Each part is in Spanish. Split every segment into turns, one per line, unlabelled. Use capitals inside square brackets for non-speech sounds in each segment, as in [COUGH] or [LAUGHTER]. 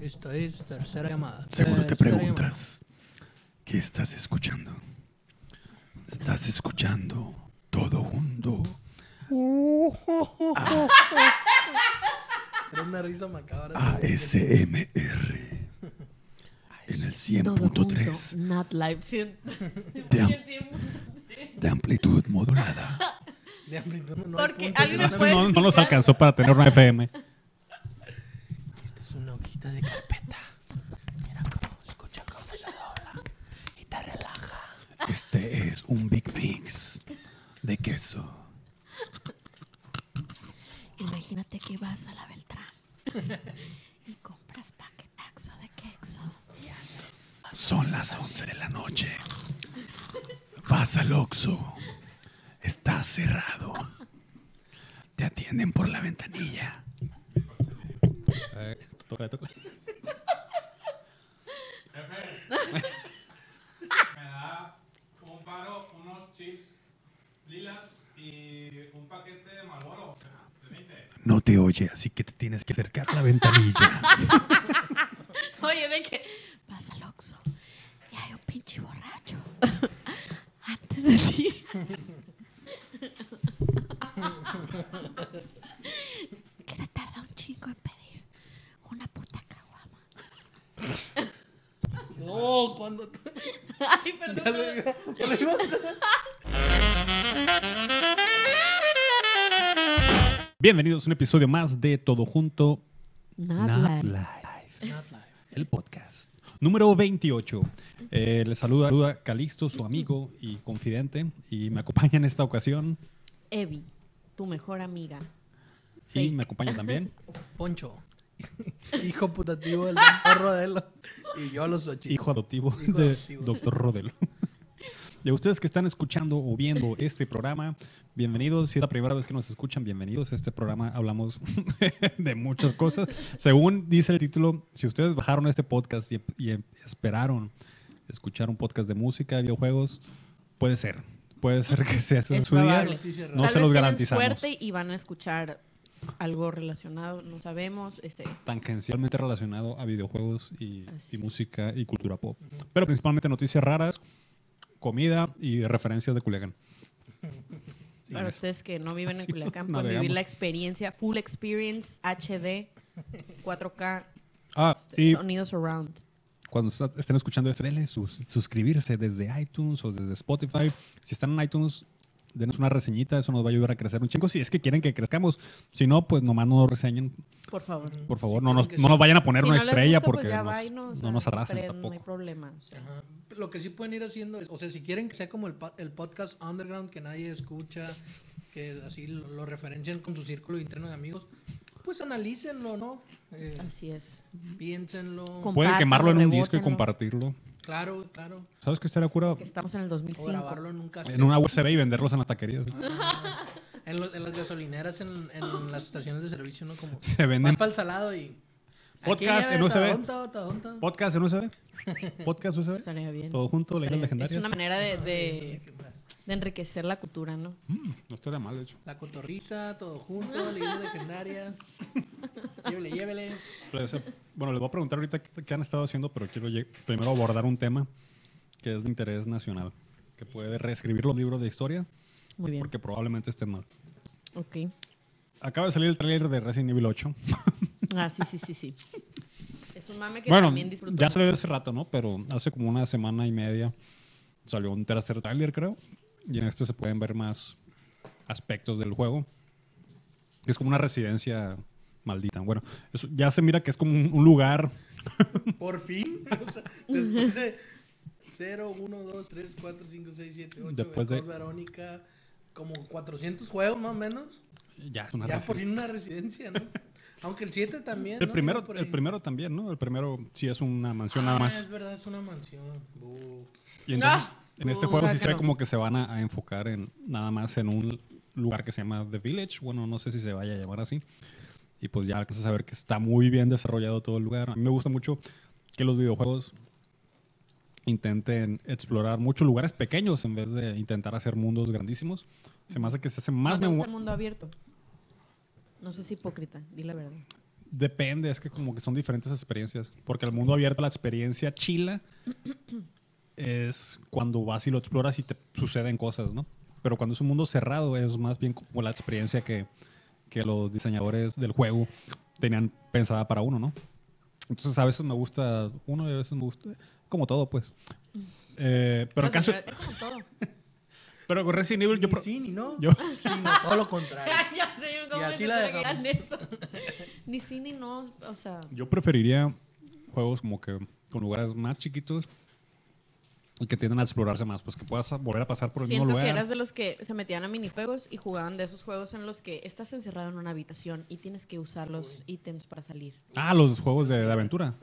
Esto es tercera llamada.
Seguro te
tercera
preguntas, ¿qué estás escuchando? Estás escuchando todo junto.
Era una risa macabra.
ASMR. En el
Todo junto,
100.3
Not live. Cien-
de, am-
100.3.
de amplitud modulada.
llamada. De amplitud no hay
Porque
punto,
hay una
sino
puede
No, no los
explicar.
alcanzó para tener una FM.
Es una hojita de carpeta.
Este es un Big Mix de queso.
Imagínate que vas a la Beltrán y compras paquetaxo de queso.
Son las 11 de la noche. Vas al Oxxo. Está cerrado. Te atienden por la ventanilla.
Me da un paro, unos chips lilas y un paquete de Marlboro.
No te oye, así que te tienes que acercar a la ventanilla.
Oye, de que vas al Oxxo y hay un pinche borracho antes de ti. que se tarda un chingo en pedir una puta caguama.
No, cuando.
[LAUGHS] Ay, perdón. perdón.
Bienvenidos a un episodio más de Todo Junto
Not
Not
live.
Live. El podcast. Número 28. Eh, les saluda, saluda Calixto, su amigo y confidente. Y me acompaña en esta ocasión.
Evi, tu mejor amiga.
Y
Fake.
me acompaña también.
Poncho. [LAUGHS] Hijo putativo del doctor Rodelo. Y yo los ocho.
hijo adoptivo
Hijo
de
adoptivo.
Doctor Rodel. Y a ustedes que están escuchando o viendo este programa, bienvenidos. Si es la primera vez que nos escuchan, bienvenidos. Este programa hablamos [LAUGHS] de muchas cosas. Según dice el título, si ustedes bajaron este podcast y, y esperaron escuchar un podcast de música, videojuegos, puede ser. Puede ser que sea su,
Es
su día.
probable.
No
Tal
se
vez
los
tienen
garantizamos.
suerte y van a escuchar algo relacionado, no sabemos. Este,
tangencialmente relacionado a videojuegos y,
Así
y
es.
música y cultura pop. Pero principalmente noticias raras, comida y referencias de
[LAUGHS]
Culiacán. Sí,
para
eso.
ustedes que no viven
[LAUGHS]
en
Así
Culiacán,
navegamos.
pueden vivir la experiencia, full experience, HD, 4K,
Ah,
este,
y
sonido surround.
cuando está- estén escuchando esto, denle sus- suscribirse desde iTunes o desde Spotify. Si están en iTunes, denos una reseñita, eso nos va a ayudar a crecer un chingo. Si es que quieren que crezcamos, si no, pues nomás no nos reseñen,
Por favor.
por favor. no, nos, no nos vayan a poner
Si
una
no les
estrella
gusta, pues
porque
ya
nos-
va y
no,
o sea,
nos arrasan
pero No hay
tampoco.
problema. o sea.
Ajá. Lo que sí pueden ir haciendo es, o sea, si quieren que sea como el, pa- el podcast underground que nadie escucha, que así lo, lo referencian con su círculo interno de amigos, pues analícenlo, ¿no? Eh,
Así es.
piénsenlo.
Com-
Pueden quemarlo en un
Compártanlo,
disco y
rebótenlo.
compartirlo.
Claro, claro.
¿Sabes qué estaría cura?
Que estamos en el
O
2005.
grabarlo en un cassette.
En una USB y venderlos en las taquerías.
En, lo- en las gasolineras, en, en las estaciones de servicio, ¿no? Como
Se venden
vas para el salado y...
Podcast en USB.
Tadonta, tadonta.
podcast en USB. Podcast USB.
Estaría bien.
Todo junto, leyendas
Estaría- Es
legendarias.
una manera de, de, de enriquecer la cultura, ¿no?
Mm, No estaría mal, de hecho.
La cotorriza, todo junto, leyendas legendarias. Llévele, llévele.
Puede ser. Bueno, les voy a preguntar ahorita qué qué han estado haciendo, pero quiero lleg- primero abordar un tema que es de interés nacional, que puede reescribir los libros de historia,
Muy bien.
porque probablemente estén mal.
Ok.
Acaba de salir el tráiler de Resident Evil 8.
Ah, sí, sí, sí, sí. Es un mame que
bueno,
también disfruto.
ya salió hace rato, ¿no? Pero hace como una semana y media salió un tercer tráiler, creo. Y en este se pueden ver más aspectos del juego. Es como una residencia maldita. Bueno, eso ya se mira que es como un, un lugar.
Por fin. [LAUGHS] O sea, después de 0, 1, 2, 3, 4, 5, 6, 7, 8,
Después de-
Verónica, como 400 juegos más o menos.
Ya es una
ya
residencia.
por fin una residencia, ¿no? Aunque el 7 también.
El
¿no?
primero,
Iba por
el
ahí.
primero también, ¿no? El primero sí es una mansión
Ah,
nada
Es
más.
verdad, es una mansión. Bu.
Y entonces,
Ah.
en este
Uh,
juego sí
sácalo.
se ve como que se van a, a enfocar en nada más en un lugar que se llama The Village. Bueno, no sé si se vaya a llamar así. Y pues ya alcanzas a ver que está muy bien desarrollado todo el lugar. A mí me gusta mucho que los videojuegos intenten explorar muchos lugares pequeños en vez de intentar hacer mundos grandísimos. Se me hace que se hace más
no me
memo-
gusta el mundo abierto. No sé si hipócrita, di la verdad.
Depende, es que como que son diferentes experiencias. Porque al mundo abierto la experiencia chila es cuando vas y lo exploras y te suceden cosas, ¿no? Pero cuando es un mundo cerrado es más bien como la experiencia que, que los diseñadores del juego tenían pensada para uno, ¿no? Entonces a veces me gusta uno y a veces me gusta... Como todo, pues. Eh, pero, en
O sea,
caso,
es como todo.
pero con Resident Evil yo...
Ni
pro-
sí, ni no. [LAUGHS]
yo
Sino todo lo contrario.
[LAUGHS] ya sé, [LAUGHS] ¿cómo
Y así
me
la
entregan eso? [LAUGHS] Ni sí ni no, o sea,
Yo preferiría juegos como que con lugares más chiquitos y que tiendan a explorarse más, pues que puedas volver a pasar por el
siento
mismo
que
lugar.
eras de los que se metían a minijuegos y jugaban de esos juegos en los que estás encerrado en una habitación y tienes que usar los ítems para salir.
Ah, los juegos de, de aventura.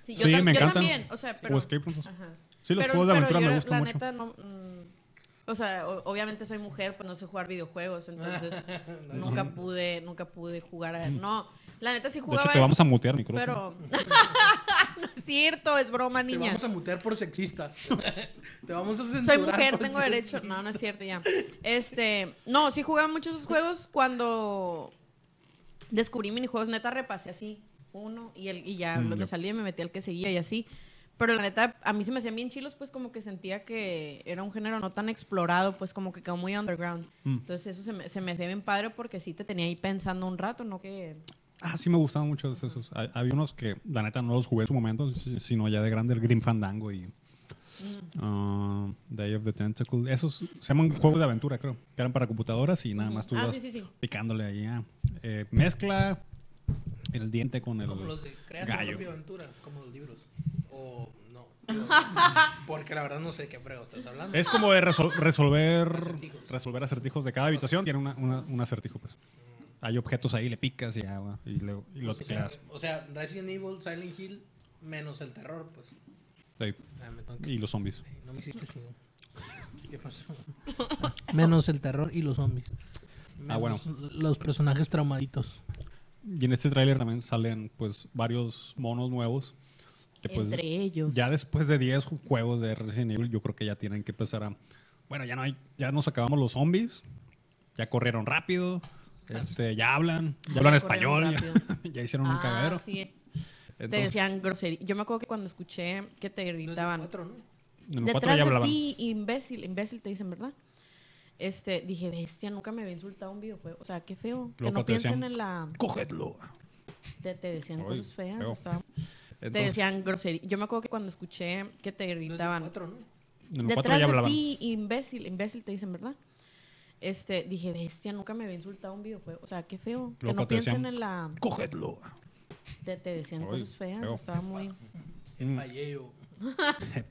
Sí,
Sí,
tam-
me encantan.
también, o sea, pero...
O escape rooms.
Ajá.
Sí, los
Pero-
juegos de
pero
aventura
yo
me
la-
gustan
la
mucho.
neta no, mm, o sea, o- obviamente soy mujer, pues no sé jugar videojuegos, entonces [LAUGHS] nunca pude, nunca pude jugar a... No, la neta sí
de
jugaba
hecho, te
eso,
vamos a mutear el micrófono.
Pero... [LAUGHS] no es cierto, es broma,
Te
niñas.
vamos a mutear por sexista. [LAUGHS] Te vamos a censurar.
Soy mujer,
por
tengo
sexista.
derecho. No, no es cierto, ya. Este, no, sí jugaba muchos esos juegos cuando descubrí minijuegos, neta repasé así uno y el y ya
Mm,
lo que
ya.
salía me metí al que seguía y así. Pero la neta a mí se me hacían bien chilos, pues como que sentía que era un género no tan explorado, pues como que quedó muy underground.
Mm.
Entonces eso se me, se me hacía bien padre porque sí te tenía ahí pensando un rato, no que
Ah, sí me gustaban mucho esos. esos. Hay- Había unos que, la neta, no los jugué en su momento, si- sino ya de grande, el Green Fandango y
Mm.
ah, Day of the Tentacle. Esos se llaman juegos de aventura, creo. Que eran para computadoras y nada más tú
Ah,
ibas
sí, sí, sí.
picándole ahí. ah, eh, mezcla el diente con el
Como los de Crea tu
gallo.
propia aventura, como los libros. O
[LAUGHS]
no. digo, Porque la verdad no sé de qué frego estás hablando.
Es como de resol- resolver,
[LAUGHS] Acertijos.
resolver acertijos de cada habitación. Tiene una- una- un acertijo, pues. Hay objetos ahí, le picas y ya, va, y, le, y lo
o, sea,
tecleas.
o sea, Resident Evil, Silent Hill, menos el terror, pues.
Sí.
Ah, me tengo que-
Y los zombies.
[LAUGHS] No me hiciste así. ¿Qué pasó? Menos el terror y los zombies.
Ah, bueno.
Menos Los personajes traumaditos.
Y en este tráiler también salen pues varios monos nuevos. Que, pues,
entre ellos.
Ya después de 10 ju- juegos de Resident Evil, yo creo que ya tienen que empezar a. Bueno, ya no hay, ya nos acabamos los zombies. Ya corrieron rápido. Este, ya hablan, ya hablan
corrieron
español, ya, [LAUGHS]
rápido.
ya hicieron un
Ah,
cagadero.
sí. Te
Entonces,
decían grosería. Yo me acuerdo que cuando escuché que te gritaban
Cuatro, ¿no?
en el cuatro
Detrás
ya
de
hablaban.
ti, imbécil, imbécil te dicen, ¿verdad? Este, dije, bestia, nunca me había insultado un videojuego. O sea, qué feo. que
Loco,
no
te
piensen
decían-
en la.
¡Cogedlo!
Te, te decían
Ay,
cosas feas.
feo.
estaba- te
Entonces,
decían grosería. Yo me acuerdo que cuando escuché que te gritaban,
Cuatro, ¿no?
en el cuatro
detrás
ya
de
hablaban.
ti, imbécil, imbécil te dicen, ¿verdad? Este, dije, bestia, nunca me había insultado un videojuego. O sea, qué feo. que
Loco,
no
te
piensen
decían-
en la.
[LAUGHS] ¡Cogedlo!
Te, te decían
Ay,
cosas feas.
feo.
Estaba muy.
Mm.
Payeo.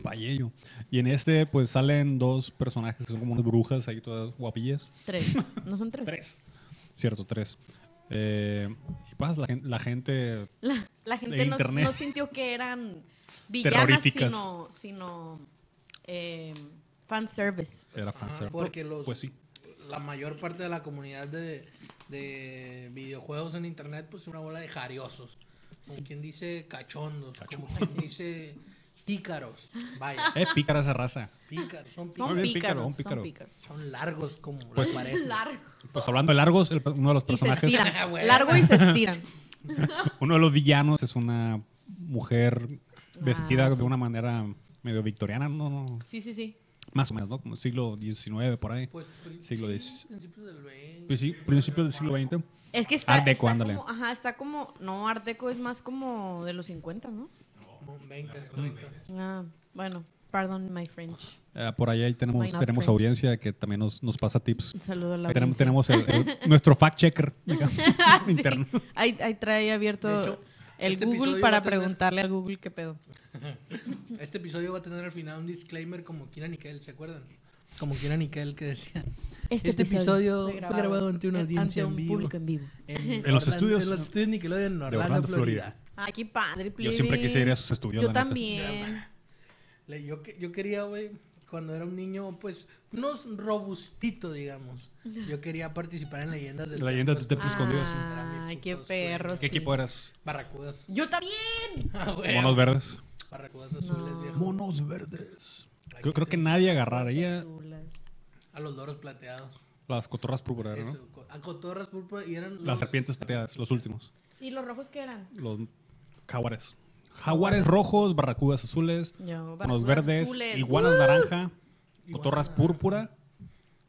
Payello. Y en este, pues salen dos personajes que son como unas brujas ahí todas guapillas.
Tres. No son tres.
Tres. Cierto, tres. Eh, y pues la, gen- la
[LAUGHS]
gente
La, la gente
De
no,
internet.
no sintió
[LAUGHS]
que eran villanas,
Terroríficas.
sino, sino eh, fanservice. Pues,
era fan
Ajá,
service.
porque los-
Pues sí.
La mayor parte de la comunidad de, de videojuegos en internet, pues es una bola de jariosos. Como quien dice cachondos, como quien dice pícaros. Vaya,
[LAUGHS] Eh, pícara esa raza.
pícaros, son
Son
bien, pícaro,
pícaros.
pícaros,
un pícaro.
son pícaros.
Son largos como
Pues-
la pared.
Largo.
Pues hablando de largos, el- uno de los
Y se
personajes,
Ah,
[LAUGHS]
estiran.
bueno.
Largo y se estiran.
uno de los villanos es una mujer
Ah.
vestida de una manera medio victoriana, no, no,
Sí, sí, sí.
más o menos, ¿no? Como siglo XIX por ahí.
Pues, pri-
Siglo
sí,
X.
principios del 20.
Pues sí, principio del siglo XX.
Es que está,
Art Deco,
está
ándale.
como, ajá, está como, no, Art Deco es más como de los 50, ¿no?
como 20, es correcto.
Ah, bueno, pardon my French.
Ah, por ahí, ahí tenemos,
Why not
tenemos
French?
audiencia que también nos, nos pasa tips.
Un saludo a la
Ahí tenemos,
audiencia. Ah,
tenemos el- el- nuestro fact checker
[LAUGHS]
digamos,
Sí.
interno.
Ahí, ahí trae abierto
De hecho,
el
este
Google
episodio va
para
a tener-
preguntarle al Google qué pedo.
Este episodio va a tener al final un disclaimer como Kira Nickel, ¿se acuerdan? Como Kira Nickel que decía. Este, episodio, fue grabado, ante una audiencia
ante un
en vivo.
público en vivo.
En los estudios,
En los
¿no?
estudios Nickelodeon en Orlando,
Orlando, Florida.
Florida.
Ay, qué padre,
Yo siempre quise ir a sus estudios,
Yo
la neta.
también.
Le- Yo, que- yo quería, güey, cuando era un niño, pues, unos robustito, digamos. Yo quería participar en leyendas del
Leyendas del Templo Escondido, sí.
Ah,
Era mi
qué
puto
perro.
sueño.
¿Qué equipo eras?
Barracudas. [LAUGHS]
Yo también.
Ah, güey.
Monos verdes.
Barracudas azules, viejo.
Monos verdes. Yo creo que nadie agarraría
A los loros plateados.
las cotorras púrpuras, ¿no?
Eso, co- a cotorras púrpura y eran
Las
los-
serpientes plateadas, los últimos.
¿Y los rojos qué eran?
Los jaguares. Jaguares rojos, barracudas azules,
Yo,
unos
barracudas
verdes,
azules.
iguanas naranja, cotorras púrpura.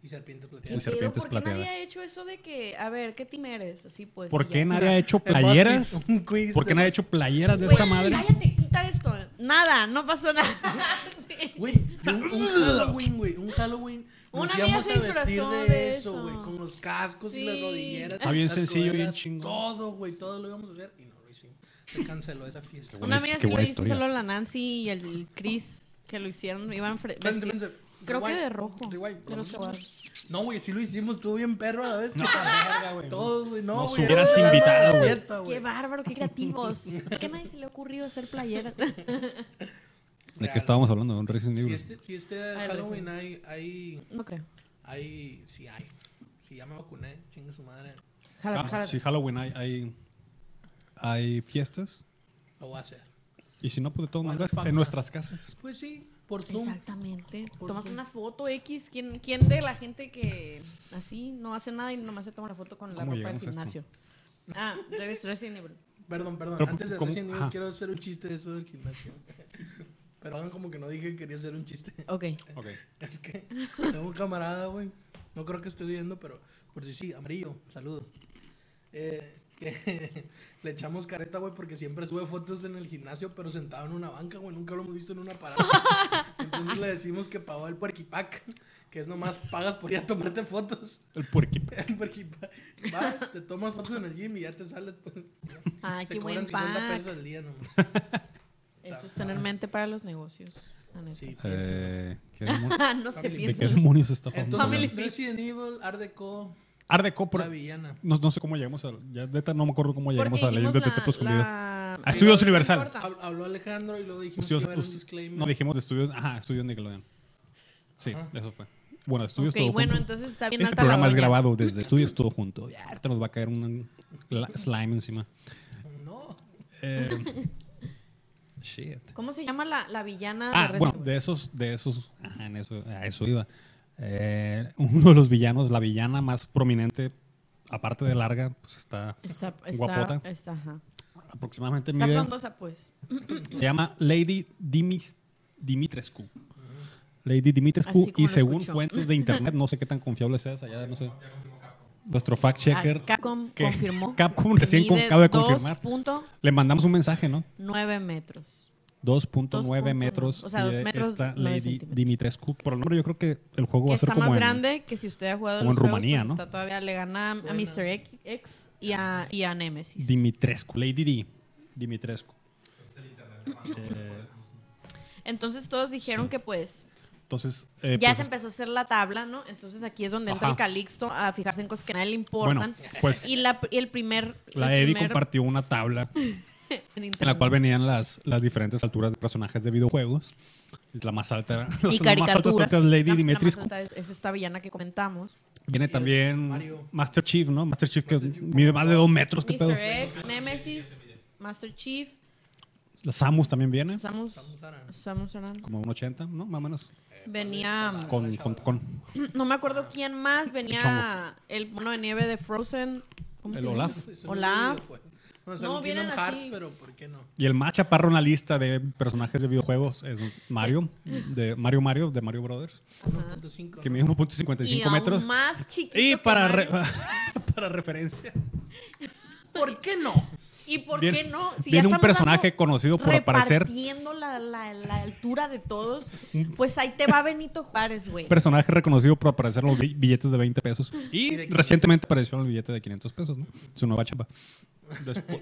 Y serpiente plateada.
¿Qué
Y serpientes
pedo? ¿Por qué nadie
plateadas.
ha hecho eso de que, a ver, ¿qué team eres? Así pues.
¿Por
y
qué
ya.
nadie ha hecho
El
playeras?
BuzzFeed, un quiz
¿Por qué
de-
nadie ha hecho playeras de
Güey,
esa madre?
cállate, quita esto. Nada, no pasó nada. [LAUGHS] Sí.
Güey, yo
[LAUGHS]
un, un Halloween, güey, un Halloween. Nos íbamos
Una amiga
a
se
vestir
disfrazó
de
de
eso, güey,
eso.
con los cascos y las
Sí.
rodilleras.
Está Ah, bien
las
sencillo, bien
coderas,
chingón.
Todo, güey, todo lo íbamos a hacer y no lo hicimos. Se canceló esa fiesta.
Qué
Una
buena-
amiga
qué
sí lo
buena
hizo,
historia.
solo la Nancy y el Chris, que lo hicieron, iban fre-
Espérense,
vestidos-
espérense.
Creo que
Rewind,
de rojo.
rewind.
de los cuadros.
No, güey, sí lo hicimos, estuvo bien perro a la vez. Puta verga, güey. Todos, güey, no,
Nos
güey,
hubieras
era la
invitado, güey.
fiesta,
Qué bárbaro, [LAUGHS] qué creativos. ¿Por qué a nadie se le ha ocurrido hacer playera?
¿De qué estábamos hablando? ¿De un Resident
Si
Evil?
este, si este Halloween hay, hay,
[LAUGHS] No creo.
hay, sí hay. Si ya me vacuné, chingue su madre,
Jala,
Ah,
jala.
si Halloween hay, hay, hay fiestas.
lo voy a hacer.
Y si no, pues de todas maneras,
Motherfucker.
en nuestras casas.
Pues sí, por Zoom.
Exactamente. Tómate una foto X. ¿Quién, ¿Quién de la gente que así no hace nada y nomás se toma la foto con la
¿Cómo
ropa del
llegamos a esto?
gimnasio? Ah, Revis- Resident Evil.
Perdón, perdón.
Pero,
Antes de
¿cómo?
recién
Ajá.
quiero hacer un chiste de eso del gimnasio. [LAUGHS] Pero hagan como que no dije que quería hacer un chiste.
Ok.
Ok.
Es que tengo un camarada, güey. No creo que esté viendo, pero por si sí, amarillo, saludo. Eh, que [LAUGHS] le echamos careta, güey, porque siempre sube fotos en el gimnasio, pero sentado en una banca, güey. Nunca lo hemos visto en una
[LAUGHS]
parada. Entonces le decimos que pagó el puerquipac, que es nomás pagas por ir a tomarte fotos. [LAUGHS]
El puerquito.
El puerquipac. Vas, te tomas fotos en el gym y ya te sales, pues.
Ah,
te
qué buen
cobran 50
pack.
pesos al día nomás.
Eso es
Ah.
tener mente para los negocios. la neta. [LAUGHS]
Sí, piénsalo.
Eh, ¿qué demonios-
no se
¿De
piensa.
qué demonios está hablando?
Entonces,
Family
Resident Evil, Art Deco,
Arde
la
Copra.
villana.
No, no sé cómo llegamos a. Ya, neta, no me acuerdo cómo llegamos a la pues, leyenda
dijimos
de Teto Escondido.
la-
A Estudios
No
Universal.
importa.
Hab- Habló Alejandro y luego dijimos
Estudios-
que iba a haber un
ust-
disclaimer.
pues, no, dijimos de estudios. Ajá, estudios Nickelodeon. Sí, eso fue. Bueno, estudios
Ok,
todo
bueno,
junto.
entonces está bien
Este
alta la
programa es
doña.
grabado desde estudios todo junto. Ya, ahorita nos va a caer un la- slime encima.
No.
Eh, shit.
¿Cómo se llama la, la villana
Ah,
de
bueno,
Resident Evil?
de esos, de esos, ajá, en eso, a eso iba. Eh, uno de los villanos, la villana más prominente, aparte de larga, pues está,
Está, está,
guapota.
Está, ajá.
aproximadamente
está
mide,
frondosa, pues.
se llama Lady Dimis- Dimitrescu. Lady Dimitrescu
Así como
y
lo
según
escuchó. [LAUGHS]
fuentes de internet, no sé qué tan confiable seas allá, no sé. Nuestro fact checker.
Ah, Capcom
que-
confirmó.
[LAUGHS] Capcom recién con-
mide
acaba de confirmar.
2.9
Le mandamos un mensaje, ¿no?
metros.
2.9
2.9
metros.
o sea, dos
mide
metros,
esta
nueve
Lady
centímetros.
Dimitrescu. Por el nombre, yo creo que el juego
Que
va a ser
está
como
más
en-
grande que si usted ha jugado
como en
los juegos,
Rumanía,
pues
¿no?
está todavía le gana a Mr. X- X y a, y a Nemesis.
Dimitrescu, Lady D. Dimitrescu. Eh,
Entonces todos dijeron que pues
entonces, eh,
ya
pues,
se empezó a hacer la tabla, ¿no? Entonces aquí es donde entra
Ajá.
el Calixto a fijarse en cosas que a nadie le importan.
Bueno, pues-
y, la, y el primer...
la
el
Eddie
primer-
compartió una tabla
en
en la
internet.
cual venían las, las diferentes alturas de personajes de videojuegos. La más alta [LAUGHS] era la
y
más alta
caricaturas.
es Lady
La- la más
Dimitrescu.
alta es, es esta villana que comentamos.
Viene también
Mario.
Master Chief, ¿no? Master Chief que mide más de dos metros. ¿Qué pedo?
Mr. X, Nemesis, Master Chief,
La Samus también viene,
Samus,
Aran.
Samus Aran.
como un 80, ¿no? Más o menos.
Venía, mm,
Con, con, Eh, con
no me acuerdo quién más, venía el mono de nieve de Frozen. ¿cómo
El
se llama?
Olaf.
Eso no
Olaf.
es videojuego. Bueno, no,
vienen
vienen Hearts,
así.
pero ¿por qué no?
Y el más chaparro en la lista de personajes de videojuegos es Mario, de Mario Mario, de Mario Brothers,
1.5.
que
¿no?
mide
Y
1.55
aún
metros.
más chiquito.
Y
que
para,
Mario.
re- [LAUGHS] para referencia,
¿Por qué no?
¿Y por
viene-
qué no?
viene un
estamos
personaje
dando-
conocido por aparecer.
Repartiendo la, la, la altura de todos, pues ahí te va Benito Juárez, güey.
personaje reconocido por aparecer en los bi- billetes de 20 pesos.
Y
Y
de
recientemente apareció en el billete de 500 pesos, ¿no? Su nueva chapa. Después,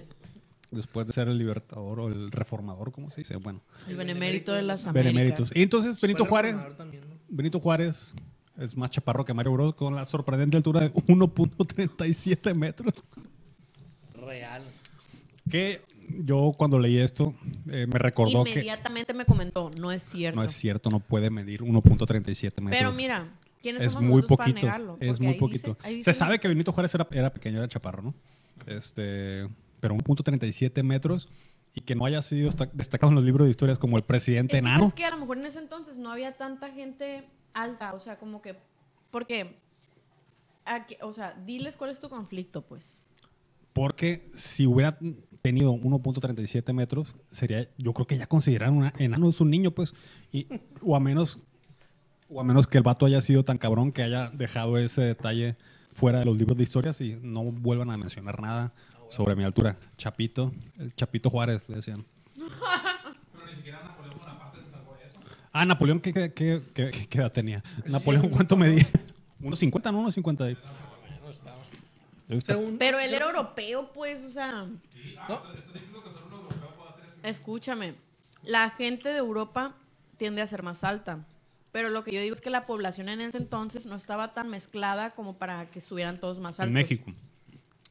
después de ser el libertador o el reformador, ¿cómo se dice? Bueno,
El benemérito de las Américas.
beneméritos. Y entonces Benito
Fue
Juárez,
reformador también, ¿no?
Benito Juárez es más chaparro que Mario Bros con la sorprendente altura de 1.37 metros.
Real.
Que yo cuando leí esto eh, me recordó que
Inmediatamente me comentó, no es cierto.
no es cierto, no puede medir 1.37 metros.
Pero mira, ¿quiénes
es
somos
muy
nosotros
poquito.
para negarlo?
es
Porque
muy
ahí
poquito.
dice- ahí dice
Se sabe que Benito Juárez era, era pequeño, era chaparro, ¿no? Este, pero 1.37 metros y que no haya sido esta- destacado en los libros de historias como el
Es
presidente
que,
enano.
¿sabes qué? a lo mejor en ese entonces no había tanta gente alta, o sea, como que porque aquí- o sea, diles cuál es tu conflicto, pues.
Porque si hubiera tenido 1.37 metros, sería, yo creo que ya consideran una enano, es un niño, pues. Y, o a menos o a menos que el vato haya sido tan cabrón que haya dejado ese detalle fuera de los libros de historias y no vuelvan a mencionar nada sobre mi altura. Chapito, el Chapito Juárez, le decían.
Pero ni siquiera Napoleón Bonaparte se salvó de eso.
Ah, Napoleón, ¿qué, qué, qué- qué- qué- qué edad tenía? Napoleón, ¿cuánto medía? [LAUGHS] ¿Unos 50? No, unos 50. ahí.
Bueno, estaba.
Ahí está.
Según-
Pero él era europeo, pues, o sea. Escúchame, la gente de Europa tiende a ser más alta. Pero lo que yo digo es que la población en ese entonces no estaba tan mezclada como para que estuvieran todos más altos.
En México.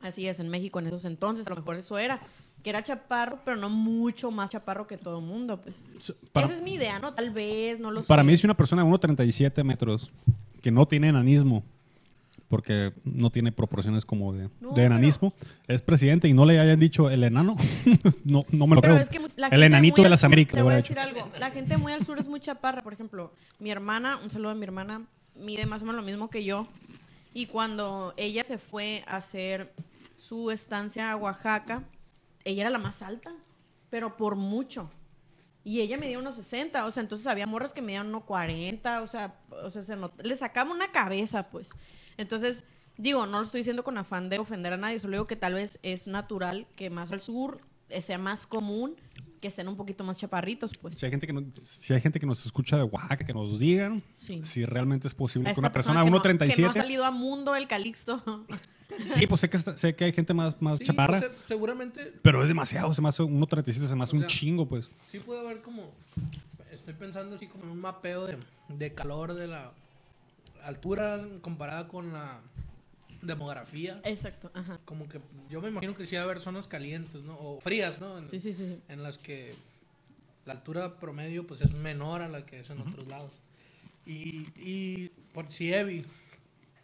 Así es, en México en esos entonces, a lo mejor eso era. Que era chaparro, pero no mucho más chaparro que todo el mundo, pues.
S- para-
Esa es mi idea, ¿no? Tal vez, no lo sé.
Para mí, si una persona de 1,37 metros que no tiene enanismo, porque no tiene proporciones como de,
No,
de
pero-
enanismo, es presidente y no le hayan dicho el enano, [LAUGHS] no, no me lo
Pero
creo.
es que mu- la
el
gente
enanito
muy
de
al
las
sur-
Américas.
Te
le
voy a
hubiera
decir algo. La gente muy al sur es muy chaparra. Por ejemplo, mi hermana, un saludo a mi hermana, mide más o menos lo mismo que yo. Y cuando ella se fue a hacer su estancia a Oaxaca, ella era la más alta, pero por mucho. Y ella medía unos 60, o sea, entonces había morras que medían unos 40, o sea, o sea se not- le sacaba una cabeza, pues. Entonces, digo, no lo estoy diciendo con afán de ofender a nadie, solo digo que tal vez es natural que más al sur eh, sea más común que estén un poquito más chaparritos, pues.
Si hay, gente que no- si hay gente que nos escucha de Oaxaca, que nos digan
Sí.
si realmente es posible
A
que
esta
una persona de
que no- que no ha
1,37.
salido a mundo el
[LAUGHS]
Calixto.
sí, pues sé que, está- sé que hay gente más, más
Sí,
chaparra,
pues, se- seguramente
pero es demasiado. Se me hace 1,37, se me hace un
O sea,
chingo, pues.
Sí puede haber como, estoy pensando así como en un mapeo de, de calor de la altura comparada con la demografía.
Exacto, ajá.
Como que yo me imagino que sí va a haber zonas calientes, ¿no? O frías, ¿no? En,
Sí, sí, sí. sí.
en las que la altura promedio pues es menor a la que es en otros lados. Y, y por si Evi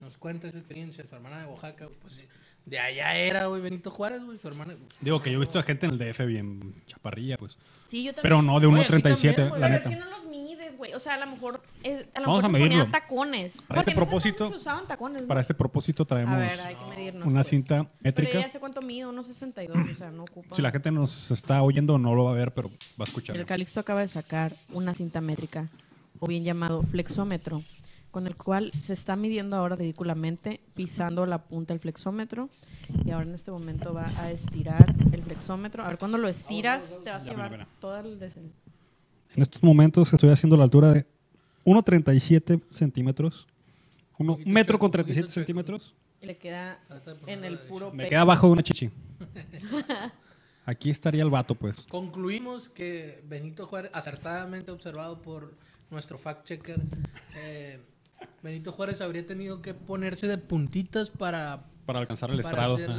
nos cuenta esa experiencia, su hermana de Oaxaca, pues de allá era, güey, Benito Juárez, güey, su hermana. pues,
Digo que yo he visto a gente en el DF bien chaparrilla, pues.
Sí, yo
Pero
también.
no de
Oye, aquí
1,37,
también,
la
Pero
neta.
es que no los mides, güey. O sea, a lo mejor, es, a lo
Vamos
mejor
a
se
medirlo.
ponían tacones.
Para este
Porque en ese
propósito-
entonces se usaban tacones, ¿no?
Para este propósito traemos.
A ver, hay que medirnos.
una
pues.
cinta métrica.
Pero ella hace cuánto mide, unos 62, o sea, no ocupa.
Si la gente nos está oyendo, no lo va a ver, pero va a escuchar.
El Calixto acaba de sacar una cinta métrica, o bien llamado flexómetro, con el cual se está midiendo ahora ridículamente, pisando la punta del flexómetro. Y ahora en este momento va a estirar el flexómetro. A ver, cuando lo estiras, te vas a
Ya, mira,
llevar
mira.
todo el desen-
En estos momentos estoy haciendo la altura de 1,37 centímetros. Uno
Poquito
metro con
chueco, poquito
37
chueco.
centímetros.
Y le queda
Trata de ponerlo
en
a
el
la
puro
Me
pecho.
queda abajo de una
[LAUGHS]
chichi. Aquí estaría el vato, pues.
Concluimos que Benito Juárez, acertadamente observado por nuestro fact-checker, eh, Benito Juárez habría tenido que ponerse de puntitas para,
Para alcanzar el
Para
estrado.
hacer-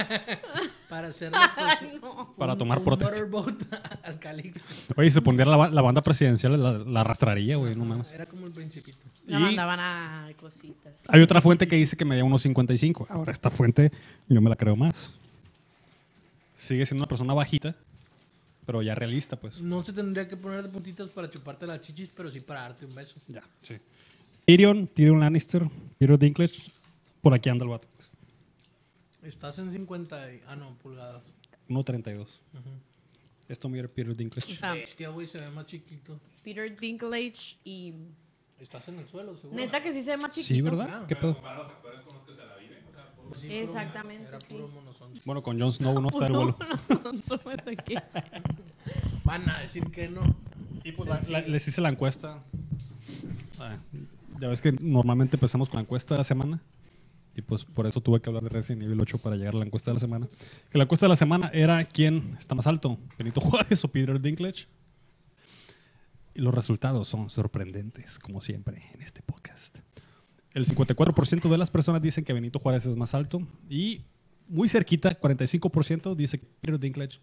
ajá.
[LAUGHS] para hacerle pues,
No.
Para
un-
tomar
un
protesta.
motorboat [LAUGHS] al Calixto.
Oye, si se pondría la, ba- la banda presidencial, la, la arrastraría, güey, no mames.
Era como el principito.
La
Y-
mandaban a cositas.
Hay otra fuente que dice que medía 1.55. Ahora esta fuente yo me la creo más. Sigue siendo una persona bajita, pero ya realista, pues.
No se tendría que poner de puntitas para chuparte las chichis, pero sí para darte un beso.
Ya, sí. Tyrion, Tyrion Lannister, Tyrion Dinklage, por aquí anda el vato.
Estás en 50 y... Ah, no, pulgadas.
1.32. Esto mira Tyrion Dinklage.
O sea,
Bestia, güey, se ve más chiquito.
Ah, Peter Dinklage y...
Estás en el suelo, seguro.
Neta que sí se ve más chiquito.
Sí, ¿verdad? ¿Qué pedo?
Exactamente.
Era
sí.
puro
[LAUGHS]
monozón.
Bueno, con Jon Snow
Ah,
no está el vuelo.
No, súmate aquí.
Van a decir que no.
Y pues la- la- les hice la encuesta. Ah, ya ves que normalmente empezamos con la encuesta de la semana. Y pues por eso tuve que hablar de Resident Evil 8 para llegar a la encuesta de la semana. Que la encuesta de la semana era quién está más alto, Benito [LAUGHS] Juárez o Peter Dinklage. Y los resultados son sorprendentes, como siempre, en este podcast. El 54% de las personas dicen que Benito Juárez es más alto y muy cerquita, 45% dice que Peter Dinklage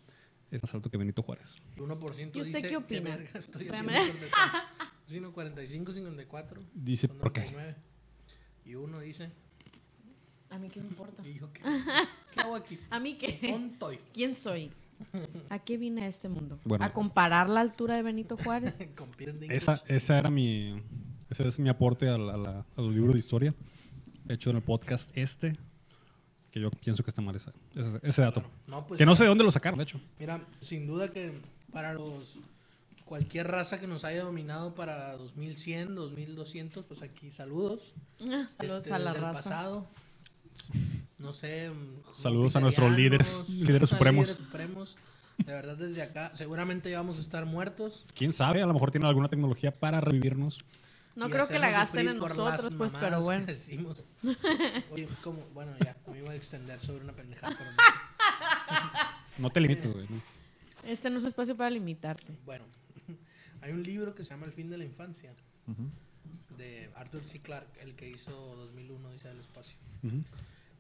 es más alto que Benito Juárez.
El 1%
¿Y usted
dice,
qué opina?
verga estoy
Espérame.
haciendo
[LAUGHS]
con descanso? Sino 45, 54.
Dice,
son
¿por qué?
99. Y uno dice,
A mí qué me importa.
y
[LAUGHS]
yo, ¿qué, qué hago aquí?
A mí qué.
Contoy.
¿Quién soy? ¿A qué vine a este mundo?
Bueno.
¿A comparar la altura de Benito Juárez?
[LAUGHS]
[LAUGHS]
Con Peter Dinklage.
Esa, esa era mi, ese es mi aporte al, al- al libro de historia hecho en el podcast este. Que yo pienso que está mal ese, ese- ese dato.
No, pues,
que no sé de dónde lo sacaron, de hecho.
Mira, sin duda que para los cualquier raza que nos haya dominado para 2100, 2200, pues aquí saludos.
Saludos
Este,
a la
desde el
raza.
pasado. No sé. mm,
Saludos a nuestros líderes,
italianos,
[LAUGHS]
[LAUGHS]
líderes supremos.
líderes supremos. De verdad, desde acá, seguramente ya vamos a estar muertos.
Quién sabe, a lo mejor tienen alguna tecnología para revivirnos.
No
y
creo que
hacernos
la gasten
sufrir
en
por las
nosotros, pues,
mamadas
pero
que [LAUGHS]
bueno. [LAUGHS]
decimos. Oye, como, bueno, ya, me iba a extender sobre una pendejada,
[LAUGHS]
pero no.
No te limites, güey.
Este no es espacio para limitarte.
Bueno, [LAUGHS] hay un libro que se llama El fin de la infancia, de Arthur C. Clarke, el que hizo 2001, dice del espacio.
Ujú.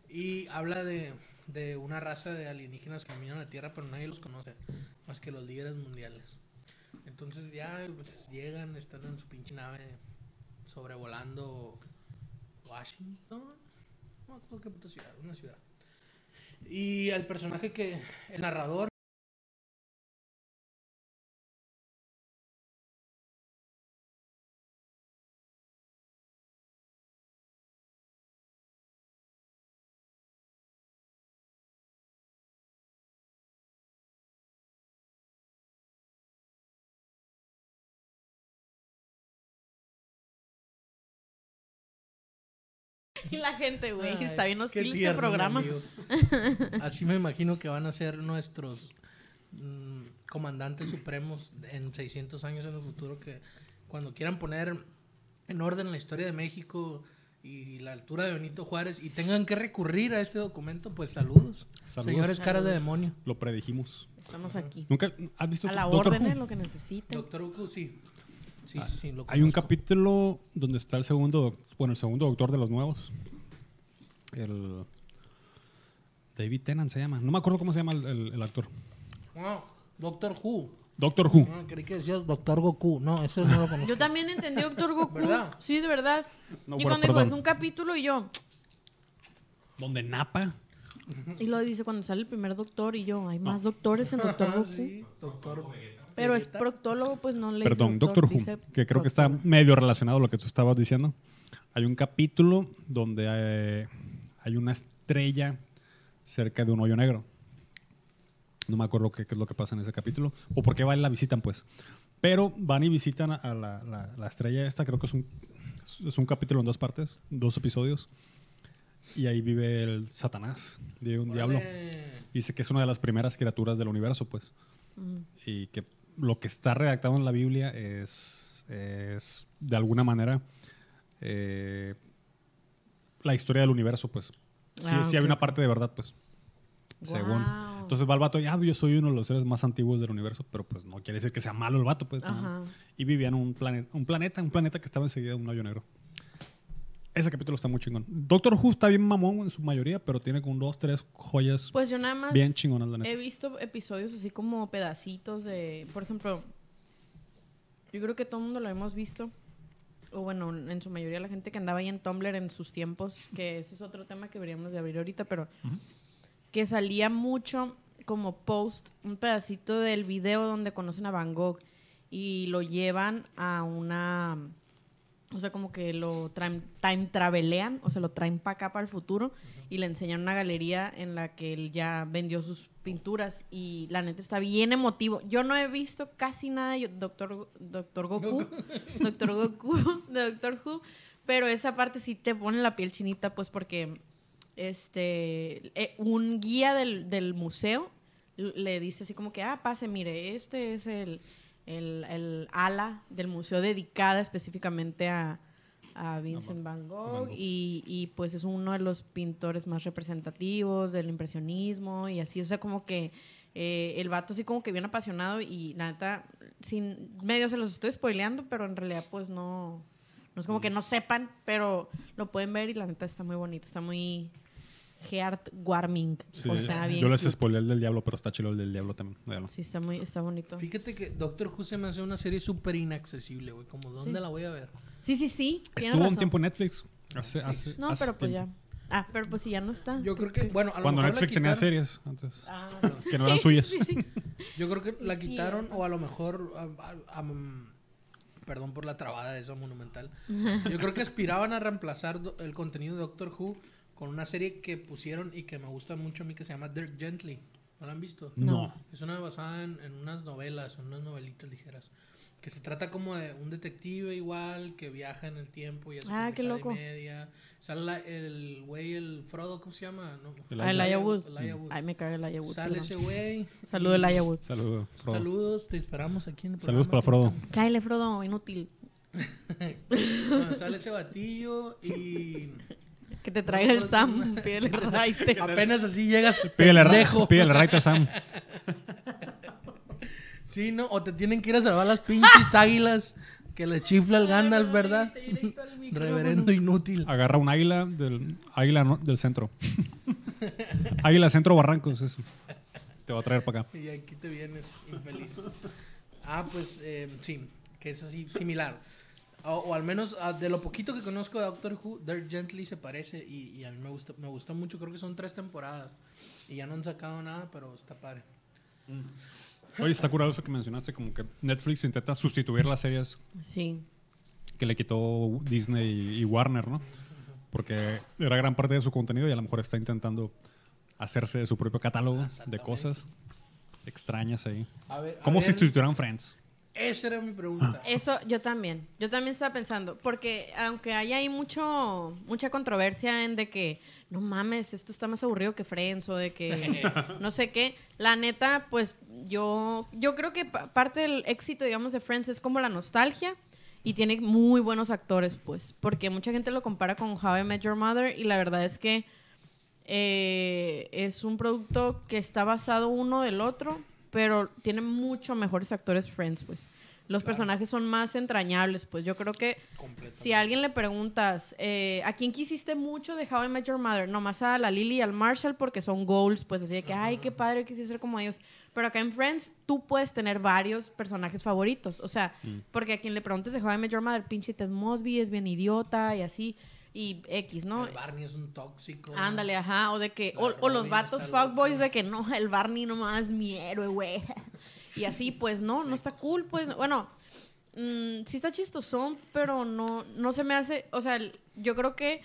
Y habla de, de una raza de alienígenas que dominan la Tierra, pero nadie los conoce, más que los líderes mundiales. Entonces ya pues, llegan, están en su pinche nave sobrevolando Washington, no me acuerdo qué puta ciudad, una ciudad. Y el personaje que, el narrador,
[LAUGHS] Y la gente, güey,
Ay,
está bien
qué
hostil este
tierno, [LAUGHS]
programa.
amigo. Así me imagino que van a ser nuestros mm, comandantes supremos en 600 años en el futuro que cuando quieran poner en orden la historia de México y la altura de Benito Juárez y tengan que recurrir a este documento, pues saludos.
Saludos.
Señores caras de
Saludos.
demonio.
Lo predijimos.
Estamos aquí.
¿Nunca has visto
A la
Doctor
orden,
Who?
eh, lo que necesiten.
Doctor Uku, sí. Sí, sí, sí, lo
Ah, Hay un
conozco.
capítulo donde está el segundo, doc- bueno, el segundo doctor de los nuevos. El David Tennant se llama. No me acuerdo cómo se llama el, el- el actor.
Ah, Doctor Who.
Doctor Who.
Ah, creí que decías Doctor Goku. No, eso no lo conozco.
Yo también entendí [LAUGHS] Doctor Goku.
¿Verdad?
Sí, de verdad.
No, bueno,
y cuando dijo,
perdón.
es un capítulo y yo.
Donde Napa.
Y lo dice cuando sale el primer doctor y yo, hay
Ah.
más doctores en Doctor Goku.
Ah, Sí, Doctor
Pero es proctólogo, pues no le dice
Perdón, Doctor,
dice
Who. Que creo que está
proctólogo.
medio relacionado a lo que tú estabas diciendo. Hay un capítulo donde eh, hay una estrella cerca de un hoyo negro. No me acuerdo qué, qué es lo que pasa en ese capítulo. O por qué van y la visitan, pues. Pero van y visitan a la, la- la estrella esta. Creo que es un, es un capítulo en dos partes, dos episodios. Y ahí vive el Satanás, vive un diablo.
Órale.
Dice que es una de las primeras criaturas del universo, pues.
Mm.
Y que lo que está redactado en la Biblia es, es de alguna manera, eh, la historia del universo, pues. Sí,
Ah,
sí hay
ok,
una
ok.
parte de verdad, pues. Según.
Guau.
Entonces va el vato y, ah, yo soy uno de los seres más antiguos del universo, pero pues no quiere decir que sea malo el vato, pues. nada más.
Ajá.
Y vivían un, plane- un planeta, un planeta que estaba enseguida de un hoyo negro. Ese capítulo está muy chingón. Doctor Who está bien mamón en su mayoría, pero tiene como dos, tres joyas
Pues yo nada más
bien chingonas, la neta.
he visto episodios así como pedacitos de, por ejemplo, yo creo que todo el mundo lo hemos visto. O bueno, en su mayoría la gente que andaba ahí en Tumblr en sus tiempos, que ese es otro tema que deberíamos de abrir ahorita, pero que salía mucho como post un pedacito del video donde conocen a Van Gogh y lo llevan a una o sea, como que lo traen, time travelean, o sea, lo traen para acá, para el futuro, y le enseñan una galería en la que él ya vendió sus pinturas. Y la neta está bien emotivo. Yo no he visto casi nada de Doctor, Doctor Goku, Doctor Goku, [LAUGHS] de Doctor Who, pero esa parte sí te pone la piel chinita, pues porque este, eh, un guía del, del museo l- le dice así como que, ah, pase, mire, este es el, el- el ala del museo dedicada específicamente a, a Vincent Van Gogh y, y, pues es uno de los pintores más representativos del impresionismo y así, o sea, como que eh, el vato así como que bien apasionado y la neta, sin medio se los estoy spoileando, pero en realidad pues no... No es como que no sepan, pero lo pueden ver y la neta está muy bonito, está muy heartwarming.
Sí,
o sea, bien.
yo les
cute.
spoilé el del diablo, pero está chido el del diablo también. véanlo.
Sí, está muy, está bonito.
Fíjate que Doctor Who se me hace una serie súper inaccesible, güey. Como, ¿dónde la voy a ver?
Sí, Ah, sí, sí. tienes
Estuvo un
razón.
tiempo en Netflix. Hace, hace-
No,
hace
pero pues ya.
tiempo.
Ah, pero pues si ya no está.
Yo creo que, bueno, a lo
Cuando
mejor
Netflix
la
tenía
quitaron,
series
[LAUGHS]
antes.
Ah,
Que no eran suyas.
[LAUGHS] sí, sí.
Yo creo que la
Sí,
quitaron, o a lo mejor, ah, ah, ah, mm, perdón
[LAUGHS]
por la trabada de eso monumental. Yo creo que aspiraban a reemplazar do- el contenido de Doctor Who con una serie que pusieron y que me gusta mucho a mí que se llama Dirk Gently. ¿No la han visto?
No.
Es una basada en, en unas novelas, en unas novelitas ligeras. Que se trata como de un detective igual que viaja en el tiempo y hace
Ah, qué
pendejada y
loco.
media. Sale la- el güey, el Frodo, ¿cómo se llama? No.
El
Ah, el Elijah Wood.
Elijah Wood.
Ay, me caga el Ayawood.
Sale ese güey.
Saludo el Ayawood.
Saludos. Frodo.
Saludos, te esperamos aquí en el
Saludos para
programa.
Frodo.
Cáele, Frodo, inútil.
Bueno, Ah, sale ese batillo
[LAUGHS]
y
Que te traiga el Sam, pídele raite.
apenas
[LAUGHS]
así llegas.
Pídele,
pendejo.
ra pídele raite a Sam.
Sí, ¿no? O te tienen que ir a salvar las
[LAUGHS]
pinches águilas que le chifla el Gandalf, ¿verdad? Reverendo inútil.
Agarra un águila del, águila no- del centro.
[LAUGHS]
águila centro Barrancos, eso. Te va a traer para acá.
Y aquí te vienes, infeliz. Ah, pues eh, sí, que es así, similar. O, o al menos ah, de lo poquito que conozco de Doctor Who, Dirk Gently se parece y, y a mí me gustó, me gustó mucho. Creo que son tres temporadas y ya no han sacado nada, pero está padre.
Oye, está curado eso que mencionaste, como que Netflix intenta sustituir las series
Sí. que
que le quitó Disney y Warner, ¿no? Porque era gran parte de su contenido y a lo mejor está intentando hacerse de su propio catálogo de cosas extrañas ahí.
A ver, a
Como si
ver,
sustituyeran Friends.
Esa era mi pregunta.
Ah.
Eso yo también. Yo también estaba pensando, porque aunque hay ahí mucho mucha controversia en de que no mames, esto está más aburrido que Friends o de que no sé qué, la neta pues yo yo creo que pa- parte del éxito digamos de Friends es como la nostalgia y tiene muy buenos actores, pues, porque mucha gente lo compara con How I Met Your Mother y la verdad es que eh, es un producto que está basado uno del otro, pero tiene mucho mejores actores Friends, pues. Los personajes son más entrañables, pues. Yo creo que
Completamente.
si a alguien le preguntas, eh, ¿a quién quisiste mucho de How I Met Your Mother? Nomás a la Lily y al Marshall porque son goals, pues así de que, ay, qué padre, quise ser como ellos. Pero acá en Friends tú puedes tener varios personajes favoritos. O sea, porque a quien le preguntes de How I Met Your Mother, pinche Ted Mosby es bien idiota y así. Y X, ¿no?
El Barney es un tóxico.
Ándale, ajá, o de que, o,
La
o los
Robin
vatos
está
fuckboys
loca.
de que no, el Barney nomás mi héroe, güey. [LAUGHS] Y así, pues no, no está cool, pues, bueno, mm, sí está chistosón, pero no, no se me hace, o sea, el- yo creo que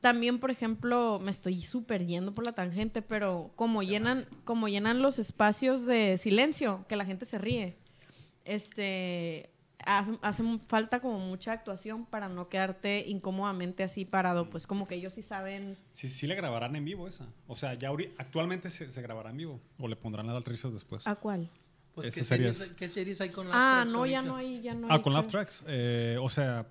también, por ejemplo, me estoy súper yendo por la tangente, pero como llenan, como llenan los espacios de silencio, que la gente se ríe, este, hace, hace falta como mucha actuación para no quedarte incómodamente así parado, pues como que ellos sí saben
Sí, sí le grabarán en vivo esa. O sea, ya ahori- actualmente se, se grabará en vivo. O le pondrán las risas después.
¿A cuál?
Pues, ¿qué,
Esas series-
series, ¿Qué series hay con Laugh
Ah,
Tracks
no, ya
ahorita?
no hay, ya no
Ah,
hay,
con Laugh
creo.
Tracks. Eh, o sea,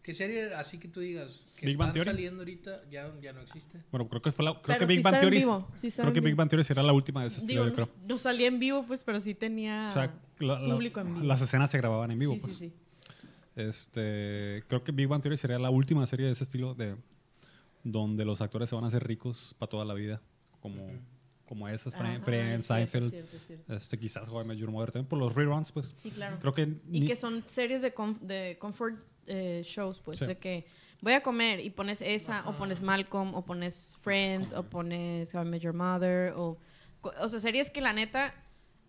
¿Qué serie así que tú digas que
Big Bang
están
Theory.
saliendo ahorita ya, ya no existe?
bueno, creo que fue la. Creo
Pero
que
sí
Big Bang
está en
Theory.
vivo, sí está
creo
en
que Big
vivo.
Bang Theory será la última de ese estilo,
Digo,
yo creo.
no, no salía en vivo, pues, pero sí tenía
O sea, la- la-
público en vivo.
las escenas se grababan en vivo.
sí,
pues.
sí, sí.
Este, creo que Big Bang Theory sería la última serie de ese estilo de donde los actores se van a hacer ricos para toda la vida, como, como esas, Fre-
Ajá,
Friends,
es cierto,
Seinfeld,
es cierto, es cierto.
este, quizás How I Met Your Mother también por los reruns, pues.
Sí, claro.
Creo que
Y
ni-
que son series de, com- de comfort eh, shows, pues,
Sí.
de que voy a comer y pones esa, o pones Malcolm, o pones Friends, o pones How I Met Your Mother, o, co- o sea, series que la neta,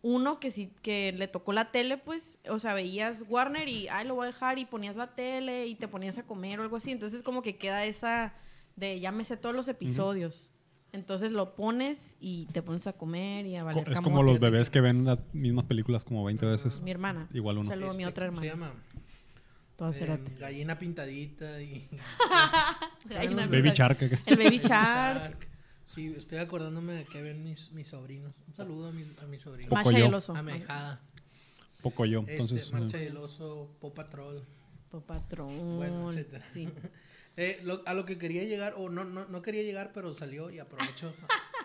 uno que sí, que le tocó la tele, pues, o sea, veías Warner y, ay, lo voy a dejar, y ponías la tele y te ponías a comer o algo así, entonces como que queda esa de, ya me sé todos los episodios. Entonces lo pones y te pones a comer y a
co-
valer
es como
camote.
los bebés que ven las mismas películas como 20 veces.
Mi hermana.
Igual uno.
Saludo a mi
Este,
otra
¿cómo Se
hermana.
llama
Toda
Eh,
cerota.
Gallina Pintadita
[LAUGHS]
y
Hay una
Baby
amiga-
Shark. que- [LAUGHS]
El Baby Shark.
Shark. Sí, estoy acordándome de que ven mis, mis sobrinos. Un saludo a mis, a mis sobrinos.
Poco
Masha y
yo.
el oso.
A Mejada.
Poco yo, entonces.
Este, Marcha
eh,
del Oso, Pop Patrol.
Papatrón.
Bueno, etcétera. [LAUGHS]
sí.
Eh, lo- a lo que quería llegar, o no, no, no quería llegar, pero salió y
[LAUGHS]
aprovecho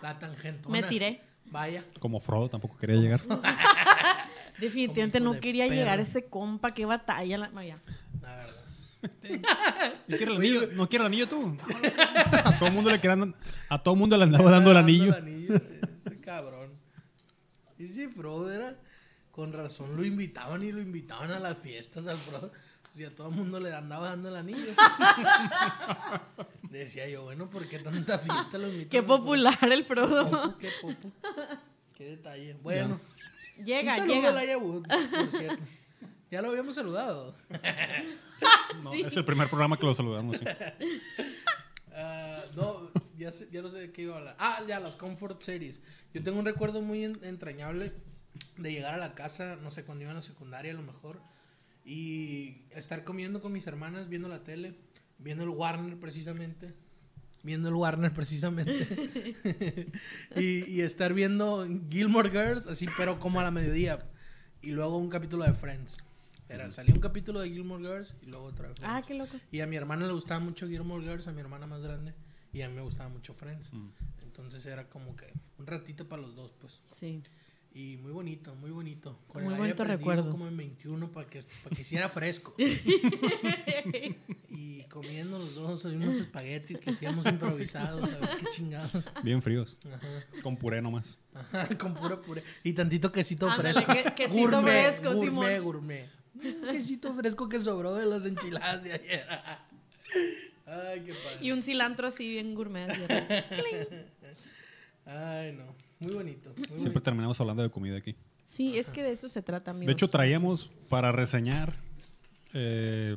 la tangentona.
Me tiré.
Vaya.
Como Frodo tampoco quería llegar.
Definitivamente
Como hijo
no
de
quería
perra.
llegar ese compa. Qué batalla la María.
La verdad.
¿No quiere el anillo, ¿no quiere el anillo tú? a todo mundo le quedan, a todo [LAUGHS] mundo le andaba dando el anillo.
eh, Ese cabrón. Y si Frodo era. Con razón lo invitaban y lo invitaban a las fiestas al Frodo. Si a todo el mundo le andaba dando
[LAUGHS]
el anillo. Decía yo, bueno, ¿por qué tanta fiesta lo invitan? Pues,
Qué popular el
Qué
Frodo.
popu, Qué popu. Qué detalle. Bueno.
[LAUGHS] llega,
un saludo a
llega.
Laia Wood, por cierto. Ya lo habíamos saludado.
[LAUGHS] No, Es el primer programa que lo saludamos. sí.
Ah, no, ya, sé- ya no sé de qué iba a hablar. Ah, ya, las comfort series. Yo tengo un recuerdo muy en- entrañable de llegar a la casa, no sé, cuando iba a la secundaria a lo mejor, y estar comiendo con mis hermanas, viendo la tele, viendo el Warner precisamente. Viendo el Warner precisamente. [LAUGHS] y, y estar viendo Gilmore Girls, así, pero como a la mediodía. Y luego un capítulo de Friends. Era, salía un capítulo de Gilmore Girls y luego otra vez.
Ah, qué loco.
Y a mi hermana le gustaba mucho Gilmore Girls, a mi hermana más grande, y a mí me gustaba mucho Friends. Entonces era como que un ratito para los dos, pues.
Sí.
Y muy bonito, muy bonito. Con
Muy
el aire
bonito
prendido
recuerdos.
Como en 21 para que, para que hiciera
[LAUGHS]
fresco. y comiendo los dos unos espaguetis que hacíamos improvisados, a ver qué chingados.
Bien fríos.
Ajá,
Con puré nomás.
ajá, con puro puré. Y tantito quesito
Ándale,
fresco.
que- quesito fresco,
gourmet,
Simón.
gourmet. Un quesito fresco que sobró de las enchiladas de ayer. [LAUGHS] Ay, qué padre.
Y un cilantro así bien gourmet. así arriba.
Ay, no. Muy bonito. Muy
Siempre terminamos hablando de comida aquí.
[LAUGHS] Sí, es que de eso se trata, amigos.
De hecho, traíamos para reseñar, eh,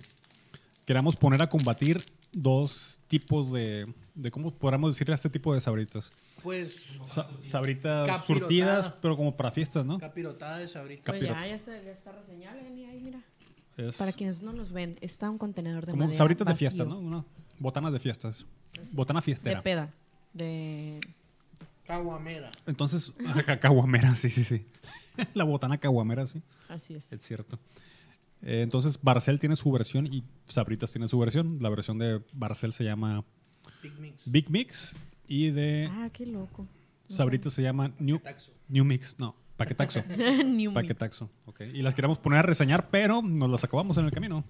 queramos poner a combatir dos tipos de, de ¿cómo podríamos decirle a este tipo de sabritas?
bonito. Pues,
Sa- sabritas
Capirotada.
surtidas, pero como para fiestas, ¿no?
capirotada de sabrita.
Pues
capiro.
ya, ya, se- ya está reseñable, Jenny, ahí, mira.
Es
Para quienes no nos ven, está un contenedor de
como
madera
sabritas de
vacío.
fiestas, ¿no? Una- botanas de fiestas. Botana
De
fiestera.
peda. De...
Caguamera.
Entonces, ajá, caguamera, sí, sí, [LAUGHS] sí. La botana caguamera, sí.
Así es.
Es cierto. Eh, entonces, Barcel tiene su versión y Sabritas tiene su versión. La versión de Barcel se llama
Big Mix.
Big Mix y de
Ah, qué loco.
Sabritas se llama New,
Taxo.
New Mix. No, Paquetaxo.
[LAUGHS] Ni un mix.
Paquetaxo. ok. Y las queríamos poner a reseñar, pero nos las acabamos en el camino.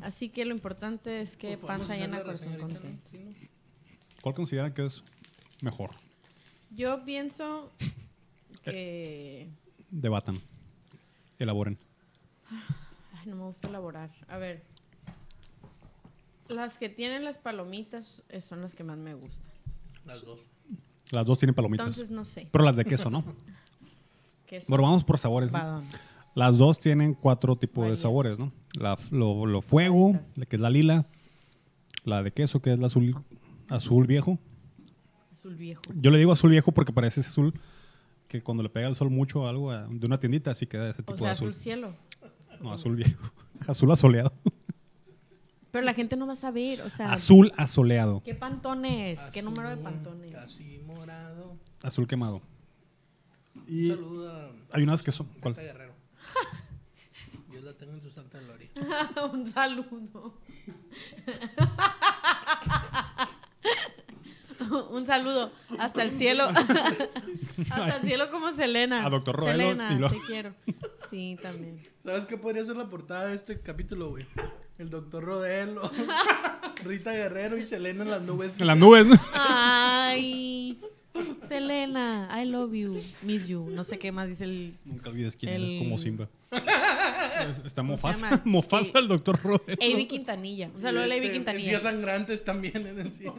Así que lo importante es
Pues
que
podemos
panza
hacer
llena,
la
corazón
reseña ahorita, ¿no?
contento.
Sí, ¿no?
¿Cuál consideran que es mejor?
Yo pienso
Eh.
que...
Debatan. Elaboren.
Ay, no me gusta elaborar. A ver. Las que tienen las palomitas eh, son las que más me gustan.
Las dos.
Las dos tienen palomitas.
Entonces, no sé.
pero las de queso,
[LAUGHS]
¿no?
¿Qué es?
Bueno, vamos por sabores. ¿no?
Badón.
Las dos tienen cuatro tipos
Varias.
de sabores, ¿no? La, lo, lo fuego,
Varitas.
la que es la lila, la de queso, que es la azul, azul viejo.
Azul viejo.
Yo le digo azul viejo porque parece ese azul que cuando le pega el sol mucho o algo a- de una tiendita, así queda ese tipo
O sea,
de
azul.
azul.
cielo.
No, azul viejo. [LAUGHS] Azul asoleado.
Pero la gente no va a saber, o sea...
azul asoleado.
¿Qué pantones? ¿Qué
Azul,
número de pantones?
Casi morado.
Azul quemado.
Un
Y
saludo a
hay unas que son... ¿cuál?
Marta Guerrero. Dios la tenga en su santa gloria.
[LAUGHS] Un saludo. [LAUGHS] Un saludo hasta el cielo. [LAUGHS] hasta el cielo como Selena.
A Dr. Roelo
Selena,
y lo-
te quiero. Sí, también.
¿Sabes qué podría ser la portada de este capítulo, güey? El doctor Rodelo, [LAUGHS] Rita Guerrero y Selena en las nubes.
En las nubes, ¿no? [LAUGHS]
Ay. Selena, I love you, miss you. No sé qué más dice el
Nunca olvides quién
El-
eres, como
[LAUGHS]
Simba. Es- Está
¿Cómo se
Mofasa,
llama?
[LAUGHS] Mofasa
Sí.
el doctor Rodel.
Avi Quintanilla. Un saludo a Avi
Este,
Quintanilla.
Encías sangrantes también en
[LAUGHS]
el cielo.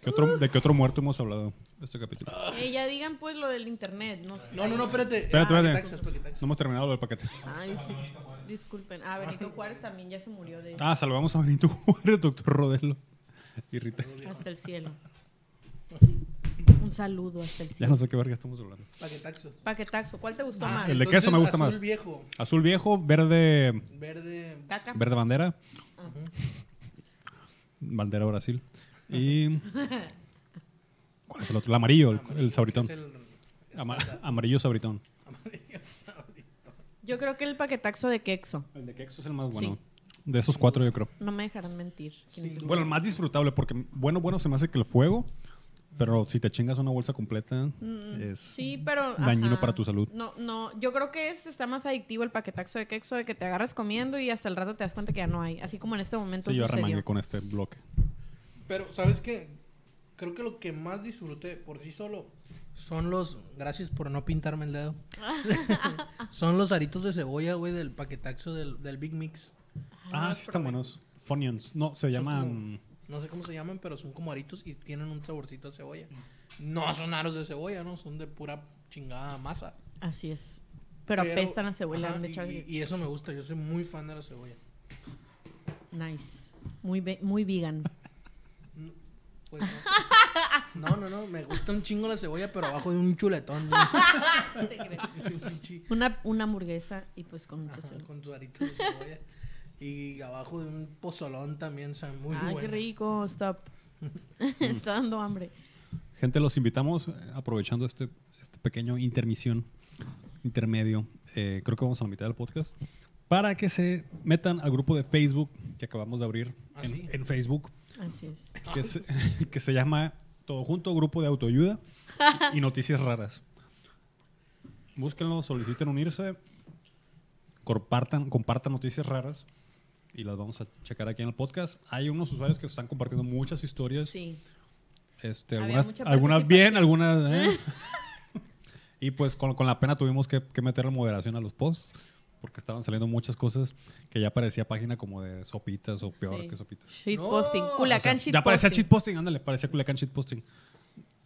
¿Qué otro- ¿De qué otro muerto hemos hablado este capítulo?
Eh, ya digan pues lo del internet, no sé.
No, no, no, espérate. Ah,
Espérate, espérate.
Paquetaxos, paquetaxos.
No hemos terminado el paquete.
Ay, sí. disculpen. Ah, Benito Juárez también ya se murió de
Ah, saludamos a Benito Juárez, doctor Rodelo. Y Rita.
hasta
[LAUGHS]
el cielo. Un saludo hasta el
Ya
cielo.
no sé qué verga estamos hablando.
Paquetaxos.
Paquetaxo, ¿cuál te gustó más?
el de queso me gusta más.
Ah, Azul viejo,
Azul viejo, verde,
verde,
Caca.
verde bandera. Bandera Brasil. Y. ¿Cuál es el otro? El amarillo, el, el sabritón.
es el
Ama- amarillo sabritón.
amarillo [LAUGHS] sabrito.
Yo creo que el paquetaxo de quexo.
El de queso es el más
bueno.
bueno. De esos cuatro, yo creo.
No me dejarán mentir. quienes estén-
Bueno, el más disfrutable, porque bueno, bueno se me hace que el fuego, pero si te chingas una bolsa completa, es
Sí, pero.
dañino para tu salud.
No, no. Yo creo que este está más adictivo el paquetaxo de quexo de que te agarras comiendo y hasta el rato te das cuenta que ya no hay. Así como en este momento
Sí, yo arremangué
sucedió.
con este bloque.
Pero, ¿sabes qué? Creo que lo que más disfruté por sí solo son los. Gracias por no pintarme el
[LAUGHS]
dedo. [LAUGHS] son los aritos de cebolla, güey, del paquetaxo del, del Big Mix.
Ah, sí, están buenos. Funions. No, se llaman.
No sé cómo se llaman, pero son como aritos y tienen un saborcito de cebolla. No son aros de cebolla, ¿no? Son de pura chingada masa.
Así es. Pero apestan a cebolla.
Ajá,
han de
y-
echar-
y, y eso me gusta, yo soy muy fan de la cebolla.
Nice. Muy, ve- muy vegan.
Pues
[LAUGHS]
no. no, no, no, me gusta un chingo la cebolla, pero abajo de un chuletón. ¿no? [LAUGHS] Pinche-
Una, una hamburguesa y pues con mucho
Ajá,
sal.
con tu arito de cebolla. Y abajo de un pozolón también, o sea, muy
Ay, Ah, qué
bueno.
rico. Stop. [LAUGHS] Está dando hambre.
Gente, los invitamos, eh, aprovechando este, este pequeño intermisión, intermedio, eh, creo que vamos a la mitad del podcast, para que se metan al grupo de Facebook que acabamos de abrir
Ah,
en,
sí. Ah.
en Facebook,
Así es.
que se, [LAUGHS] que se llama Todo Junto Grupo de
[LAUGHS]
Autoayuda y Noticias Raras. Búsquenlo, soliciten unirse, compartan, compartan noticias raras y las vamos a checar aquí en el podcast. Hay unos usuarios que están compartiendo muchas historias.
Sí.
Este,
Había
algunas,
mucha
algunas bien,
participación.
algunas.
[LAUGHS]
¿eh? [LAUGHS] y pues con, con la pena tuvimos que, que meterle moderación a los posts porque estaban saliendo muchas cosas que ya parecía página como de sopitas o peor
sí.
que sopitas.
Shit
No.
posting.
O sea,
Culiacán shit
ya parecía
posting.
shit posting, ándale, parecía Culiacán shit posting.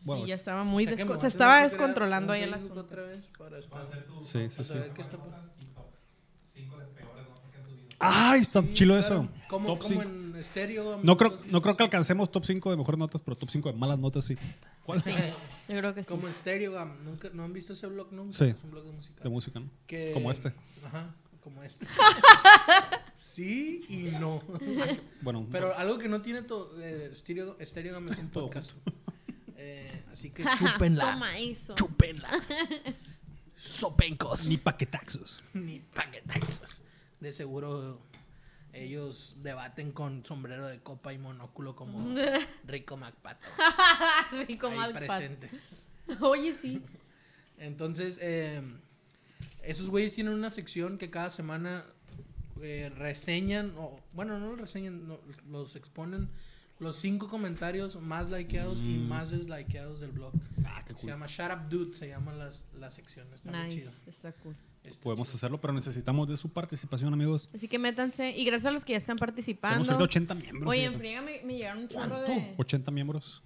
Bueno,
sí, ya estaba muy
O sea, que me
desco-
voy
se
a
estaba
tener que crear
descontrolando
un
ahí el
Facebook
asunto.
otra vez para estar-
sí, sí, sí.
para ver qué está-
y top. Cinco de peores notas que han subido.
¡Ay, está chilo
Claro,
eso!
Como,
top
como
5.
en estéreo.
No creo, no creo que alcancemos top 5 de mejores notas, pero top 5 de malas notas sí. ¿Cuál es?
Yo creo que
[LAUGHS]
sí. [LAUGHS]
Como en Stereogam, nunca, ¿no han visto ese blog nunca?
Sí.
Es un blog de música.
De música, ¿no?
Que-
Como este.
Ajá, como
[LAUGHS]
este. sí y no.
Bueno,
Pero algo que no tiene to, eh, Stereo, Stereogam es un podcast. Eh, así que chúpenla,
[LAUGHS] Toma eso.
chúpenla. Sopencos.
ni paquetaxos.
Ni paquetaxos. De seguro ellos debaten con sombrero de copa y monóculo
[LAUGHS]
como Rico MacPato.
[LAUGHS] Rico
ahí
mal pat-
presente.
Oye, sí.
Entonces, eh, esos güeyes tienen una sección que cada semana eh, reseñan, o bueno, no los reseñan, no, los exponen los cinco comentarios más likeados y más deslikeados del blog.
Ah, Mm. qué
Se
cool.
llama Shut Up Dude, se llama las, la sección. Está muy chido.
Nice. Está cool.
Está
Podemos
chido.
hacerlo, pero necesitamos de su participación, amigos.
Así que métanse. Y gracias a los que ya están
Tenemos cerca
participando.
de 80 miembros.
Oye, en
fíjate.
friega me, me llegaron un chorro
¿Tú?
de.
80 miembros.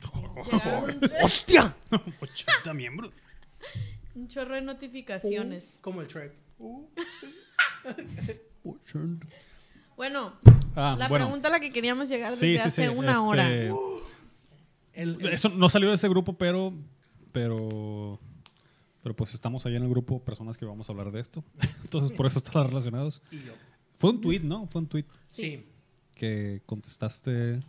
[LAUGHS]
Llegaron un,
¡Hostia! 80 miembros.
un chorro de notificaciones.
Uh, Como el trap.
Bueno,
Uh. Ah,
la
bueno.
pregunta a la que queríamos llegar desde
Sí, sí, sí.
hace una
este,
hora.
El- el-
Eso no salió de ese grupo, pero. Pero. Pero pues estamos ahí en el grupo, personas que vamos a hablar de esto. [LAUGHS] Entonces, por eso están relacionados.
y yo.
Fue un tweet, ¿no? Fue un tweet
Sí.
que contestaste.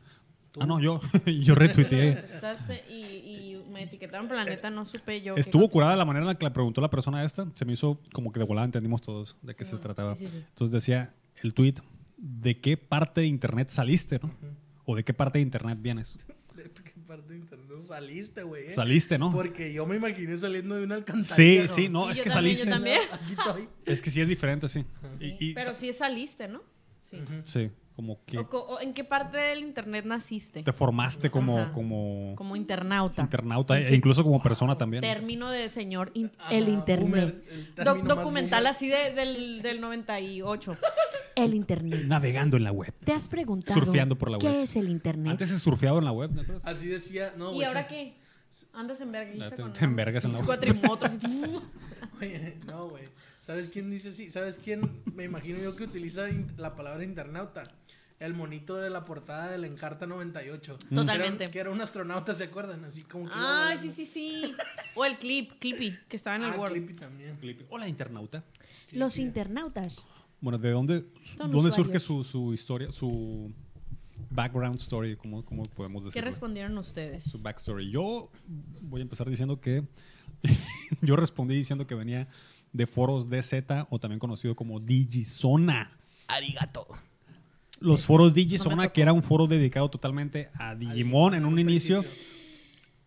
Ah, no, yo. [LAUGHS] yo retuiteé.
Estás, eh, y, y me etiquetaron, pero la neta no supe yo. qué
Estuvo
contestar.
curada la manera en la que le preguntó la persona esta. Se me hizo como que de volada entendimos todos de qué se
Simón.
trataba.
Sí, sí, sí.
Entonces decía el tweet, ¿de qué parte de internet saliste, no? O de qué parte de internet vienes.
¿De qué parte de internet saliste, güey? eh?
Saliste, ¿no?
Porque yo me imaginé saliendo de una
Sí,
alcantarilla.
sí, no,
Sí,
es
yo
que
también,
saliste.
yo también.
[LAUGHS] Aquí estoy.
Es que sí es diferente, sí.
Sí,
Y- y-
pero sí es saliste, ¿no? Sí.
sí, como que
O co- o ¿En qué parte del internet naciste?
te formaste como,
Ajá.
como,
Como internauta.
internauta e incluso como persona también.
Término de señor, in-
Ajá,
el internet.
boomer, el
Do-
Ah, término más
documental
boomer.
así de- del, del 98. El internet.
Navegando en la web.
¿Te has preguntado
Surfeando por la
qué
web.
es el internet?
Antes se surfeaba en la web, ¿no?
Así decía, no,
¿Y
güey, sí.
ahora qué? Andas en verga.
Ya te- te envergas en la web. [LAUGHS]
Cuatrimotros.
[LAUGHS] Oye, no, güey. ¿Sabes quién dice así? ¿Sabes quién? Me imagino yo que utiliza in- la palabra internauta. El monito de la portada de la Encarta
Mm.
98. Que
Totalmente.
era, que era un astronauta, ¿se acuerdan? Así como que. iba
Ay,
volando.
sí, sí, sí. O el clip, Clippy, que estaba en el
Ah,
Word.
Clippy también.
Hola, internauta.
Los internautas.
Bueno, ¿de dónde,
Son
dónde
usuarios.
surge su, su historia, su background story? ¿Cómo, cómo podemos
¿Qué
decirlo?
respondieron ustedes?
Su backstory. Yo voy a empezar diciendo que [LAUGHS] yo respondí diciendo que venía de foros DZ o también conocido como Digizona.
Arigato.
Los foros Digizona,
tocó.
que era un foro dedicado totalmente a Digimon en un inicio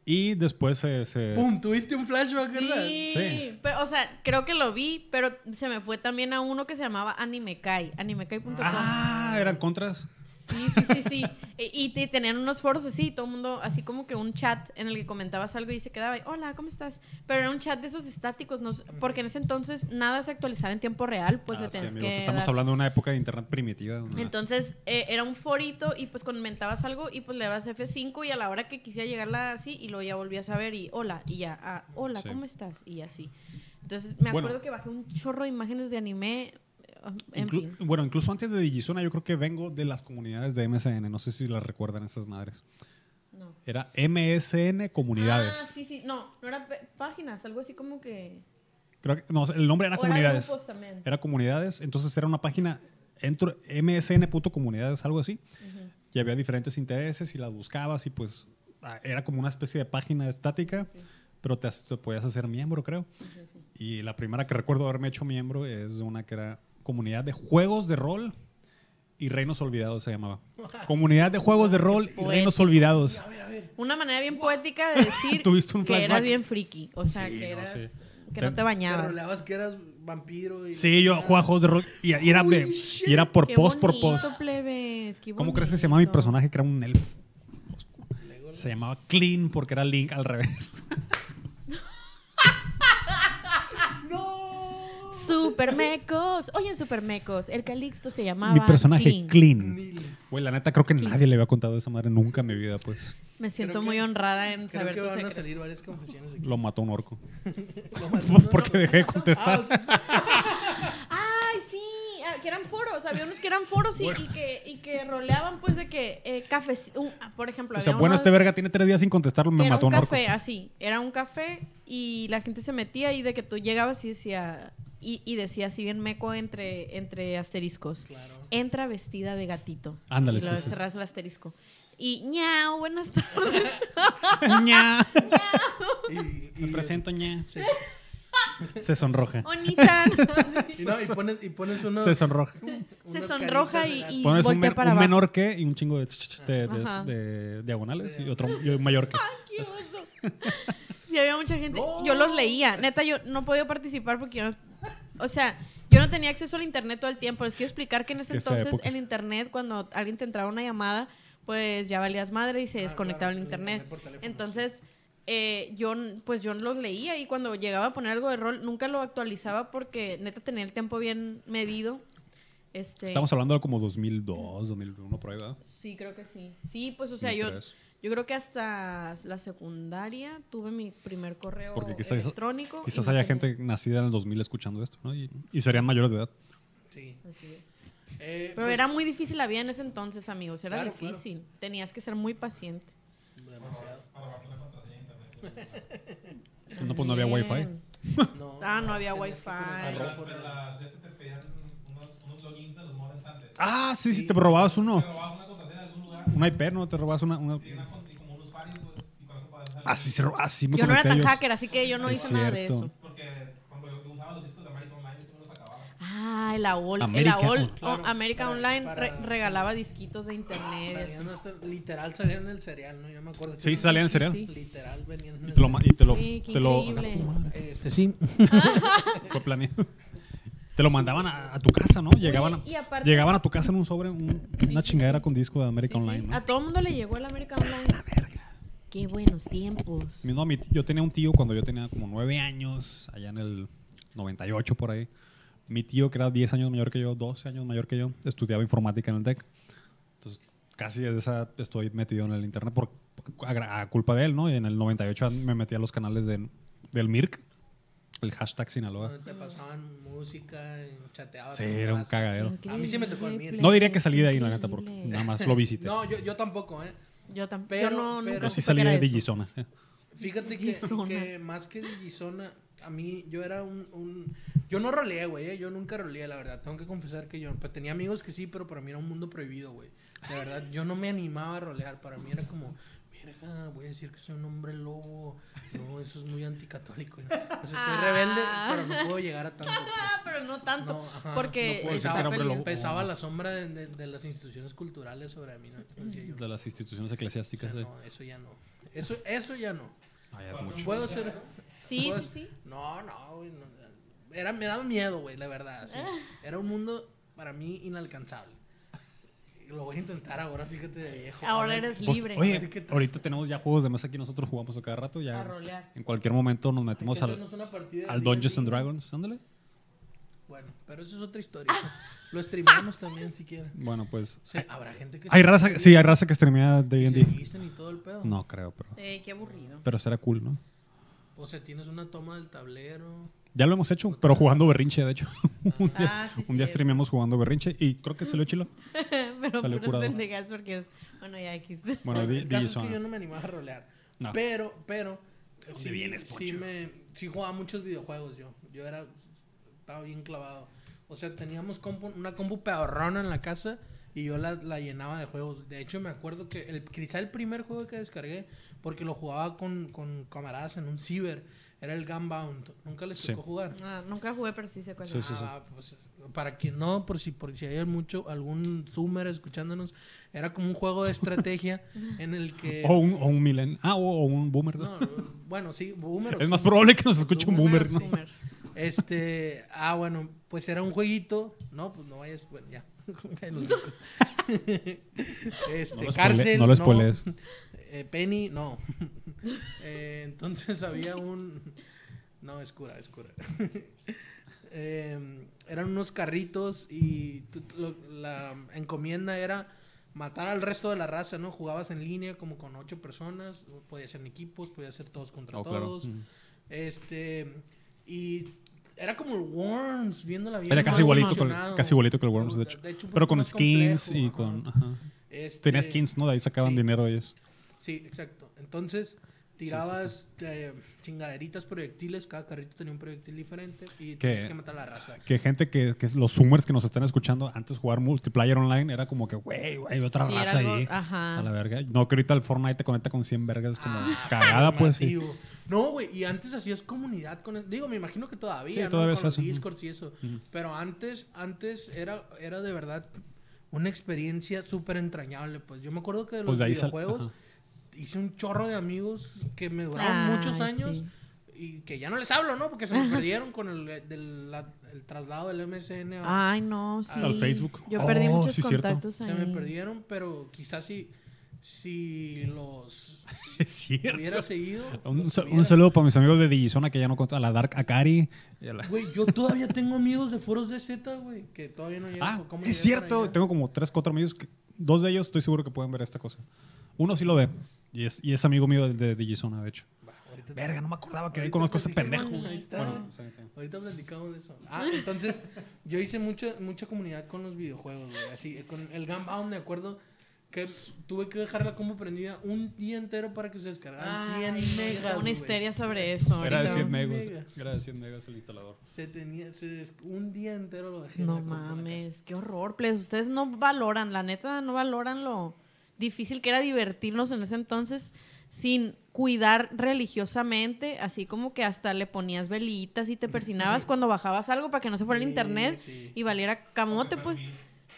y después se... se-
¡Pum! Tuviste un flashback, ¿verdad?
Sí,
Sí.
pe- o sea, creo que lo vi, pero se me fue también a uno que se llamaba Animekai, animekai.com.
Ah, eran contras.
Sí, sí, sí, sí. [LAUGHS] Y, y te- tenían unos foros así, todo el mundo, así como que un chat en el que comentabas algo y se quedaba, ahí, hola, ¿cómo estás? Pero era un chat de esos estáticos, no, sé, porque en ese entonces nada se actualizaba en tiempo real, pues
Ah,
le
sí,
tenías
amigos,
que...
estamos
dar-
hablando de una época de internet primitiva. ¿no?
Entonces eh, era un forito y pues comentabas algo y pues le dabas F5 y a la hora que quisiera llegarla así y luego ya volvías a ver y hola y ya, ah, hola,
Sí.
¿cómo estás? Y así. Entonces me
Bueno.
acuerdo que bajé un chorro de imágenes de anime, en
Inclu-
fin.
Bueno, incluso antes de Digizona, yo creo que vengo de las comunidades de MSN. No sé si las recuerdan esas madres.
No.
Era MSN Comunidades.
Ah, sí, sí. No, no eran pe- páginas, algo así como que.
Creo que, no, el nombre era
O era
Comunidades. Eh.
grupos también.
Era Comunidades. Entonces era una página entro, msn.comunidades, algo así. Y había diferentes intereses y las buscabas y pues ah, era como una especie de página estática, pero te, has- te podías hacer miembro, creo. Y la primera que recuerdo haberme hecho miembro es de una que era Comunidad de Juegos de Rol y Reinos Olvidados se
[LAUGHS]
llamaba. Comunidad de Juegos de Rol y
Poético.
Reinos Olvidados.
Una manera bien poética de
[LAUGHS]
decir
Tuviste un
que eras
flashback.
bien friki. O sea,
Sí,
que
no,
eras.
sí. Te-
Que no te
Te
bañabas.
roleabas que eras vampiro y...
Sí, yo jugaba juegos de rol y, y era, de- y era por
Qué
post, por
bonito,
post.
plebes, qué
¿Cómo crees que se llamaba mi
bonito.
personaje? Que era un elfo. Se llamaba Clean porque era Link al revés.
¡No!
Supermecos. Oye, en Supermecos, el Calixto se llamaba.
mi personaje
Kling.
Clean. Güey, la neta creo que nadie le había contado esa madre nunca en mi vida, pues.
Me siento
Creo que-
muy honrada en
Creo
saber
que
tu
van a
secreto.
salir varias confesiones
[LAUGHS]
aquí.
Lo mató un orco.
Lo
[LAUGHS]
mató.
porque dejé de
Ah,
contestar.
o sea,
Ay, sí, ah, que eran foros, había unos que eran foros y, y que, y que roleaban pues de que eh, cafés, un- ah, por ejemplo,
O sea,
había
bueno,
uno
este verga tiene tres días sin contestarlo,
que
me
era
mató
un
un orco.
café, así, era un café y la gente se metía y de que tú llegabas y decía, y, y decía así bien meco entre, entre asteriscos,
Claro.
entra vestida de gatito.
Ándale,
Y lo
sí, sí,
cerrás el asterisco. Y ñao, buenas tardes. [LAUGHS]
[LAUGHS] Ña.
y,
Me
y-
presento, ña.
Sí.
Se sonroja.
Oh, Onichan.
Y, no, y pones, y pones unos...
Se sonroja.
se
unas
sonroja
caritas de
y,
gato.
y
Pones un,
voltea
men-
para
un
abajo.
menor que y un chingo de, ch- ch- de- de-
Ajá.
de diagonales y otro y un mayor que.
¡Qué oso! [LAUGHS] Sí, había mucha gente. Yo los leía. Neta, yo no podía participar porque yo. no- O sea, yo no tenía acceso al internet todo el tiempo. Les quiero explicar que en ese
Qué fea
entonces
época.
el internet, cuando alguien te entraba una llamada, pues ya valías madre y se
Ah, claro,
desconectaba el
el internet
internet.
por teléfono.
entonces. eh, yo n- pues yo los leía y cuando llegaba a poner algo de rol nunca lo actualizaba porque neta tenía el tiempo bien medido este
Estamos hablando de como 2002, 2001, por ahí, ¿verdad?
Sí, creo que sí. Sí, pues, o sea, yo,
2003.
yo creo que hasta la secundaria tuve mi primer correo
Porque quizás,
electrónico. y
quizás
no
haya
tenía.
gente nacida en el 2000 escuchando esto, ¿no? Y, y serían mayores de edad.
Sí.
Así es.
Eh,
Pero
pues,
era muy difícil la vida en ese entonces, amigos. Era
Claro,
difícil. Tenías que ser muy paciente.
pues, Demasiado.
No, pues no había
También.
No,
Ah, no había
tenías que
wifi.
conectarlo
Pero,
por
pero
el-
las de este te pedían unos, unos logins de los Modern Sanders.
Ah, sí, sí, te robabas
Te
uno.
robabas una contraseña de algún lugar
Un iPad, ¿no? Te robabas una... una...
y, una, con- y como un usuario, pues, y con eso podías salir.
Así se ro- Así me
Yo no era
conecté
tan
ellos.
hacker, así que yo no
Es
hice nada de
cierto.
eso.
Porque cuando yo usaba los discos de América Online, yo me los acababa.
Ah, el AOL.
América
el AOL.
Online.
o
Claro,
América
para-
Online
para-
re- regalaba disquitos de internet. y así.
Salían hasta- literal salían en el cereal, ¿no? Yo me acuerdo. que
Sí,
eran-
salía en cereal.
Sí.
Literal venían en
Y
el
te lo... ma- Y te lo,
Sí, qué
te lo-
increíble.
Ah, tu madre,
cereal. Este sí.
Fue planeado. [LAUGHS] Te lo mandaban a, a tu casa, ¿no? Llegaban a,
y aparte-
llegaban a tu casa en un sobre, un- una chingadera con disco de América
Sí, sí.
Online, ¿no?
A todo el mundo le llegó el América Online. Qué buenos tiempos.
Mi- no, mi t- yo tenía un tío cuando yo tenía como nueve años, allá en el 98 por ahí. Mi tío, que era 10 años mayor que yo, 12 años mayor que yo, estudiaba informática en el TEC. Entonces, casi desde esa edad estoy metido en el internet por, a, gra- a culpa de él, ¿no? Y en el 98 me metí a los canales de- del MIRC, el hashtag Sinaloa.
Donde te pasaban música, y chateabas.
Sí,
con
era un
raza.
cagadero.
A mí sí me tocó el
Increíble.
Mir.
No diría que salí de ahí, la neta, porque
Increíble.
nada más lo
[LAUGHS]
visité.
No, yo, yo tampoco, ¿eh?
Yo tampoco.
Pero-
Yo no,
pero-
nunca
Yo sí
supe
salí
que era
de
eso.
Digizona. eh,
Fíjate que,
Digizona.
que más que Digizona, a mí yo era un... un- yo no roleé, güey, ¿eh? yo nunca roleé, la verdad. Tengo que confesar que yo pues, tenía amigos que sí, pero para mí era un mundo prohibido, güey. La verdad, yo no me animaba a rolear. Para mí era como, mierda, voy a decir que soy un hombre lobo. No, eso es muy anticatólico. ¿no? O sea, soy rebelde, pero no puedo llegar a tanto. pues.
Ah, pero no Ah. [LAUGHS] tanto.
No, ajá,
porque
no puedo
está
decir que era
hombre
peleando.
lobo.
Pesaba la sombra de, de- de las instituciones culturales sobre mí, ¿no? Entonces, decía yo,
De las instituciones
o sea,
eclesiásticas. de-
no, eso ya no. Eso, eso ya no.
Ay, era mucho.
Puedo ser...
Sí, sí,
Pues,
sí.
No, no, güey. no. Era, me daba miedo, güey, la verdad.
[LAUGHS]
sí. Era un mundo para mí inalcanzable. Lo voy a intentar ahora, fíjate de viejo.
Ahora
A ver,
eres
Pues,
libre.
Oye, ahorita tenemos ya juegos de mesa aquí, nosotros jugamos a cada rato. Ya
A rolear.
en cualquier momento nos
hay que
metemos
hacernos
al,
una partida de
al
D&D.
Dungeons and Dragons. Ándale.
Bueno, pero eso es otra historia. Lo streameamos también si quieren.
Bueno, pues.
Sí, habrá gente que
Hay raza, sí, hay raza que streamea
que se
DD.
visten y todo el pedo.
No creo, pero.
Eh, qué aburrido.
Pero será cool, ¿no?
O sea, tienes una toma del tablero.
Ya lo hemos hecho, pero jugando berrinche, de hecho. [LAUGHS] un día,
Ah, sí,
un día
cierto.
streameamos jugando berrinche y creo que salió chilo.
[LAUGHS] Pero
Salió
puras
curado.
pendejas porque es- Bueno, ya X.
Bueno, di-
el caso
DJ
es que
Sonar.
yo no me animaba a rolear.
No.
Pero, pero. Sí,
vienes,
sí,
Poncho?
me, sí jugaba muchos videojuegos yo. Yo era. Estaba bien clavado. O sea, teníamos compu- una compu pedorrona en la casa y yo la, la llenaba de juegos. De hecho, me acuerdo que el, quizá el primer juego que descargué, porque lo jugaba con, con camaradas en un ciber, era el Gunbound. Nunca les
Sí.
tocó jugar.
[LAUGHS] Ah, nunca jugué, pero sí sé cuál
Sí,
es.
sí, sí.
Ah, pues, para quien no, por si, por si hay mucho, algún Zoomer escuchándonos, era como un juego
[LAUGHS]
de estrategia en el que.
O un, o un milen. Ah, o, o un boomer. ¿no?
No, bueno, sí, boomer.
[LAUGHS]
o
es más
zoomer.
probable que nos escuche un
Boomer,
boomer, ¿no?
Zoomer.
Este, ah, bueno, pues era un jueguito. No, pues no vayas, bueno, ya. [LAUGHS]
[LAUGHS]
Los-
No
este,
lo spoile-
cárcel.
no lo spoilees.
Eh, Penny, no. [LAUGHS] Eh, entonces había un. No, es cura, es cura. [LAUGHS] Eh, eran unos carritos y tú- lo- la encomienda era matar al resto de la raza, ¿no? Jugabas en línea como con ocho personas, podías ser en equipos, podías ser todos contra
Oh, claro.
todos. Este. Y era como el Worms, viéndola bien.
Era casi
más
igualito, con-
emocionado.
casi igualito que el Worms, de hecho.
un
Pero
poquito
con
más
skins
complejo,
y
ajá.
con... Ajá.
Este,
Tenía skins, ¿no? De ahí sacaban
sí.
dinero ellos.
Sí, exacto. Entonces tirabas eh, chingaderitas, proyectiles, cada carrito tenía un proyectil diferente y tenías que matar a la raza.
Que gente que, que es los zoomers que nos están escuchando antes jugar multiplayer online era como que, güey, güey, hay otra
Sí, era
raza
algo-
ahí.
ajá.
A la verga. No, que ahorita el Fortnite te conecta con 100 vergas, es como
Ah,
cagada, pues. Sí.
formativo. No, güey, y antes hacías comunidad con el- digo, me imagino que todavía,
Sí,
¿no?
todavía
con
se
los
hace, ujú.
Discords y eso, pero antes antes era era de verdad una experiencia súper entrañable, pues. Yo me acuerdo que de los
Pues de ahí sal-
videojuegos
ajá.
hice un chorro de amigos que me duraron
Ay,
muchos años
sí.
y que ya no les hablo, ¿no? Porque se me perdieron con el, eh, del- la- el traslado del MSN a,
Ay, no, sí.
Al Facebook.
Yo perdí
Oh,
muchos
sí, cierto.
contactos
Se
ahí.
me perdieron, pero quizás si, si
[LAUGHS]
los
[LAUGHS] Es cierto.
hubiera seguido.
Un,
los
sa- un
hubiera-
saludo para mis amigos de Digizona que ya no contan, a la Dark Akari. y a la-
Güey, yo todavía tengo amigos de foros de Z, güey, que todavía no llegan.
[LAUGHS] Ah,
¿Cómo
es
llegaron
cierto.
allá?
Tengo como tres, cuatro amigos. que- dos de ellos estoy seguro que pueden ver esta cosa. Uno sí lo ve. Y es, y es amigo mío de, de Digizona, de hecho.
Ahorita-
Verga, no me acordaba que
ahorita
ahí conozco a ese
platicamos,
pendejo.
ahí está.
Bueno, sí, sí.
Ahorita platicamos de eso. Ah, entonces, yo hice mucha, mucha comunidad con los videojuegos, güey. Así, eh, con el Gunbound, me acuerdo que tuve que dejar la compu prendida un día entero para que se descargaran
Ay,
100
no, yo tengo
megas.
Una
güey.
histeria sobre eso.
Era de
ahorita.
100
megas.
megas. Era de 100 megas el instalador.
Se tenía, se des- un día entero lo dejé. en
No
la compu en la casa.
mames, qué horror, please. Ustedes no valoran, la neta, no valoran lo difícil que era divertirnos en ese entonces sin cuidar religiosamente, así como que hasta le ponías velitas y te
[LAUGHS]
persinabas cuando bajabas algo para que no se fuera el
Sí,
internet
sí.
y valiera camote, pues.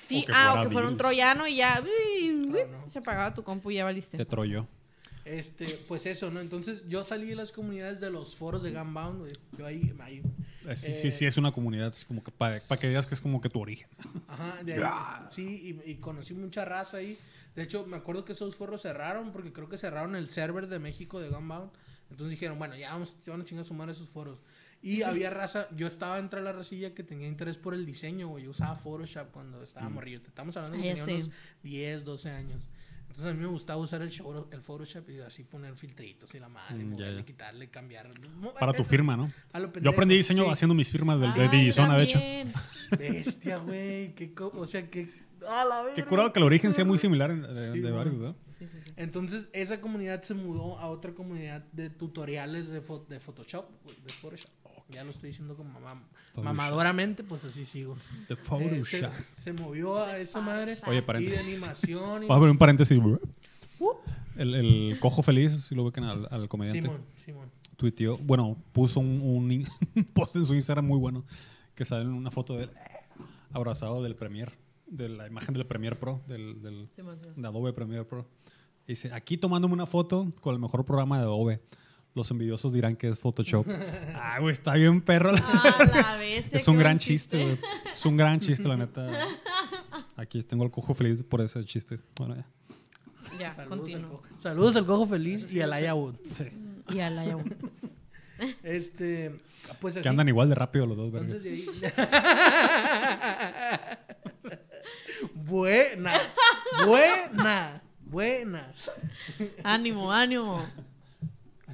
Sí,
O que
ah,
fuera
o que fuera un
virus.
troyano y ya uy, uy,
no.
se apagaba tu compu y ya
Te
valiste.
troyó.
Este, pues eso, ¿no? Entonces yo salí de las comunidades de los foros de Gunbound, güey. Yo ahí, ahí.
Eh, Sí,
eh,
sí, sí, es una comunidad, es como que para que veas que es como que tu origen.
Ajá, de ahí, sí, y, y conocí mucha raza ahí. De hecho, me acuerdo que esos forros cerraron porque creo que cerraron el server de México de Gunbound. Entonces dijeron, bueno, ya vamos, se van a chingar a sumar esos foros. Y había raza, yo estaba entre la racilla que tenía interés por el diseño, güey. Yo usaba Photoshop cuando estaba
Mm.
morrillo. Te estamos hablando de que
Ah, ya
tenía
sé.
unos 10, 12 años. Entonces a mí me gustaba usar el, shoro- el Photoshop y así poner filtritos y la madre,
Mm, ya,
moverle,
ya.
quitarle, cambiar.
Para tu firma, ¿no?
A lo
Yo
pendejo,
aprendí diseño
sí. Ah,
haciendo mis firmas del- de,
Ay,
Digizona, de hecho.
Ah,
[LAUGHS]
también.
Bestia, güey. qué co- O sea, que... ¡A la
Qué
verga!
curado que el origen sea muy similar en- de,
Sí,
de
güey.
varios, ¿verdad?
Sí, sí, sí.
Entonces, esa comunidad se mudó a otra comunidad de tutoriales de, fo- de Photoshop, güey, de Photoshop. Ya lo estoy diciendo como mamá-
Photoshop.
mamadoramente, pues así sigo.
De
Eh, se,
Photoshop.
se movió a esa madre.
Oye,
y de
paréntesis.
animación. y-
Voy a abrir un paréntesis.
Uh.
El, el cojo feliz, si lo ve al, al comediante,
Simón, Simón.
tuiteó, bueno, puso un, un in- [LAUGHS] un post en su Instagram muy bueno que sale una foto de él eh, abrazado del Premiere, de la imagen del Premiere Pro, del, del,
Simón, Simón.
de Adobe Premiere Pro. Dice, aquí tomándome una foto con el mejor programa de Adobe. Los envidiosos dirán que es
[LAUGHS]
Photoshop. ah, güey, está bien perro.
A la vez,
es
Ah, qué
un
buen
gran chiste, güey. Es un gran chiste, la neta.
[LAUGHS]
Aquí tengo el cojo feliz por ese chiste. Bueno, ya.
Ya,
Saludos al,
continúo.
cojo, Saludos al Cojo Feliz y al Ayawood.
Y a la
Este, pues así.
Que andan igual de rápido los dos, vergas.
Entonces, de ahí... [LAUGHS] buena, buena, buena.
Ánimo, ánimo.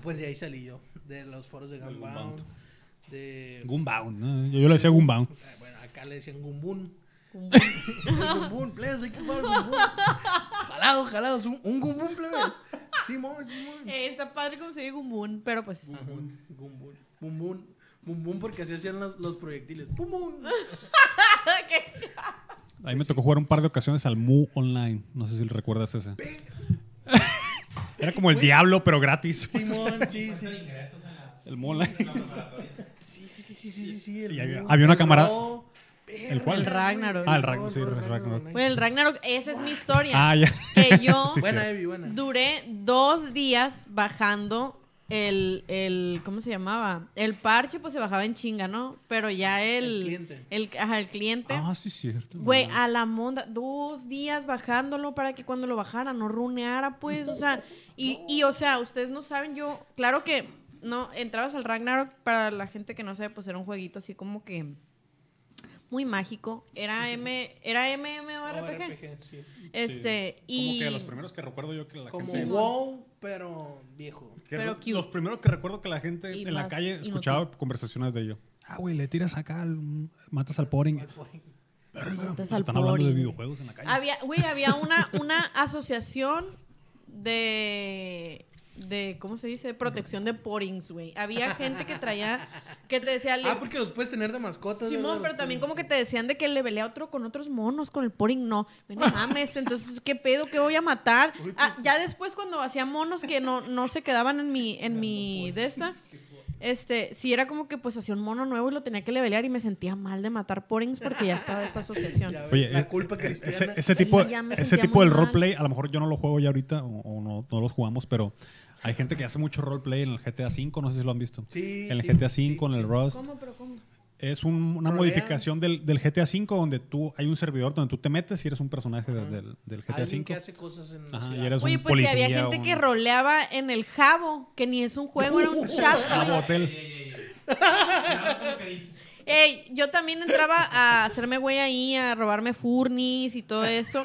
Pues de ahí salí yo, de los foros de Gunbound. de
Goombound, ¿no? Yo, yo le decía Goombound.
eh, bueno, acá le decían gumbun. [LAUGHS] gumbun, plebes, hay que jugar gumbun. Jalado, jalados, un, un gumbun, plebes. Simón, Simón.
Eh, está padre como se dice gumbun, pero pues. [LAUGHS]
Gumbun, gumbun, gumbun. Bumbun, porque así hacían los, los proyectiles. Bumbun. [LAUGHS]
Qué chido.
A mí me tocó jugar un par de ocasiones al Mu Online. No sé si recuerdas ese. [LAUGHS] Era como el diablo, pero gratis.
Simón, sí, sí.
El Mu Online.
Sí, sí, sí, sí, sí, sí, sí, el
Y había-
Mu,
había una cámara-
Ro.
¿El cuál?
El Ragnarok.
Ah, el Ragnarok, sí, el Ragnarok.
Bueno, el Ragnarok, esa es mi historia.
Ah, ya.
Que yo
[LAUGHS] Sí,
buena,
sí.
Evi, buena.
duré dos días bajando el, el. ¿Cómo se llamaba? El parche, pues se bajaba en chinga, ¿no? Pero ya el.
El cliente.
el- ajá, el cliente.
Ah, sí, cierto.
Güey, a la monda, dos días bajándolo para que cuando lo bajara no runeara, pues, o sea, y, y, o sea, ustedes no saben, yo, claro que no, entrabas al Ragnarok, para la gente que no sabe, pues era un jueguito así como que muy mágico, era M, era MMORPG,
RPG, sí.
este,
Como
y...
que los primeros que recuerdo yo que la
Como
gente...
wow, pero viejo.
que
pero
lo-
cute.
los primeros que recuerdo que la gente
Y
en la
más
calle
inútil.
escuchaba conversaciones de ello. Ah, güey, le tiras acá, al- matas al poring. Verga,
Matas
Están
al
hablando de
poring.
videojuegos en la calle.
Había, güey, había una, una asociación de de ¿cómo se dice? protección de porings, güey. Había gente que traía que te decía
Ah, porque los puedes tener de mascotas.
Simón, pero también como que te decían de que le velé a otro con otros monos, con el poring, no. Güey, No mames, entonces, ¿qué pedo? ¿Qué voy a matar? Ah, ya después cuando hacía monos que no, no se quedaban en mi, en mi de esta, este, sí era como que pues hacía un mono nuevo y lo tenía que levelear y me sentía mal de matar porings porque ya estaba esa
[LAUGHS]
asociación.
Oye,
la
eh,
culpa
eh, ese,
cristiana.
ese
Sí,
tipo,
ya me
ese
sentía
tipo
muy
del
mal.
roleplay, a lo mejor yo no lo juego ya ahorita o, o no, no los jugamos, pero hay gente que hace mucho roleplay en el GTA V, no sé si lo han visto.
Sí,
en el
sí,
GTA V,
sí,
en el Rust.
¿Cómo, pero cómo?
Es un- una
Rolean.
modificación del, del GTA V donde tú, hay un servidor donde tú te metes y eres un personaje de- del, del GTA
Alguien que
V.
hace cosas en la
Ajá,
ciudad.
y eres
Oye,
un
pues
policía.
si había gente
un-
que roleaba en el jabo, que ni es un juego, era [LAUGHS] un chat. güey.
Jabo Hotel.
Ey, yo también entraba a hacerme güey ahí, a robarme furnis y todo eso,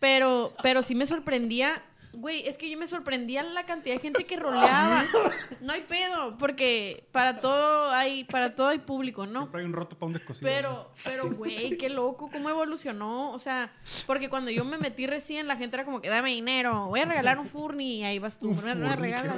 pero, pero sí me sorprendía, güey, es que yo me sorprendía la cantidad de gente que roleaba. No hay pedo, porque para todo hay, para todo hay público, ¿no?
Siempre hay un roto para un descosido.
Pero, pero, güey, qué loco, cómo evolucionó. O sea, porque cuando yo me metí recién, la gente era como que dame dinero, voy a regalar un furni. Y ahí vas tú, me, me regalas.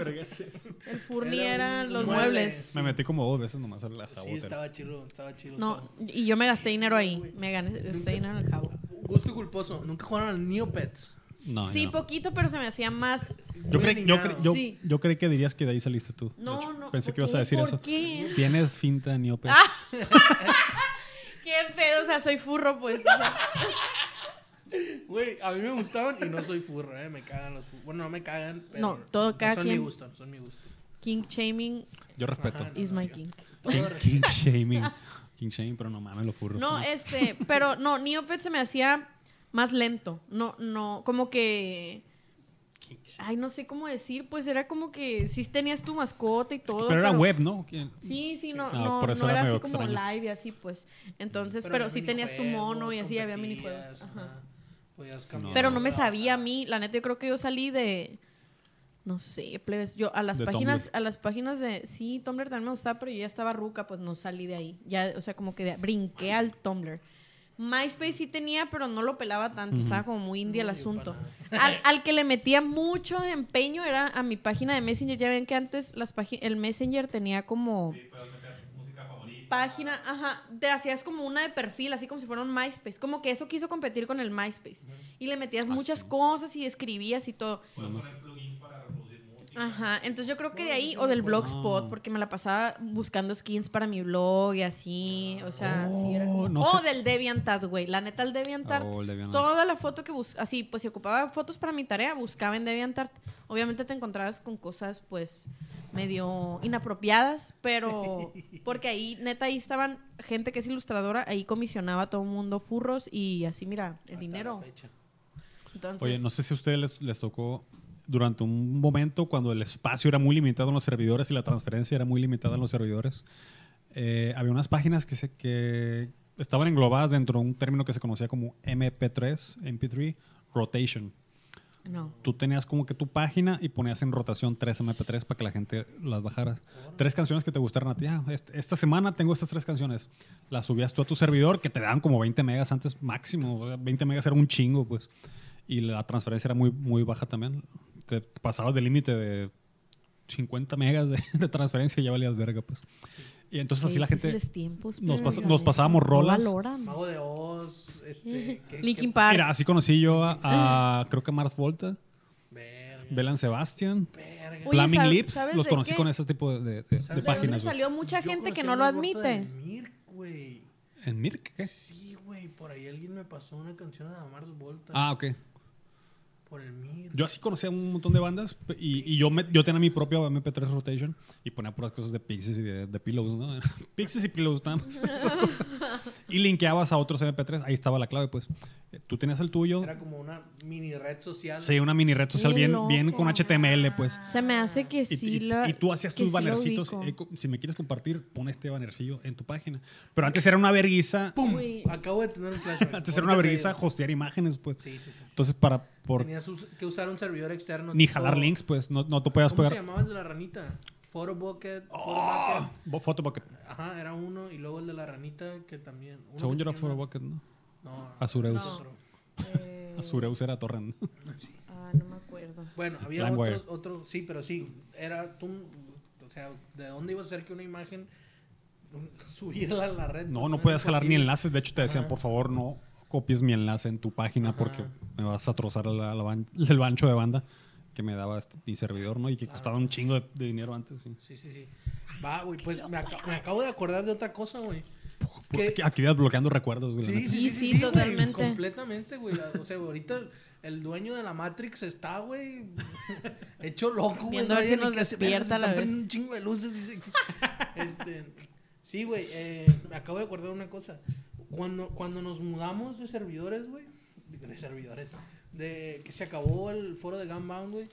El furni
Era
eran
un
los
mueble.
muebles.
Me metí como dos veces nomás al la
Sí, estaba chido, estaba chido.
No,
estaba-
y yo me gasté dinero ahí. Me gané, gasté dinero en el jabo.
Gusto culposo. Nunca jugaron al Neopets.
No,
sí,
yo no.
poquito, pero se me hacía más.
Yo, creí, yo,
Eliminado.
cre- yo,
Sí.
yo creí que dirías que de ahí saliste tú. de
No,
hecho.
no.
Pensé
¿por
que ibas a
qué?
decir
¿Por
eso.
qué? Ah.
Tienes finta niope.
Qué pedo, o sea, soy furro, pues. o sea, [LAUGHS]
Güey, a mí me gustaban y no soy furro, eh. Me cagan los furros. Bueno, no me cagan, pero.
No, todo cada
Son
quien.
mi gusto, son mi gusto.
King shaming
Yo respeto.
Ajá.
is my king.
King, king
[LAUGHS]
shaming. King shaming, pero no mames, lo furro.
No, este, pero no, Neopet se me hacía más lento. No, no, como que. Ay, no sé cómo decir, pues era como que sí tenías tu mascota y todo.
pero era web, ¿no?
Sí, sí, no,
Ah,
no,
por eso
no
era
era, así
medio
como
extraño.
live y así, pues. Entonces, pero,
había
sí tenías tu
minijuegos,
mono y así había
competías,
minijuegos. Ajá.
ajá. Podías cambiar.
Pero no me sabía a mí, la neta yo creo que yo salí de no sé, plebes, yo a las
De
páginas
Tumblr.
a las páginas de sí, Tumblr también me gustaba, pero yo ya estaba ruca, pues no salí de ahí. Ya, o sea, como que de- brinqué al Tumblr. MySpace sí tenía, pero no lo pelaba tanto, estaba como muy indie el asunto. Al, al que le metía mucho empeño era a mi página de Messenger. Ya ven que antes las págin- el Messenger tenía como página, ajá, te hacías como una de perfil, así como si fuera un MySpace, como que eso quiso competir con el MySpace y le metías
Ah,
muchas cosas y escribías y todo. Ajá, entonces yo creo que de ahí o del
Ah.
blogspot, porque me la pasaba buscando skins para mi blog y así, o sea, sí era como-
Oh, no
o
sé.
del DeviantArt, güey, la neta el DeviantArt,
Oh, el DeviantArt.
toda la foto que bus así, pues si ocupaba fotos para mi tarea, buscaba en DeviantArt. Obviamente te encontrabas con cosas pues medio inapropiadas, [LAUGHS] pero porque ahí neta ahí estaban gente que es ilustradora, ahí comisionaba a todo el mundo furros y así mira, el dinero. Entonces,
Oye, no sé si a ustedes les, les tocó durante un momento cuando el espacio era muy limitado en los servidores y la transferencia era muy limitada en los servidores. eh, había unas páginas que, se, que estaban englobadas dentro de un término que se conocía como MP3, MP3 Rotation.
No.
tú tenías como que tu página y ponías en rotación tres MP3 para que la gente las bajara. Tres canciones que te gustaran a ti. Ah, est- esta semana tengo estas tres canciones. Las subías tú a tu servidor, que te daban como 20 megas antes máximo. o sea, 20 megas era un chingo, pues. Y la transferencia era muy, muy baja también. Te pasabas del límite de 50 megas de, [LAUGHS] de transferencia y ya valías verga, pues. Y entonces así la
pues
gente... nos pas- nos pasábamos rolas.
Mago de Oz, este. ¿qué-
Eh, Linkin
qué-
Park.
Mira, así conocí yo
Ah.
a, a, creo que Mars Volta,
Verga,
Belan Sebastian.
verga.
Oye,
Flaming
¿sab-
Lips,
sabes
los
de
conocí
qué?
con esos tipos de, de- de- de
dónde
¿De dónde
páginas. güey.
salió mucha
Yo
gente que
conocí
no
a
lo
Roberto del
admite?
Mirk, güey.
¿En Mirk? ¿Qué?
Sí, güey, por ahí alguien me pasó una canción de Mars Volta.
Ah, ok.
Por el Mirk.
Yo así conocía un montón de bandas p- y, y yo, me- yo tenía mi propia MP3 Rotation y ponía puras cosas de Pixies y de, de Pillows, ¿no? [LAUGHS] Pixies y Pillows, nada más. [LAUGHS] esas cosas. Y linkeabas a otros MP3, ahí estaba la clave, pues. Eh, Tú tenías el tuyo.
Era como una mini red social.
Sí, una mini red social
Qué
bien,
loco.
bien con HTML, pues.
Se me hace que
Y,
sí
y-
lo.
y tú hacías
que
tus
sí lo
bannercitos.
ubico.
eh, co- si me quieres compartir, pon este bannercillo en tu página. Pero antes era una vergüenza. [LAUGHS]
Güey,
Acabo de tener un flashback.
Antes era una
Ahorita te
vergüenza
digo.
hostear imágenes, pues.
Sí, sí, sí.
Entonces, para por
Tenías us- que usar un servidor externo.
ni
tipo-
jalar links, pues no, no te podías
¿Cómo se
pegar. Oh.
llamaba el de la ranita? Photo Bucket. Photo Bucket.
Bo- Photobucket.
Ajá, era uno. Y luego el de la ranita que también. uno
Según
que
yo era Ah,
tenía-
Photobucket, ¿no?
No,
Azureus.
otro.
eh,
Azureus era
[LAUGHS]
Torrent.
ah, no me acuerdo.
Bueno, había
LimeWire.
otros, otro, sí, pero sí, era tú, o sea, ¿de dónde iba a ser que una imagen subirla a la red?
No, no
era
podías jalar ni
posible.
enlaces. De hecho, te decían, por favor, no copies mi enlace en tu página porque me vas a trozar la- la ban- [LAUGHS] el bancho de banda que me daba este- mi servidor, ¿no? Y que costaba un chingo de, de dinero antes. sí.
Sí, sí, sí. Va, güey, pues me, aca- me acabo de acordar de otra cosa, güey.
Porque
Que-
Aquí desbloqueando recuerdos, güey. la
Sí, sí,
neta.
sí, sí,
Sí, sí,
güey,
totalmente.
completamente, güey. la- O sea, ahorita el dueño de la Matrix está, güey, [LAUGHS] hecho loco, güey.
Viendo a ver
nadie
si
ni
nos
que se- mira, se
despierta a la
están
vez.
prendiendo un chingo de luces, dice. [LAUGHS] este, sí, güey, eh, me acabo de acordar de una cosa. Cuando, cuando nos mudamos de servidores, güey, de de servidores, de que se acabó el foro de Gunbound, güey,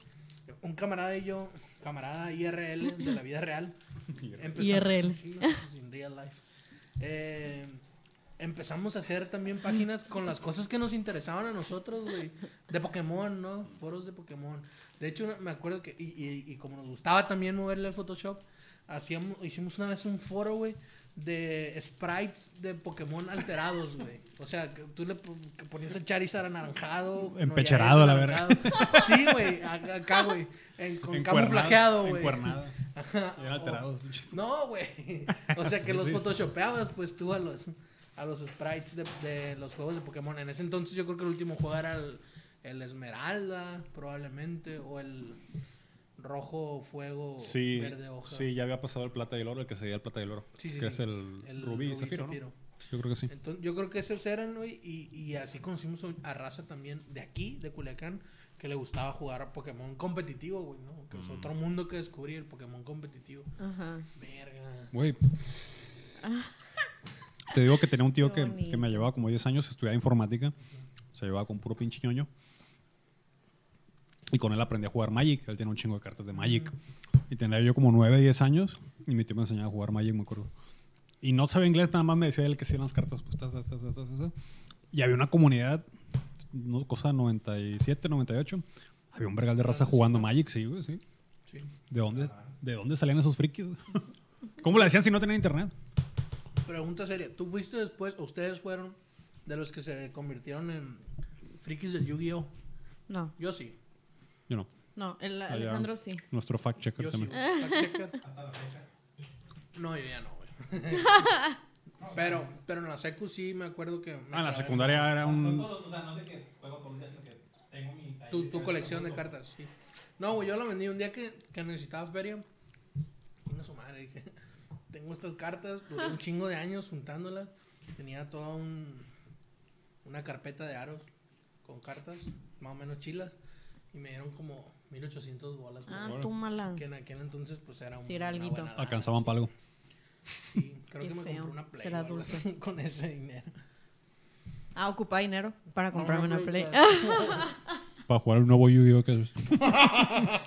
un camarada y yo, camarada IRL de la
[LAUGHS]
vida real,
IRL.
Sí, no, pues, in real life. Eh, empezamos a hacer también páginas con las cosas que nos interesaban a nosotros, güey. De Pokémon, ¿no? Foros de Pokémon. De hecho, me acuerdo que, y, y- y como nos gustaba también moverle al Photoshop, hacíamos, hicimos una vez un foro, güey, de sprites de Pokémon alterados, güey. O sea, que tú le po- que ponías el Charizard anaranjado.
Empecherado,
Noyaes
la verga.
anaranjado. Sí, güey, a- acá, güey. en-
[LAUGHS]
Con
Encuernado,
camuflajeado, güey. Oh,
encuernado.
[LAUGHS] Ajá,
Bien
o-
alterados.
no, güey. O sea que
Sí,
los
sí, sí.
photoshopeabas, pues tú a los, a los sprites de, de los juegos de Pokémon. En ese entonces yo creo que el último juego era el, el Esmeralda, probablemente, o el Rojo Fuego
Sí,
Verde Hoja.
sí, ya había pasado el plata y el oro, el que seguía el plata y el oro.
Sí, sí,
que
sí.
es el, rubí y zafiro. ¿no? Yo creo que sí.
Entonces, yo creo que esos eran, güey, y, y así conocimos a raza también de aquí, de Culiacán, que le gustaba jugar a Pokémon competitivo, güey, ¿no? Que es otro mundo que descubrí, el Pokémon competitivo.
Ajá.
Verga.
Güey. Te digo que tenía un tío
Qué
que, que me llevaba como 10 años, estudiaba informática, se llevaba con puro pinche ñoño. Y con él aprendí a jugar Magic, él tenía un chingo de cartas de Magic. Y tenía yo como 9, 10 años y mi tío me enseñaba a jugar Magic, me acuerdo. Y no sabía inglés, nada más me decía él que hacían las cartas. Pues, ta, ta, ta, ta, ta, ta, ta. Y había una comunidad, no, cosa 97, 98, había un vergal de raza jugando Magic, sí, güey, sí.
Sí.
¿De dónde, ¿De dónde salían esos frikis? güey? [LAUGHS] ¿Cómo le hacían si no tenían internet?
Pregunta seria, ¿tú fuiste después, o ustedes fueron de los que se convirtieron en frikis del Yu-Gi-Oh?
No,
Yo sí,
Yo no.
no, el,
Allá,
Alejandro sí.
Nuestro fact checker
yo sí.
también.
güey. Fact checker. No, yo ya no, güey. pero, pero en la secu sí me acuerdo que... me
Ah, en la
clavé
secundaria era un.
todos, o sea, no de que juego con un sino que tengo mi. ahí
Tu,
mi
tu colección de
mundo.
cartas, sí. No, güey, yo la vendí un día que, que necesitaba feria. Una su madre, dije, tengo estas cartas, duré
[LAUGHS]
un chingo de años juntándolas. Tenía toda un, una carpeta de aros con cartas, más o menos chilas. Y me dieron como 1800 bolas, güey.
Ah, tú mala.
Que en aquel entonces, pues era un.
Sí, era
una
alguito.
buena lana,
Alcanzaban para algo.
Sí, creo
Qué
que me
feo,
compré una play.
ser
o algo
adulto.
así [LAUGHS] con ese dinero.
Ah, ocupa dinero para comprarme
No,
una Play.
Para jugar el nuevo Yu-Gi-Oh!
[LAUGHS]
que,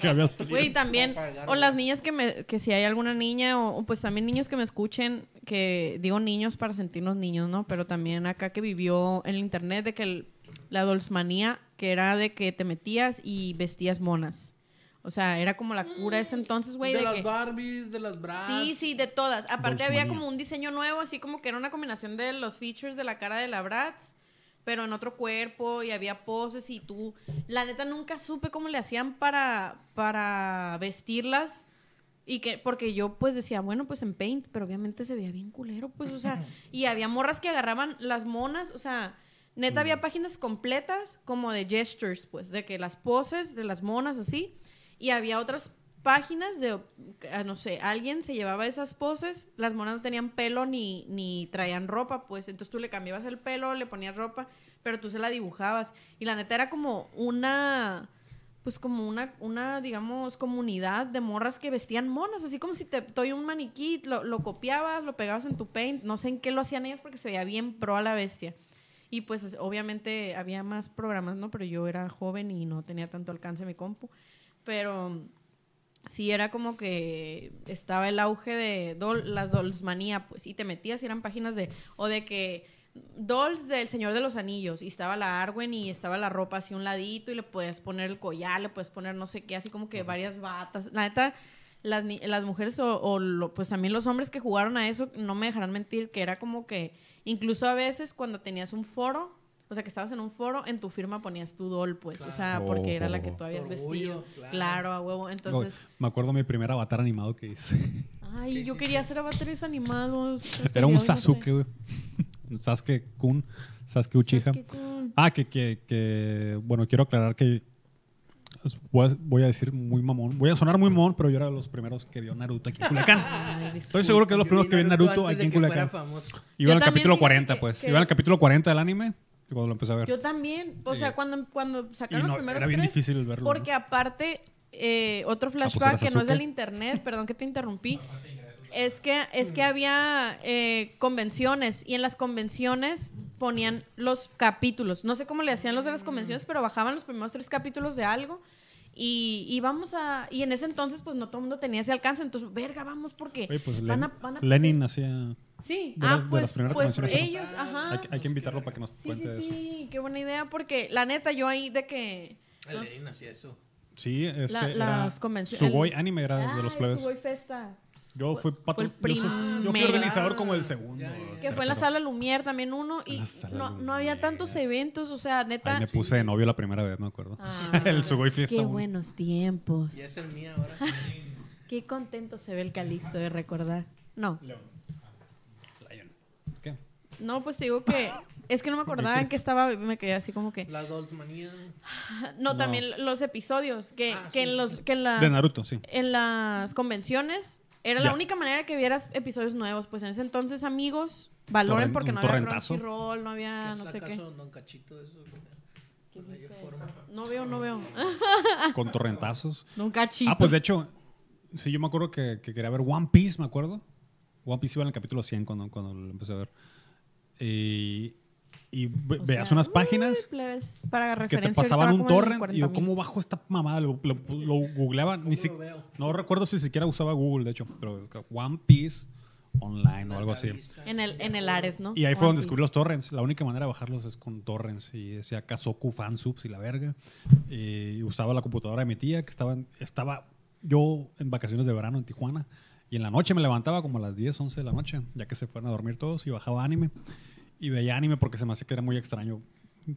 que había salido.
[LAUGHS] Güey, también,
Para pagar,
o las
güey.
niñas que me, que si hay alguna niña, o, o pues también niños que me escuchen, que digo niños para sentirnos niños, ¿no? Pero también acá que vivió el internet de que el- la dolsmanía, que era de que te metías y vestías monas. O sea, era como la cura ese entonces, güey.
Mm. de,
de
las
que-
Barbies, de las Bratz.
Sí, sí, de todas. Aparte había
Bolsonaro.
como un diseño nuevo, así como que era una combinación de los features de la cara de la Bratz, pero en otro cuerpo y había poses y tú... La neta nunca supe cómo le hacían para, para vestirlas. Y que, porque yo pues decía, bueno, pues en paint, pero obviamente se veía bien culero, pues, o sea, y había morras que agarraban las monas, o sea, neta había páginas completas como de gestures, pues, de que las poses de las monas así, y había otras páginas de, ah, no sé, alguien se llevaba esas poses, las monas no tenían pelo ni, ni traían ropa, pues, entonces tú le cambiabas el pelo, le ponías ropa, pero tú se la dibujabas, y la neta era como una pues como una, una, digamos, comunidad de morras que vestían monas, así como si te doy un maniquí, lo, lo copiabas, lo pegabas en tu paint, no sé en qué lo hacían ellas porque se veía bien pro a la bestia. Y pues es- obviamente había más programas, ¿no? Pero yo era joven y no tenía tanto alcance mi compu. Pero sí era como que estaba el auge de dol- las dolsmanía, pues, y te metías y eran páginas de, o de que dolls del Señor de los Anillos, y estaba la Arwen y estaba la ropa así a un ladito y le podías poner el collar, le podías poner no sé qué, así como que varias batas. La neta, las, ni- las mujeres o, o lo- pues también los hombres que jugaron a eso no me dejarán mentir que era como que incluso a veces cuando tenías un foro, o sea que estabas en un foro, en tu firma ponías tu doll, pues, o sea,
Claro.
porque era la que tú habías
Orgullo,
vestido.
claro.
Claro. a huevo. Entonces,
Me acuerdo mi primer avatar animado que hice.
Ay, yo quería hacer avatares animados.
Este,
este,
Era un Sasuke, güey. Un Sasuke Kun, Sasuke Uchiha.
Sasuke Kun.
Ah, que, que, que, bueno, quiero aclarar que os voy a, voy a decir muy mamón. Voy a sonar muy mamón, pero yo era de los primeros que vio Naruto aquí en Culiacán. Estoy seguro que es de los primeros que vio Naruto
antes
aquí
de
en
que fuera
Culiacán.
famoso.
Iba
Yo
al
también,
capítulo
fíjate
40,
que-
pues.
que-
Iba al capítulo 40 del anime y cuando lo empecé a ver.
Yo también. O sea, cuando, cuando
Y
sacaron
no,
los primeros
era bien
tres,
difícil verlo,
Porque aparte, eh,
Ah,
otro
pues,
flashback que no es
Sasuke.
del internet, perdón que te interrumpí, es que, es que había eh, convenciones y en las convenciones ponían los capítulos. No sé cómo le hacían los de las convenciones, pero bajaban los primeros tres capítulos de algo. Y, y vamos a. Y en ese entonces, pues no todo el mundo tenía ese alcance. Entonces, verga, vamos porque.
Oye, pues
van
Len-
a- van a-
Lenin hacía.
Sí,
de las- de
ah,
las
pues,
primeras
pues
convenciones.
ellos, ajá.
Hay, que- hay que invitarlo para que nos
pues Sí, sí,
cuente de eso.
sí, qué buena idea, porque la neta, yo ahí de que. no
Aladdin hacía eso.
Sí, este
La-
era
las convenci-
Sugoi
el-
Anime era Ah, de los
Ay,
plebes.
Sugoi Festa.
Yo fui, patro-
fue el
yo, soy- yo fui
primero.
organizador como el segundo.
Que fue en la
tercero.
sala Lumière también uno. Y
La sala
no, no
Lumière.
había tantos eventos, o sea, neta.
Ahí me puse de novio la primera vez, me acuerdo.
Ah,
[LAUGHS] el Sugoi Fiesta.
Qué
uno.
buenos tiempos.
Ya es el mío ahora.
Qué contento se ve el Calixto de recordar. No,
¿Qué?
no, pues te
[LAUGHS]
digo que. Es que no me acordaba en qué estaba, me quedé así como que.
La Dolls Manía.
No, también los episodios que,
Ah, sí,
que en
sí,
los que en las
De Naruto, sí.
En las convenciones era
Ya.
la única manera que vieras episodios nuevos, pues en ese entonces amigos valoren
Torren-
porque
un
no había
torrentazo.
Crunchyroll, no había Ah, no sé qué.
¿Acaso Don Cachito eso? ¿Qué
No veo, no veo.
Con torrentazos.
Nunca chito.
Ah, pues de hecho, sí, yo me acuerdo que, que quería ver One Piece, me acuerdo. One Piece iba en el capítulo 100 cuando, cuando lo empecé a ver. Y, y ve-
O
veas
sea,
unas
uy,
páginas
plebes, para
que te
referencia
pasaban un
ahorita va como en
torrent y yo,
40,000.
¿cómo bajo esta mamada? Lo, lo, lo googleaba. Ni si-
lo veo?
no recuerdo si siquiera usaba Google, de hecho, pero One Piece online o algo así.
en el en el Ares, ¿no?
Y ahí fue donde
One
descubrí los torrents. La única manera de bajarlos es con torrents. Y decía Kazoku Fansubs y la verga. Eh, Y usaba la computadora de mi tía, que estaba, en- estaba yo en vacaciones de verano en Tijuana. Y en la noche me levantaba como a las 10, 11 de la noche, ya que se fueron a dormir todos y bajaba anime. Y veía anime porque se me hacía que era muy extraño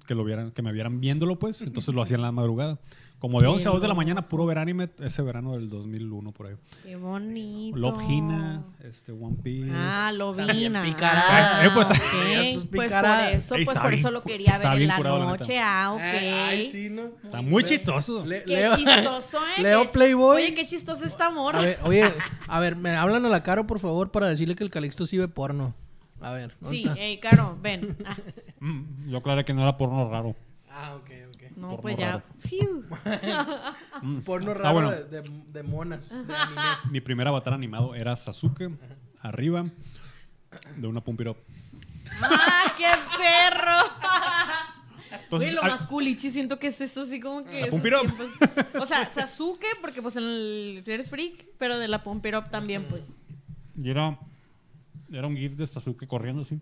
que, lo vieran, que me vieran viéndolo, pues. Entonces lo hacía en la madrugada. Como de
Qué
11 a 2 de la
loco.
mañana, puro ver anime, ese verano del 2001 por ahí.
Piece. Qué bonito.
Love Hina, este, One Piece.
Ah,
También
Lovina.
picarada.
Ah,
Eh, pues,
ok.
también estos
Pues por
picaradas.
eso,
Ey,
pues
está
por
bien
eso lo
cu-
quería
está
ver en
bien
la
curado, la
noche.
neta.
Ah, ok.
Ay, sí, ¿no?
Está muy chistoso.
Le-
Qué
Leo-
chistoso,
[LAUGHS]
¿eh?
Leo
Qué-
Playboy.
Oye, qué chistosa esta morra.
A ver, oye, a ver, me hablan a la cara, por favor, para decirle que el Calixto sí ve porno. A ver. ¿dónde [LAUGHS]
Sí,
está?
ey, Caro, ven. Ah,
Mm, yo aclaré que no era porno raro.
Ah, ok, ok.
no,
Porno
pues ya.
raro.
Fiu.
Porno
Mm. Ah, Está
raro
bueno.
de, de- de monas. de anime.
Mi primer avatar animado era Sasuke, arriba, de una pumpiro.
¡Ah, qué perro!
Entonces,
Güey, lo
ah,
más culichi siento que es eso, así como que.
La
esos
Pump It Up.
tiempos. O sea, Sasuke, porque pues en el, eres freak, pero de la Pump It Up también, pues.
y era, era un gif de Sasuke corriendo así.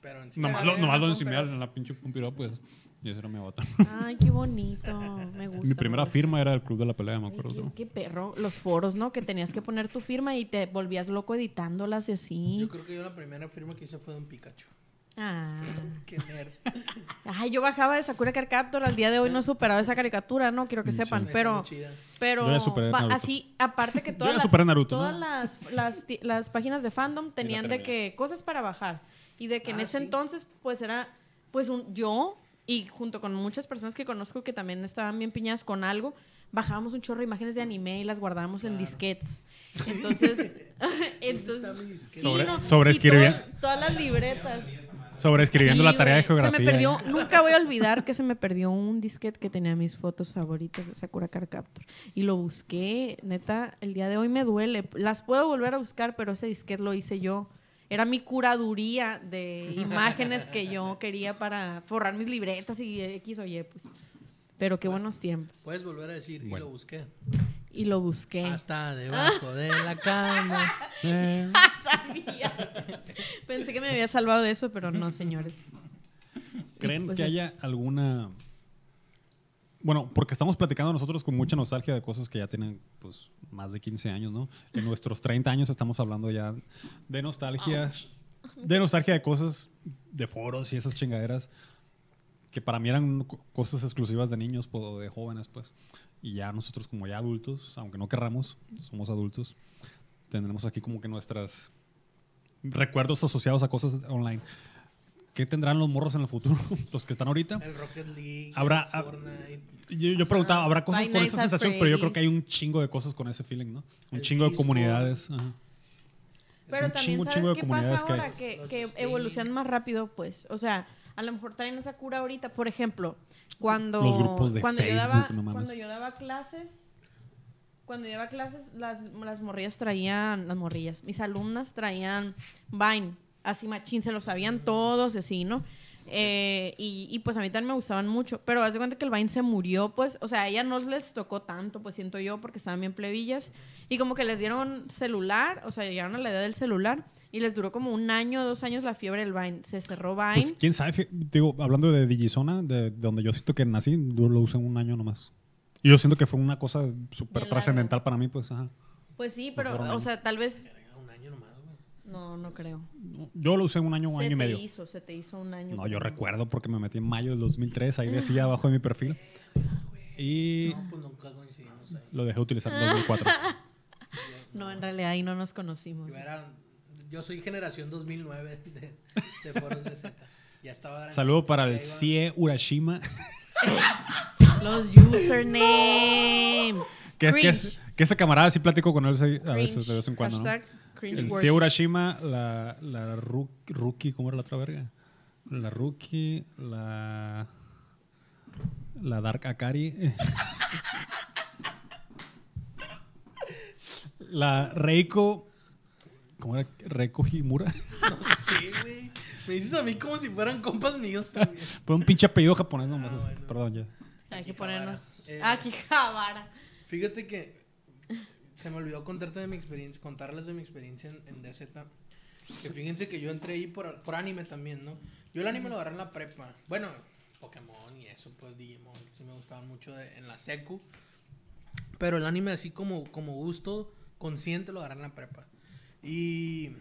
Pero en sí.
Nomás
Pero
lo, nomás
era
lo
un
encimé
pumpiro.
en la pinche pumpiro, pues. Yo ese era mi avatar.
Ay, qué bonito. Me gusta.
Mi primera
me gusta.
firma era el Club de la Pelea, me
Ay,
acuerdo.
qué, qué perro. Los foros, ¿no? Que tenías que poner tu firma y te volvías loco editándolas y así.
Yo creo que yo la primera firma que hice fue de un Pikachu.
Ah.
Qué nerd.
Ay, yo bajaba de Sakura Card Captor. Al día de hoy no he superado esa caricatura, ¿no? Quiero que sepan.
Está
[LAUGHS] Pero.
muy chida.
Pero
Yo ya superé
va-
Naruto.
así, aparte que todas,
ya
las,
superé Naruto,
todas
¿no?
las, las, ti- las páginas de fandom tenían de que cosas para bajar. Y de que en
Ah,
ese
sí.
entonces, pues era, pues un, yo y junto con muchas personas que conozco que también estaban bien piñadas con algo, bajábamos un chorro de imágenes de anime y las guardábamos en disquetes.
[LAUGHS]
Entonces, [LAUGHS] entonces
mi disquete?
Sobre- sobreescribía.
y todas- todas las libretas.
Sobre escribiendo
Sí,
la tarea de
güey.
geografía. ¿eh?
Se me perdió, nunca voy a olvidar que se me perdió un disquete que tenía mis fotos favoritas de Sakura Card Captor. Y lo busqué, neta, el día de hoy me duele. Las puedo volver a buscar, pero ese disquete lo hice yo. Era mi curaduría de imágenes que yo quería para forrar mis libretas y X o Y, pues. Pero qué buenos tiempos.
Puedes volver a decir, y
Bueno.
lo busqué.
Y lo busqué.
Hasta debajo de la cama.
Eh,
[LAUGHS] Sabía. Pensé que me había salvado de eso, pero no, señores.
¿Creen
Pues
que
es-
haya alguna... Bueno, porque estamos platicando nosotros con mucha nostalgia de cosas que ya tienen pues, más de 15 años, ¿no? En nuestros 30 años estamos hablando ya de nostalgias, de nostalgia de cosas, de foros y esas chingaderas que para mí eran co- cosas exclusivas de niños po- o de jóvenes, pues. Y ya nosotros como ya adultos, aunque no querramos, somos adultos, tendremos aquí como que nuestras recuerdos asociados a cosas online. ¿Qué tendrán los morros en el futuro? [LAUGHS] Los que están ahorita.
El Rocket League.
Habrá-
el Fortnite,
Yo, yo preguntaba, ¿habrá cosas
Five
con
Nights
esa
at
sensación? Pero yo creo
Freddy's.
que hay un chingo de cosas con ese feeling, ¿no? Un
El
chingo de
disco.
comunidades. ajá.
Pero
Un
también
chingo,
sabes
chingo de
qué pasa
comunidades que hay.
ahora, que,
Los
que
streaming.
evolucionan más rápido, pues. O sea, a lo mejor traen esa cura ahorita. Por ejemplo, cuando,
Los grupos de
cuando, yo,
Facebook,
daba,
no mames.
cuando yo daba clases, cuando yo daba clases, las, las morrillas traían, las morrillas, mis alumnas traían Vine, así machín, se lo sabían todos, y así, ¿no? Eh, y, y, pues a mí también me gustaban mucho, pero haz de cuenta que el Vine se murió, pues, o sea, a ella no les tocó tanto, pues siento yo, porque estaban bien plebillas, y como que les dieron celular, o sea, llegaron a la edad del celular, y les duró como un año, dos años la fiebre del Vine, se cerró Vine.
Pues quién sabe, Fí- digo, hablando de Digizona, de, de donde yo siento que nací, yo lo usé un año nomás. Y yo siento que fue una cosa súper
Bien
trascendental para mí, pues, ajá.
Pues sí, pero,
Mejor no.
o sea, tal vez...
Un año nomás, güey.
No, no creo.
Yo lo usé un año, un
se
año y
te
medio.
hizo, se te hizo un año.
No, yo recuerdo porque me metí en mayo del 2003, ahí decía abajo de mi perfil. Y
No, pues nunca coincidimos ahí.
lo dejé
Ah.
utilizar en 2004.
No, en realidad ahí no nos conocimos.
Yo, era- yo soy generación 2009 de, de foros de Z. Ya estaba. en-
Saludo para
ya
el
iba-
CIE Urashima, [LAUGHS]
Los username.
que, que,
Cringe.
es- que ese camarada sí platico con él se- a veces,
Cringe.
de vez en cuando. ¿no?
Hashtag cringe
El
worthy.
CIE Urashima, la, la Ru- Rookie, ¿cómo era la otra verga? La Rookie, la. La Dark Akari. [LAUGHS] la Reiko. ¿Cómo era? Reiko Himura. [LAUGHS]
No sé, güey. Me dices a mí como si fueran compas míos también.
Fue un pinche apellido japonés nomás.
Ah,
así.
bueno.
Perdón, ya.
Hay que ponernos.
Eh.
Aquí jabara.
Fíjate que se me olvidó contarte de mi experiencia, contarles de mi experiencia en, en DZ. Que fíjense que yo entré ahí por, por anime también, ¿no? Yo el anime lo agarré en la prepa. Bueno, Pokémon y eso, pues Digimon, que sí me gustaban mucho de- en la secu. Pero el anime así como, como gusto consciente lo agarré en la prepa. Y,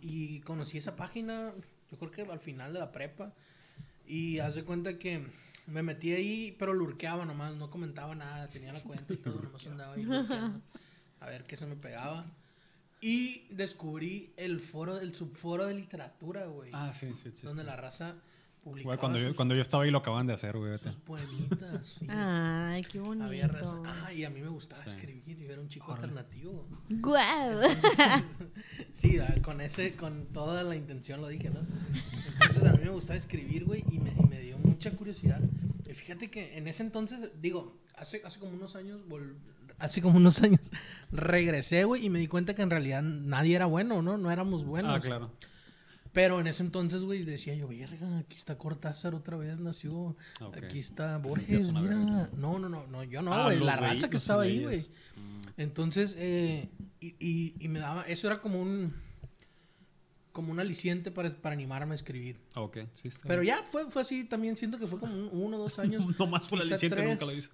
y conocí esa página, yo creo que al final de la prepa. Y haz de cuenta que me metí ahí, pero lurqueaba nomás, no comentaba nada, tenía la cuenta
[LAUGHS]
y todo, nomás andaba ahí lurqueando, a ver qué se me pegaba. Y descubrí el foro, el subforo de literatura, güey.
sí, Ah, sí,
donde la raza publicaba
Güey, cuando, yo,
sus,
cuando yo estaba ahí lo acababan de hacer, güey. vete.
sus poemitas.
[LAUGHS]
sí.
Ah. Ay, qué bonito.
Había raza. Ah, y a mí me gustaba escribir, yo era un chico alternativo.
Guau.
Sí, a- con ese, con toda la intención lo dije, ¿no? Entonces a mí me gustaba escribir, güey, y me, y me dio mucha curiosidad. Y fíjate que en ese entonces, digo, hace, hace como unos años, vol- hace como unos años, regresé, güey, y me di cuenta que en realidad nadie era bueno, ¿no? No éramos buenos.
Ah, claro.
Pero en ese entonces, güey, decía yo, verga, aquí está Cortázar otra vez, nació.
Ok.
Aquí está
Te
Borges,
sentías una verga,
mira. No, no, no, no, yo no,
Ah,
güey,
los
la
veí-
raza que
los Mm.
estaba ahí, güey.
veías.
Entonces, eh, y, y- y me daba, eso era como un, como un aliciente para, para animarme a escribir.
Ah, ok. Sí, está
Pero
bien. [LAUGHS]
ya fue, fue así, también siento que fue como un- uno o dos años.
No más fue la
quizá
licencia,
tres.
nunca lo hice.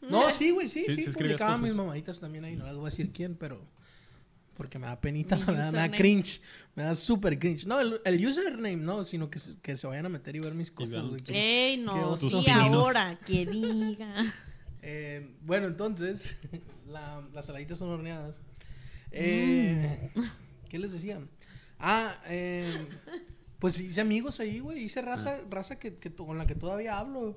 No, sí, güey, sí,
Sí,
sí.
sí escribías
publicaba
cosas.
mis mamaditas también ahí, no les voy a decir quién, pero. Porque me da penita,
Mi
me da, me da
username.
cringe. Me da súper cringe. No, el, el username no, sino que, se- que se vayan a meter y ver mis cosas,
vean
güey. que-
Ey,
Qué
no,
oso.
sí,
Tus pininos.
ahora, que diga.
[LAUGHS]
Eh, bueno, entonces, [LAUGHS] la- las saladitas son horneadas.
Mm.
Eh, ¿Qué les decía? Ah, eh, pues hice amigos ahí, güey. Hice raza, raza que, que to- con la que todavía hablo.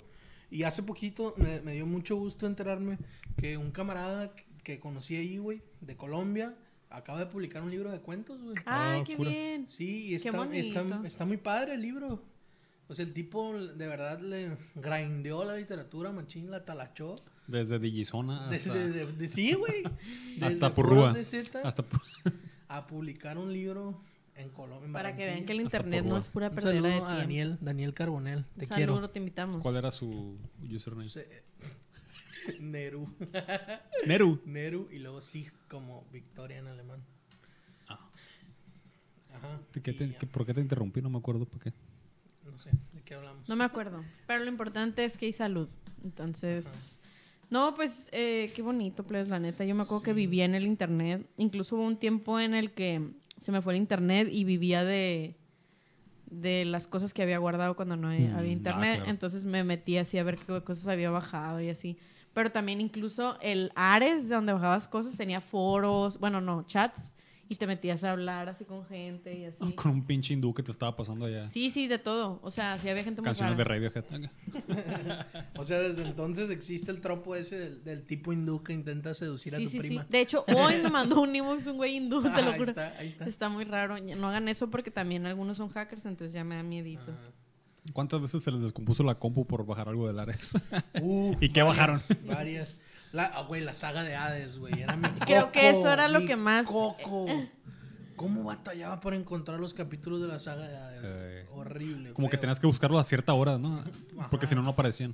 Y hace poquito me, me dio mucho gusto enterarme que un camarada que, que conocí ahí, güey, de Colombia, acaba de publicar un libro de cuentos, güey.
Ah,
Ay, qué
cura.
bien.
Sí, y
Qué
está, está,
bonito.
está muy padre el libro. O sea, el tipo de verdad le grindeó la literatura, machín, la talachó.
Desde Digizona
De-
hasta,
de- de- de- sí,
[LAUGHS]
güey. Desde
Ah, hasta Purrúa.
Foros de Zeta
Hasta Pu-
A publicar un libro en Colombia. en
Para que
Barranquilla.
vean que el
Hasta
internet
por
no
Cuba.
es pura
Un
perdedera de
saludo
tiempo.
a Daniel, Daniel Carbonel. Te
Un saludo,
quiero.
te invitamos.
¿Cuál era su username?
Se- eh, [LAUGHS] Neru.
Neru.
Neru y luego Sig como Victoria en alemán.
Ah.
Ajá.
¿Qué te-
y ya,
qué- ¿Por qué te interrumpí? No me acuerdo por qué.
No sé, ¿de qué hablamos?
No me acuerdo. Pero lo importante es que hay salud. Entonces. No, pues eh, qué bonito, plebes, la neta. Yo me acuerdo que vivía en el internet. Incluso hubo un tiempo en el que se me fue el internet y vivía de, de las cosas que había guardado cuando no he-
Mm,
había
ah,
internet.
claro.
Entonces me metí así a ver qué cosas había bajado y así. Pero también incluso el Ares, de donde bajabas cosas, tenía foros, bueno, no, chats. Y te metías a hablar así con gente y así.
Ah, Con un pinche hindú que te estaba pasando allá.
Sí, sí, de todo. O sea, sí había gente muy
Canciones de
rara.
Radiohead.
O sea, desde entonces existe el tropo ese del, del tipo hindú que intenta seducir a tu
[LAUGHS]
prima.
De hecho, hoy
[LAUGHS]
me mandó un inbox un güey hindú,
Ah,
te lo
ahí
juro.
está, ahí está.
muy raro. Ya No hagan eso porque también algunos son hackers, entonces ya me da miedito.
Ah.
¿Cuántas veces se les descompuso la compu por bajar algo del Ares?
Uh,
[LAUGHS] ¿Y qué bajaron?
Varias. La, ah, güey, la saga de Hades, güey. Era mi
[LAUGHS] Creo
coco,
que eso era lo
mi
que más-
Coco. ¿Cómo batallaba para encontrar los capítulos de la saga de Hades?
Eh,
Horrible.
Como que
feo.
tenías que buscarlo a cierta hora, ¿no? Porque
Ajá.
si no, no aparecían.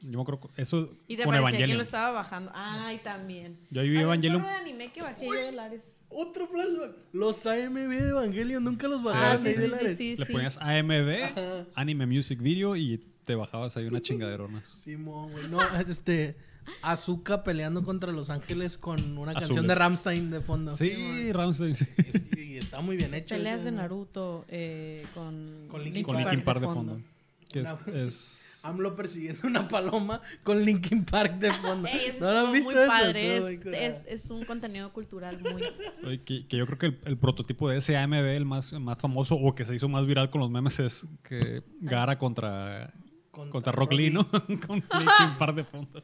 Yo me acuerdo que eso
Y te
con
parecía que
Evangelion.
lo estaba bajando. Ay, también.
Yo ahí vi
Había un
Evangelion.
chorro de anime que bajé yo de Lares.
Otro flashback. Los AMV de Evangelio nunca los bajaron.
Ah,
ahí
sí,
de
sí,
la-
sí, sí,
Le
sí.
ponías AMV, Anime Music Video, y te bajabas ahí una chingaderonas.
Simón, güey. No, [LAUGHS] este. Azuka peleando contra Los Ángeles con una canción
Azules.
de Ramstein de fondo.
Sí, Ramsey. sí.
Es- Y está muy bien hecho.
Peleas
ese,
de
¿no?
Naruto eh, con,
Con Linkin
Con Linkin Park de fondo. Que es,
No.
es-
AMLO persiguiendo una paloma con Linkin Park de fondo.
[LAUGHS] Ey, eso
¿No lo han
estuvo
visto
muy
eso?
padre.
Estuvo
Es,
muy curado.
es- es un contenido cultural muy.
oye, que, que yo creo que el, el prototipo de ese AMV, el más, el más famoso o que se hizo más viral con los memes, es que Gara contra, contra,
Contra
Rock Lee, ¿no? [LAUGHS] con Linkin Park de fondo.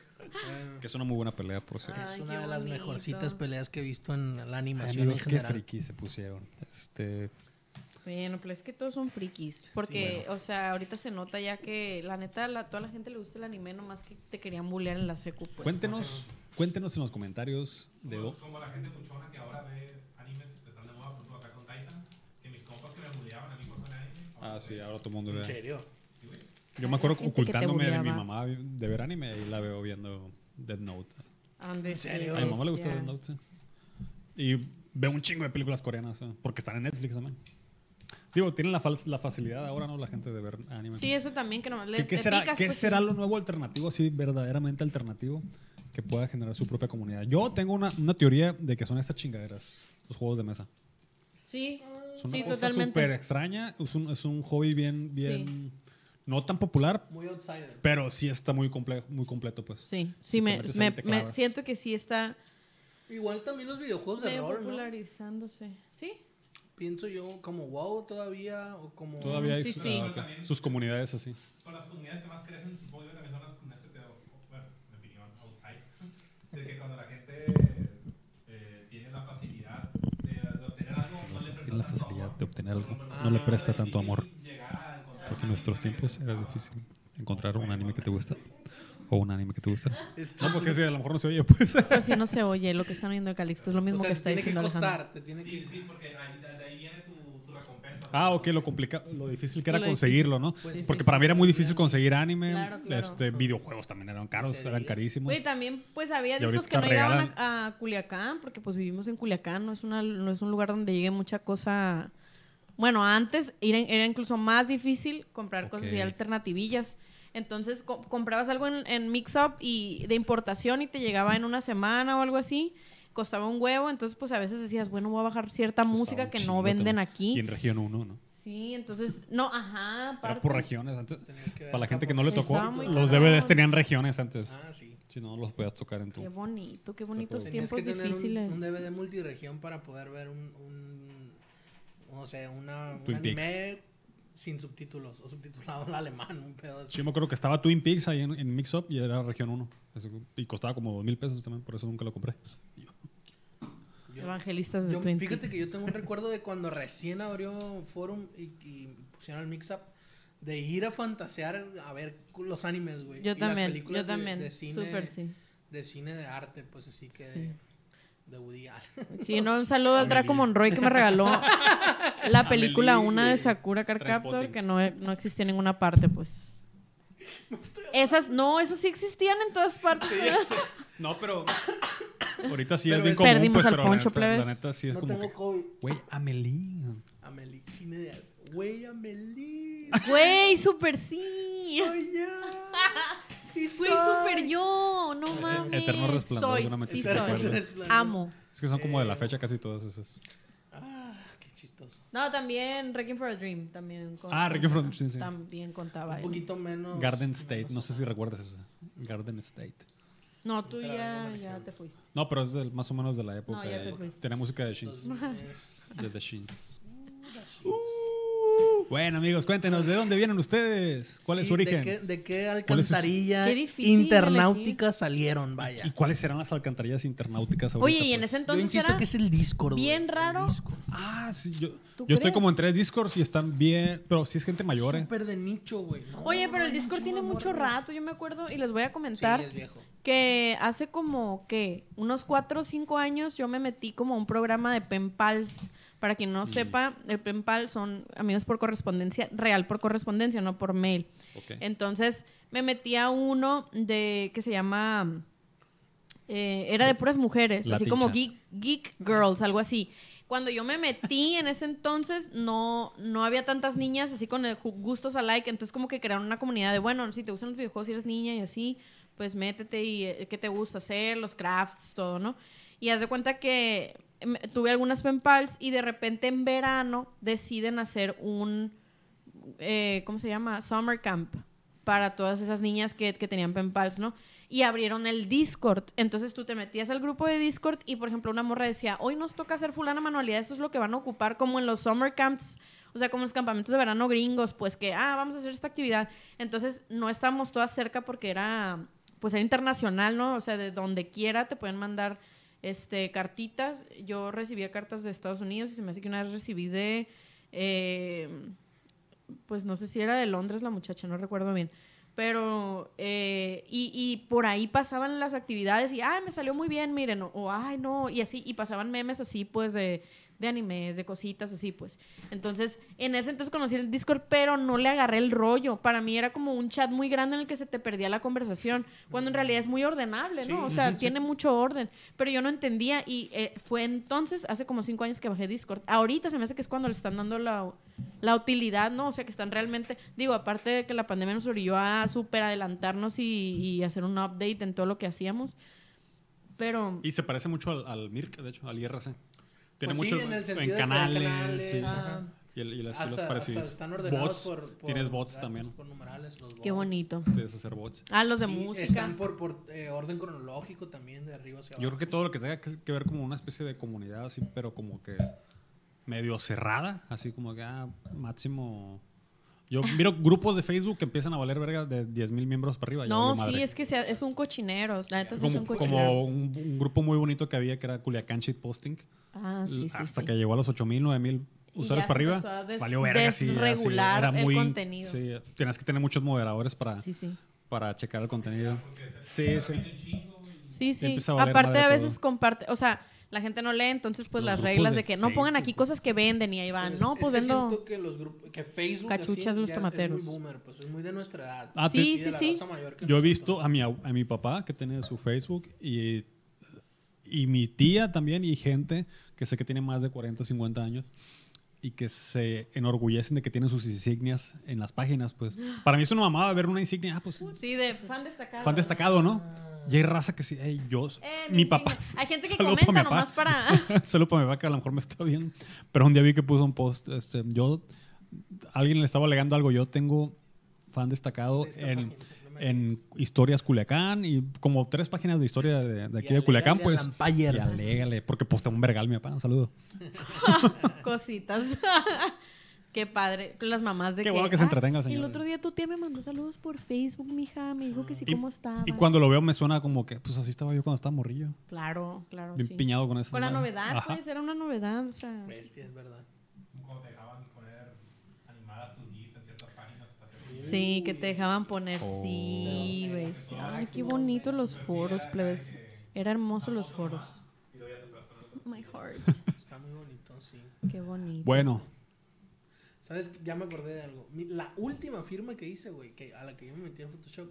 Que es una muy buena pelea, por cierto.
Ay,
Es
qué
una de las
bonito.
mejorcitas peleas que he visto en la animación en
Amigos, qué
general.
friki se pusieron. Este,
Bueno, pero es que todos son frikis. Porque, o sea, ahorita se nota ya que la neta, la, toda la gente le gusta el anime, nomás que te querían bullear en la secu. Pues.
cuéntenos, cuéntenos en los comentarios de
Como, como la gente buchona que ahora ve animes que están de moda, por ejemplo, acá con Titan, que mis compas que me bulleaban a mí por ver anime. pues,
Ah, sí, ahora todo el mundo
En
ve.
serio.
Yo me acuerdo
La gente que te
ocultándome de mi
bulleaba.
mamá de ver anime y la veo viendo Dead Note.
Ande, sí,
serio?
A mi mamá le gusta
bestia.
Dead Note, sí. Y veo un chingo de películas coreanas, ¿eh? porque están en Netflix también. Digo, tienen la, fal- la facilidad ahora, ¿no? La gente de ver anime.
Sí, eso también que nomás le
¿Qué, qué
te
será,
picas,
qué
pues,
será
sí.
lo nuevo alternativo, así verdaderamente alternativo, que pueda generar su propia comunidad? Yo tengo una, una teoría de que son estas chingaderas, los juegos de mesa.
Sí,
Es una
sí,
cosa súper
totalmente.
extraña, es un, es un hobby bien, bien, no tan popular,
Muy outsider.
pero sí está muy, comple- muy completo, pues.
Sí,
Si
sí,
te
me,
metes ahí,
me-
te
me
clavas.
siento que sí está
Igual también los videojuegos de
medio
rol, ¿no?
popularizándose. ¿Sí?
Pienso yo como wow todavía o como...
Todavía hay
Sí,
su-
sí.
ah, ok. sus comunidades así.
Son las comunidades que más crecen, supongo yo, también son las comunidades que te bueno, mi opinión, outside, [LAUGHS] de que cuando la gente eh, tiene la facilidad de, de obtener algo, no le presta
Tiene la
tanto
facilidad
amor.
de obtener algo,
Por ejemplo,
no le
era
presta tanto
difícil
amor,
llegar a encontrar
porque
un
en nuestros
anime que
tiempos
te
era
gustaba.
difícil encontrar un anime que te gusta o un anime que te gusta.
Esto
No,
es-
porque si a lo mejor no se oye, pues. [LAUGHS]
Pero si no se oye lo que están viendo el Calixto, es lo mismo
o sea,
que
te
está
tiene que
diciendo Alejandro.
costar, te tiene que...
Sí, sí, porque ahí, de ahí viene tu, tu recompensa.
Ah, ok, lo complicado, lo difícil que era
Lo difícil.
conseguirlo, ¿no?
sí,
Porque
sí,
para mí era muy difícil conseguir anime,
Claro, claro.
este videojuegos también eran caros, eran carísimos.
Oye, también pues había
Y
de esos
ahorita
que no llegaban
regalan.
a, a Culiacán, porque pues vivimos en Culiacán, no es una no es un lugar donde llegue mucha cosa Bueno, antes era, era incluso más difícil comprar cosas así
Ok.
alternativillas. Entonces co- comprabas algo en, en Mix Up y de importación y te llegaba en una semana o algo así. Costaba un huevo, entonces pues a veces decías, bueno, voy a bajar cierta música que no venden
Y
aquí.
en región 1, ¿no?
Sí, entonces, no, ajá,
Era
aparte.
por regiones antes.
Tenías que ver
Para la
acá
gente que
por-
no le tocó,
Estaba muy
los
cabrón.
DVDs tenían regiones antes.
Ah, sí.
Si no, los podías tocar en
Qué
tu.
bonito, qué bonitos
Tenías
tiempos
que tener un-
difíciles.
Un, DVD multiregión para poder ver un, un no sé, una, un
Twin Peaks.
anime sin subtítulos o subtitulado al alemán, un pedo así.
Yo me acuerdo que estaba Twin Peaks ahí en, en Mix Up y era región 1. Y costaba como dos mil pesos también, por eso nunca lo compré.
Yo-
Evangelistas de
yo-
Twin
fíjate
Peaks.
que yo tengo un recuerdo de cuando recién abrió Forum y, y pusieron el mix-up de ir a fantasear a ver los animes, güey.
Yo
y las
también,
películas
yo
de-
también,
De, cine, [LAUGHS]
súper sí.
de cine de arte, pues así que
Sí.
de, de Woody Allen.
Sí, no, un saludo a Draco Monroy que me regaló
[LAUGHS]
la película
Amelie
una
de
de Sakura Card Captor
Trainspotting.
que no, no existía en ninguna parte, pues. Esas, no, esas sí existían en todas partes.
No, pero. [COUGHS] Ahorita sí es
Pero
bien
es-
común.
Perdimos
pues,
al
pero la
Poncho,
neta- La
plebes.
neta sí [LAUGHS] es
no
como.
tengo
que,
COVID.
Güey, Amelie.
Amelie, cine de arte. Güey,
[LAUGHS]
Amelie.
Güey, súper sí.
soy yo. Sí,
Fui
soy.
súper yo, no mames.
Eh, Eterno resplandor de
soy,
una mente
sí
sin
soy.
recuerdo.
Amo.
Es que son como
Eh.
de la fecha casi todas esas.
Ah, qué chistoso.
No, también Wrecking for a Dream también. con-
Ah, Wrecking for a Dream, sí, sí.
También contaba.
Un
él.
poquito menos.
Garden State, no sé si recuerdas eso. Garden State.
No, tú
Nunca la
ya,
había
ya
manejado.
te fuiste.
No, pero es del- más o menos de la época.
No, ya
de-
te fuiste.
tenía música de Shins.
Entonces,
[LAUGHS] De The Shins. Bueno, amigos, cuéntenos, ¿de dónde vienen ustedes? ¿Cuál es
sí,
su origen?
¿De qué, de qué
¿Cuál es su-
alcantarilla
Qué difícil
internautica salieron? Vaya.
¿Y cuáles serán las alcantarillas internauticas ahorita?
Oye, y en
pues?
ese
Yo
entonces
insisto
era
que es el Discord. güey,
bien
el
raro.
Discord.
Ah, sí, yo,
¿Tú
yo estoy
crees?
como en tres Discords y están bien... Pero sí es gente mayor, ¿eh?
Súper de nicho, güey. No,
Oye, pero el
hay
Discord
mucho
tiene
mamorro,
mucho
güey.
rato, yo me acuerdo, y les voy a
Sí,
comentar
es viejo.
que hace como, ¿qué? Unos 4 o 5 años yo me metí como a un programa de pen pals. Para quien
Mm.
no sepa, el pen pal son amigos por correspondencia, real por correspondencia, no por mail. Entonces me metí a uno de que se llama... eh, era de puras mujeres,
Latin
así como
chat.
geek, geek girls, algo así. Cuando yo me metí en ese entonces, no, no había tantas niñas así con el ju- gustos alike. Entonces, como que crearon una comunidad de, bueno, si te gustan los videojuegos, si eres niña y así, pues métete y eh, qué te gusta hacer, los crafts, todo, ¿no? Y haz de cuenta que em, tuve algunas pen pals y de repente en verano deciden hacer un, eh, ¿cómo se llama? Summer Camp para todas esas niñas que, que tenían pen pals, ¿no? Y abrieron el Discord. Entonces tú te metías al grupo de Discord y, por ejemplo, una morra decía, hoy nos toca hacer fulana manualidad, esto es lo que van a ocupar, como en los summer camps, o sea, como en los campamentos de verano gringos, pues que, ah, vamos a hacer esta actividad. Entonces no estábamos todas cerca porque era, pues era internacional, ¿no? O sea, de donde quiera te pueden mandar este, cartitas. Yo recibía cartas de Estados Unidos y se me hace que una vez recibí de... eh, pues no sé si era de Londres la muchacha, no recuerdo bien. Pero, eh, y, y por ahí pasaban las actividades y, ay, me salió muy bien, miren, o, o, ay, no, y así, y pasaban memes así, pues, de, de animes, de cositas así, pues. Entonces, en ese entonces conocí el Discord, pero no le agarré el rollo. Para mí era como un chat muy grande en el que se te perdía la conversación, cuando en realidad es muy ordenable, ¿no? o sea, tiene mucho orden, pero yo no entendía y eh, fue entonces, hace como cinco años que bajé Discord. Ahorita se me hace que es cuando le están dando la, la utilidad, ¿no? O sea, que están realmente, digo, aparte de que la pandemia nos orilló a súper adelantarnos y, y hacer un update en todo lo que hacíamos, pero...
Y se parece mucho al, al Mirk, de hecho, al IRC. Tiene
Pues sí,
mucho
en
en,
el sentido de que hay
canales.
canales,
sí, sí.
ajá.
Y el, y el estilo
Hasta,
parecido.
hasta están ordenados
bots,
por, por
Tienes bots
datos,
también.
Por numerales, los bots.
Qué bonito.
Puedes hacer bots.
Ah, los de
Y
música.
Están por, por eh, orden cronológico también, de arriba hacia abajo.
Yo creo que todo lo que tenga que, que ver como una especie de comunidad así, pero como que medio cerrada, así como que ah, máximo... Yo miro grupos de Facebook que empiezan a valer verga de 10.000 mil miembros para arriba. ya
No,
valió
sí,
madre.
es que sea- es un cochinero. La neta sí es un
Como,
cochinero.
como un, un grupo muy bonito que había que era Culiacán Shit Posting.
Ah, sí, sí,
hasta
sí.
que llegó a los 8000, 9000
Y
usuarios para
ya se
arriba,
empezó a des-
valió verga así, así,
desregular el contenido.
Sí, tenías que tener muchos moderadores para,
Sí, sí.
para checar el contenido. Sí, sí.
Sí, sí.
empieza a valer
Aparte,
madre
a veces
todo.
comparte, o sea, la gente no lee, entonces, pues
Los
las
grupos
reglas
de
de que no pongan aquí
Facebook.
cosas que venden y ahí van.
Es-
No,
es
pues
que
vendo.
siento que los grupos, que Facebook
Cachuchas
así
los
ya
tomateros.
Es muy boomer, pues es muy de nuestra edad.
Ah,
Sí,
Y de
sí,
la
sí.
raza mayor que
Yo he
nosotros.
visto a mi, au- a mi papá que tiene su Facebook y, y mi tía también y gente que sé que tiene más de 40, 50 años y que se enorgullecen de que tienen sus insignias en las páginas,
[GASPS]
pues. Para mí es una mamada ver una insignia, ah, pues,
Sí, de fan destacado.
fan destacado, ¿no? Y hay raza que sí, "Ey, yo,
Eh,
mi
mi
papá. [LAUGHS]
insignia. Hay gente que
Saludo
comenta
pa' mi papá.
nomás para-
Saludo para mi papá que a lo mejor me está viendo. Pero un día vi que puso un post, este, yo, alguien le estaba alegando algo, yo tengo fan destacado en, en historias Culiacán y como tres páginas de historia de, de aquí de
alégale
Culiacán,
a
pues.
Lampayer.
Y alégale, porque postea un vergal mi papá, un saludo.
Cositas. [LAUGHS] Qué padre. Con las mamás de
Qué bueno que se entretenga el
"Ay,
señor".
El otro día tu tía me mandó saludos por Facebook, mija. Me dijo que sí,
Y-
cómo estaba.
Y cuando lo veo me suena como que, pues así estaba yo cuando estaba morrillo.
Claro, claro.
Bien
Oh, sí.
piñado con esa
Con la
madre.
novedad,
Ajá.
pues, era una novedad. O sea.
Bestia, es verdad.
Cuando te dejaban poner animadas tus GIFs en ciertas páginas. para hacer-
Sí, que te dejaban poner.
Oh.
Sí, güey. sí. Ay, qué bonitos los foros, plebes. Era hermoso los foros. My heart.
Está muy bonito, sí.
Qué bonito.
Bueno,
¿Sabes? qué? Ya me acordé de algo. Mi- la última firma que hice, güey, que a la que yo me metí en Photoshop,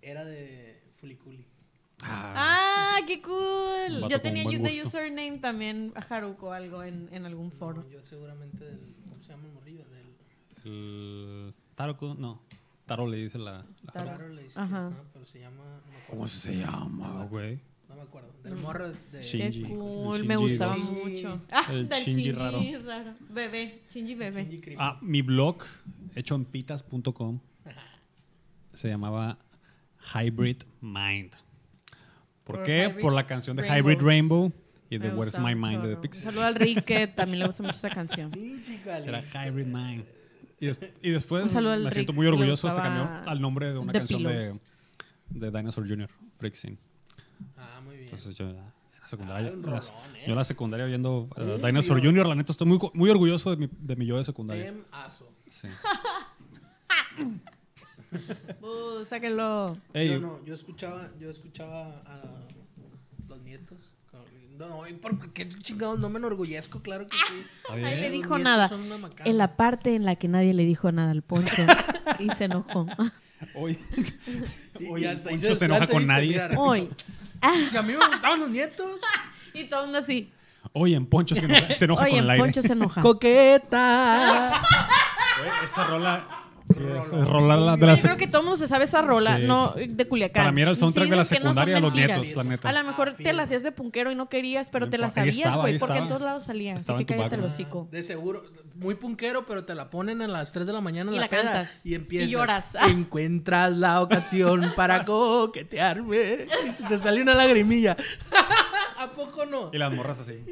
era de Fuliculi.
¡Ah, qué
Un
cool!
vato
Yo
con
tenía
buen
de
gusto.
username también a Haruko algo en, en algún foro.
No, yo seguramente del. ¿Cómo se llama el morrillo? Del.
el Taroko, no. Taro le dice la. la-
Taro.
Claro, le dije,
Ajá.
ajá, pero se llama. No me acuerdo.
¿Cómo se llama?
Ah, güey.
No me acuerdo. Del
Mm.
morro de.
Sí.
Qué
Shinji.
cool,
El
me
Shinji
gustaba
dos.
mucho. Ah,
El
del
Shinji
Shinji
raro.
raro. Bebé, Shinji bebé.
Shinji Creep.
Ah, mi blog, hecho en pitas.com, se llamaba Hybrid Mind. ¿Por,
Por
qué?
Hybrid
Por la canción de
Rainbows.
Hybrid Rainbow y de
Me
Where's
gustaba
My
un
Mind de The
chorro.
Pixies.
Un Saludo al Rick, que también le gusta mucho esa canción.
Pinche
Era
Cali.
Hybrid Mind. Y, des- y después
Un saludo al
me siento
Rick,
muy
que le
orgulloso, se
gustaba
cambió al nombre de una
The
canción de,
Pillows.
de Dinosaur Jr., Freaking.
Ah, muy bien.
Entonces yo en la secundaria,
Ah, un
en la-
rolón, ¿eh?
yo en la secundaria viendo eh,
Uy,
Dinosaur
Dios.
Jr., la neta estoy muy, co- muy orgulloso de mi, de mi yo de secundaria.
Tem Aso.
Sí.
Uh, sáquenlo.
Ey,
Yo no, yo escuchaba, yo escuchaba a los nietos. No, no, ¿y por qué chingados? No me enorgullezco, claro que sí.
a
Ahí
ver,
le
Los
dijo
nietos
nada.
son una macana.
En la parte en la que nadie le dijo nada al [LAUGHS] Poncho y se [LAUGHS] enojó.
hoy,
Y-
hoy
y hasta
Poncho
hizo el
se enoja
plato,
con
¿viste?
nadie.
Mira, repito,
Hoy.
Si a mí me gustaban los
[LAUGHS]
nietos.
Y todo el mundo así.
hoy en Poncho se enoja, se enoja
Oye,
con el aire.
Poncho se enoja.
Coqueta.
Güey, [LAUGHS] esa rola, sí, es, es rola la- de
Yo
la
creo que todo el mundo se sabe esa rola,
Sí,
no
sí, sí.
de Culiacán.
Para mí era el soundtrack de la
Dinos que no son
secundaria de los
mentiras.
nietos, la neta.
A lo mejor
Ah,
te
fino.
la hacías de punquero y no querías, pero te la
Ahí
sabías,
estaba, ahí
güey, porque
estaba.
en todos lados salía. Así
Estaba
que
en tu
cállate el
background.
hocico.
[LAUGHS] De seguro, muy punquero, pero te la ponen a las 3 de la mañana en
Y
la,
la
peda,
cantas.
Y empiezas.
Y lloras.
[LAUGHS] Encuentras la ocasión
[LAUGHS]
para coquetearme. Y se te sale una lagrimilla. [LAUGHS] ¿A poco no?
Y las morras así.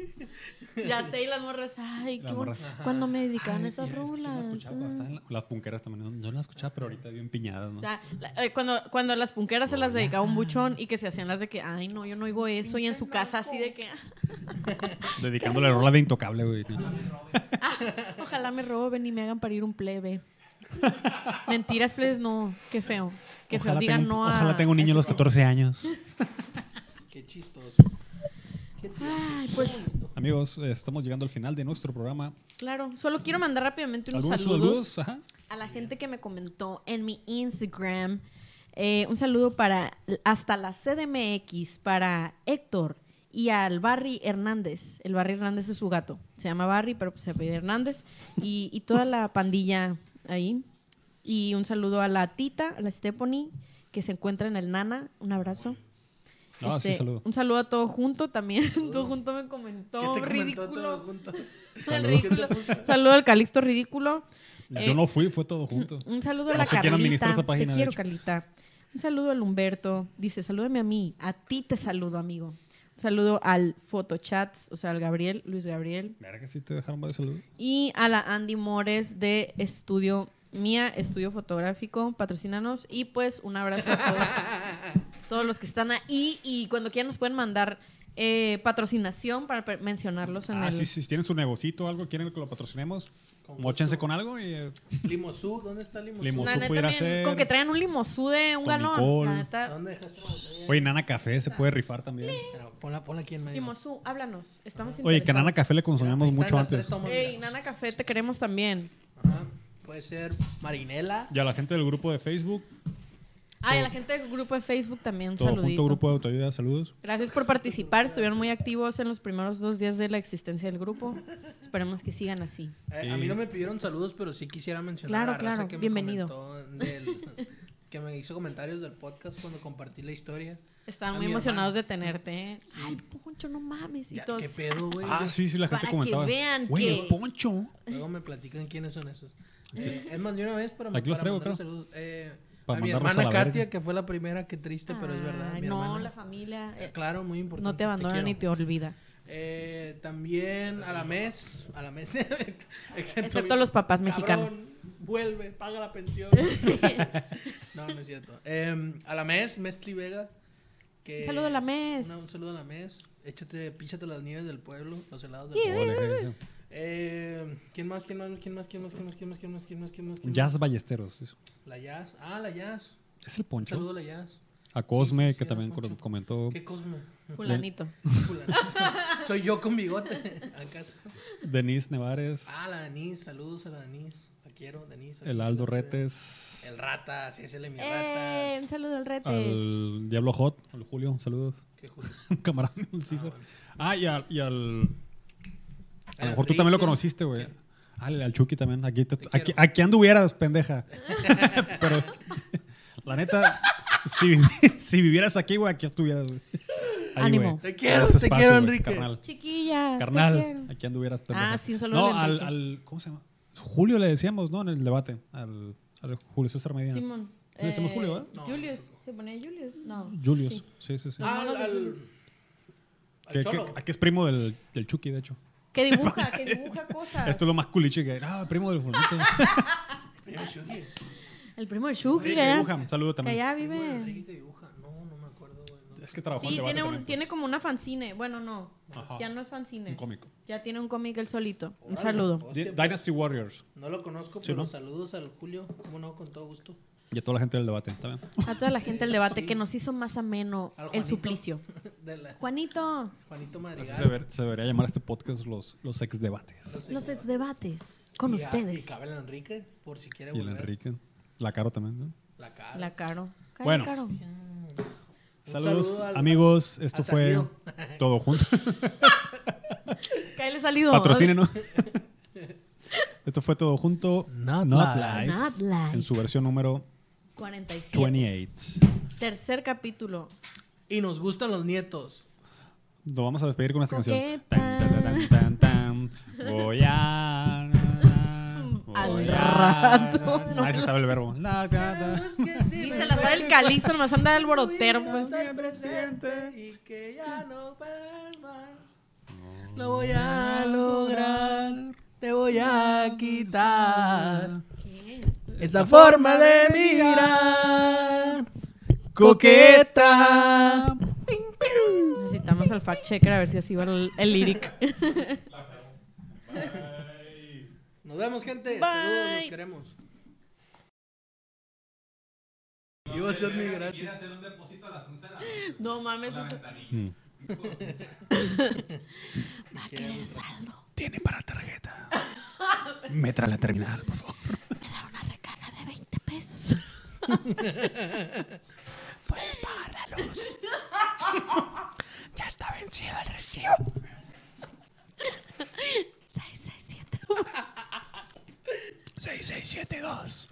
Ya sé, y las morras, ay,
Las
qué bueno.
morras.
Cuando me dedicaban
Ay,
esas
ya, es que yo la
rolas. mm.
escuchaba cuando estaba en la- las punqueras también. no- Yo no la escuchaba, pero ahorita bien piñadas, ¿no?
O sea, la- eh, cuando, cuando las punqueras se las dedicaba un buchón y que se hacían las de que, ay, no, yo no oigo eso. Y en su casa así de que, "Ah,
Dedicándole la rola de intocable, güey.
ah, ojalá me roben y me hagan parir un plebe. Mentiras, plebes, no. Qué feo. Qué feo.
Ojalá tenga
Digan
un-
no a-
ojalá tenga un niño a los 14 años.
Qué chistoso.
Ay, pues
Amigos, eh, estamos llegando al final de nuestro programa.
Claro, solo quiero mandar rápidamente unos
¿Algunos
saludos,
saludos? Ajá.
a la gente que me comentó en mi Instagram. Eh, un saludo para hasta la CDMX, para Héctor y al Barry Hernández. El Barry Hernández es su gato. Se llama Barry, pero pues, se apellida Hernández. Y, y toda la pandilla ahí. Y un saludo a la tita, a la Stephanie, que se encuentra en el Nana. Un abrazo.
Ah, sí,
Este,
saludo.
Un saludo a todo junto también. [LAUGHS] todo junto me comentó.
¿Qué te comentó
Ridículo.
todo junto?
El ridículo. Saludo al Calixto ridículo. Eh, mm.
Yo no fui, fue todo junto.
Un saludo a
No
la
sé quién
Carlita.
administra esa
te
página, de
quiero,
hecho.
Carlita. Un saludo al Humberto. Dice, salúdame a mí. A ti te saludo, amigo. Un saludo al Photochats, o sea, al Gabriel, Luis Gabriel.
Mira que sí te dejaron varios saludos.
Y a la Andy Mores de Estudio Mía, Estudio Fotográfico. Patrocínanos. Y pues un abrazo
[LAUGHS]
a todos, todos los que están ahí. Y cuando quieran nos pueden mandar eh, patrocinación para per- mencionarlos en
Ah,
el...
sí, sí, si tienen su negocito o algo, quieren que lo patrocinemos,
Con
mochense
gusto.
con algo y eh,
Limosú, ¿dónde está Limosú?
Limosú.
La
Oso
neta,
pudiera
también,
ser
Con que traigan un limosú de un galón.
Tonicol.
La neta.
¿Dónde dejaste la botella?
Oye, Nana Café se puede rifar también.
Pero ponla, ponla aquí en medio.
Limosú, háblanos. Estamos
Oye, que a Nana
interesados.
Café le
Ahí
consumíamos
están
mucho
las tres
antes.
tomas,
Ey,
mira.
Nana Café, te queremos también.
Ajá. Puede ser Marinela.
Y a la gente del grupo de Facebook,
Ah, y a la gente del grupo de Facebook también un
Todo
saludito.
junto, grupo de autoridad, saludos.
Gracias por participar. Estuvieron muy activos en los primeros dos días de la existencia del grupo. Esperemos que sigan así.
Eh, a mí no me pidieron saludos, pero sí quisiera mencionar
Claro,
a la raza
claro,
que me
bienvenido.
comentó del- [LAUGHS] que me hizo comentarios del podcast cuando compartí la historia.
Estaban
A
muy
mi
emocionados
hermano.
de tenerte. ¿eh?
Ay, Poncho, no mames. Y
Ya,
todos-
¿Qué pedo, güey?
Ah, sí, sí, la
Para
gente
que
comentaba.
vean
Güey,
que-
el poncho.
Luego me platican quiénes son esos. Eh, es más, de una vez para,
Aquí los
para
traigo,
mandarle
claro.
saludos. Eh,
Para
a mi
mandarlos
hermana
a la
Katia,
verga.
que fue la primera, que triste, este, pero es verdad.
Ay,
mi
no,
hermana.
la familia. eh,
Eh, claro, muy importante.
no te abandona
quiero.
ni
[LAUGHS]
te olvida.
Eh, también a la mes, a la mes, [LAUGHS] excepto,
Excepto los papás mexicanos.
Cabrón, vuelve, paga la pensión.
[LAUGHS]
no, no es cierto. Eh, a la mes, Mestri Vega. Que,
Un saludo a la mes.
Una- un saludo a la mes. Échate, píchate las nieves del pueblo, los helados del pueblo.
Órale,
Eh, ¿Quién más? ¿Quién más? ¿Quién más? ¿Quién más? ¿Quién más? ¿Quién más? ¿Quién más? ¿Quién más? ¿Quién más? ¿Quién más?
Jazz Ballesteros.
La Jazz. Ah, la Jazz.
Es el
Un saludo
poncho.
a la Jazz.
A Cosme,
Sí, sí, sí,
que
el
también
Poncho.
co- comentó.
¿Qué Cosme?
Fulanito.
Fulano. Soy yo con bigote, ¿acaso?
Denise Nevares.
Ah, la Denise, saludos a la Denise. La quiero, Denise.
El Aldo
Retes
Retes.
El Ratas, ese es el mi
Eh,
Ratas.
un saludo al Retes.
Al Diablo Hot. Al Julio, saludos. [LAUGHS]
Qué justo.
Camarón, el César. Ah, y al. y al- a
Al
lo mejor tú también lo
Rico.
conociste, güey. Al, al Chucky también. Aquí, te- aquí,
quiero.
aquí anduvieras, pendeja. [LAUGHS] Pero, la neta, si, vivi- [LAUGHS] si vivieras aquí, güey, aquí estuvieras, güey. Ahí,
Ánimo.
güey.
Te quiero,
Ese
te
espacio,
quiero,
güey,
Enrique.
Carnal,
Chiquilla. te quiero.
carnal aquí anduvieras, pendeja.
Ah, sí, un saludo
No,
al
al,
Enrique.
al- ¿Cómo se llama? Julio le decíamos, ¿no? En el debate. Al, al Julio César Medina.
Simón.
¿Le decimos
Eh,
Julio, eh?
No.
Julius. ¿Se ponía Julius? No.
Julius. Sí, sí, sí.
Ah, al, al, al
que, que-
Cholo.
que es primo del, del Chucky, de hecho.
Que dibuja, que dibuja cosas.
Esto es lo más culichi que. Ah, primo del
[LAUGHS]
fulmito.
Primo Shugi.
El primo del Shuji,
Sí,
¿eh?
dibuja, un saludo
Que
también.
allá
Primo de
vive.
Enrique te dibuja. No, no me acuerdo, güey. no.
Es que trabajó en
Sí,
debate
tiene, un,
también,
tiene como una fanzine. Bueno, no.
Ajá.
Ya no es fanzine.
Un cómico.
Ya tiene un cómic él solito. Un
Órale.
saludo.
pues.
Hostia,
Di-
pues,
Dynasty Warriors.
no lo conozco,
Sí,
pero
¿no?
saludos al Julio. ¿Cómo no? Con todo gusto.
Y a toda la gente del debate también.
A toda la gente el debate que nos hizo más ameno
Al
el
Juanito.
suplicio.
[LAUGHS] De la-
Juanito,
Juanito
Así
Madrigal.
se, ver- se debería llamar este podcast los, los ex debates.
los exdebates con
Y- Y
ustedes.
cabe el Enrique, por si quiere
Y el
volver.
Enrique. La Caro también. ¿no?
La cara.
La Caro. Caro,
Bueno.
Caro.
Un
Saludos,
saludo al-
amigos. Esto
al
fue
salido.
todo junto.
Cáele salido.
Patrocínenos. Esto fue todo junto.
Not live.
Not live.
En su versión número
47.
28.
Tercer capítulo.
[LAUGHS] Y nos gustan los nietos.
Nos vamos a despedir con esta canción.
Coqueta.
Tan, tan, tan, tan, tan, tan. Voy a. voy a-
rato, no.
Nadie se Ah, sabe el verbo. La, la, la.
Y se la sabe el calizo, nomás anda el borotero. Pues.
presente y que ya no vuelva. Lo voy a lograr, te voy a quitar esa forma de mirar, coqueta.
Necesitamos al fact checker a ver si así va el, el lyric.
Nos vemos, gente.
Bye.
Saludos, los queremos. Iba a ser mi gracia.
no mames, eso-
Va a querer saldo.
Tiene para tarjeta. Metra la terminal, por favor.
Me da una recarga de 20
[LAUGHS]
pesos.
Puede pagar la luz. Ya está vencido el recibo.
667.
6672.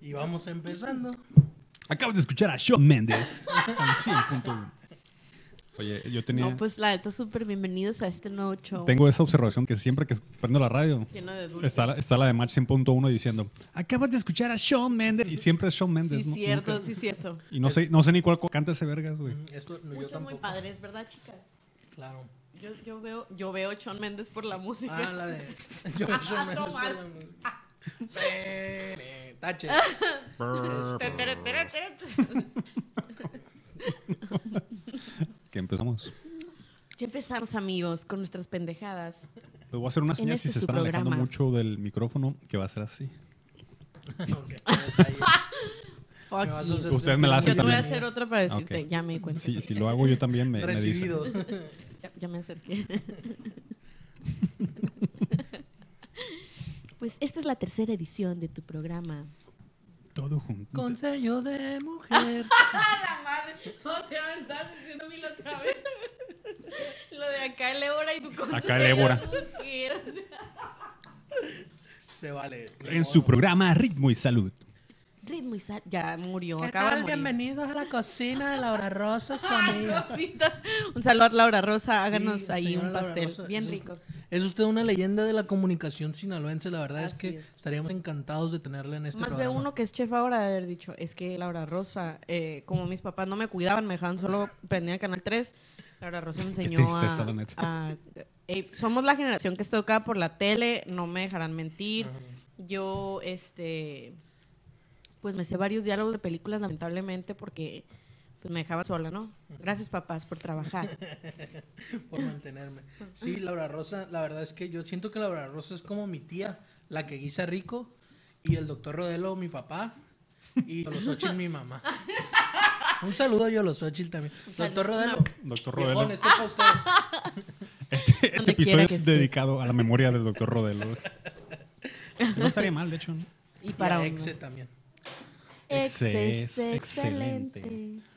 Y vamos empezando.
Acabas de escuchar a Shawn Mendes. Canción punto uno. Oye, yo tenía.
No, pues la neta, súper bienvenidos a este nuevo show.
Tengo esa observación que siempre que prendo la radio.
lleno de dulces.
Está la, está la de Match 100.1 diciendo, acabas de escuchar a Shawn Mendes. Y siempre es Shawn Mendes.
Sí,
¿no?
cierto,
Nunca-
sí, cierto.
Y no sé, no sé ni cuál co- canta ese vergas, güey.
Esto no, yo
Muchos muy
tampoco.
padres, ¿verdad, chicas?
Claro.
Yo, yo veo yo veo a Shawn Méndez por la música.
Ah, la de. [LAUGHS] Ah, Yo yo me-
No, mal.
Pe- pe- Tache.
Tere, tere, tere.
Que empezamos.
Ya empezamos, amigos, con nuestras pendejadas.
Les voy a hacer una señal
este
si se
su
están alejando
programa.
mucho del micrófono, que va a ser así.
Ok, detalle. Me
Fuck
vas a
you.
hacer
Ustedes
sentir
me la
mal.
hacen
Yo te voy a
también.
hacer otra para
Ah, ok.
decirte. Ya me di cuenta.
Si, si lo hago yo también, me, me dicen.
Recibido. [LAUGHS]
Ya, ya me
[LAUGHS]
acerqué.
Pues esta es la tercera edición de tu programa.
todo junto.
Consejo de mujer.
¡A la madre! [LAUGHS] O sea, me estás haciendo a mí la otra vez. Lo de acá el Ébora y tu consejo.
Acá el Ébora.
mujer.
Se vale.
En su programa Ritmo y Salud.
Ritmo y sal. Ya murió,
¿Qué
acaba de
tal?
morir.
Bienvenidos a la cocina de Laura Rosa, su amiga.
Cositas. Un saludo a Laura Rosa. Háganos
Sí,
ahí
señora
un
Laura
pastel.
Rosa, este
Bien
es
rico.
usted- Es usted una leyenda de la comunicación sinaloense. La verdad es
Así
que
es.
estaríamos encantados de tenerla en este
Más de
programa.
uno que es chef ahora de haber dicho, es que Laura Rosa, eh, como mis papás no me cuidaban, me dejaban solo prendía el Canal 3, Laura Rosa me enseñó
tristeza,
a...
la neta.
a- eh, somos la generación que está educada por la tele, no me dejarán mentir. Yo, este... Pues me sé varios diálogos de películas, lamentablemente, porque pues me dejaba sola, ¿no? Gracias, papás, por trabajar.
por mantenerme. Sí, Laura Rosa, la verdad es que yo siento que Laura Rosa es como mi tía, la que guisa rico, y el doctor Rodelo, mi papá, y
[LAUGHS]
Yolosochil, mi mamá. Un saludo a Yolosochil también. Doctor Rodelo.
Doctor
viejón,
Rodelo.
este es pa' usted.
Este, este
Donde
episodio
quiera que
es
esté.
dedicado a la memoria del doctor
[LAUGHS]
Rodelo. No estaría mal,
[LAUGHS]
de hecho. ¿no?
Y
Y
[LAUGHS] para
a
uno.
Exe también.
Ex es
Ex es
excelente.
excelente.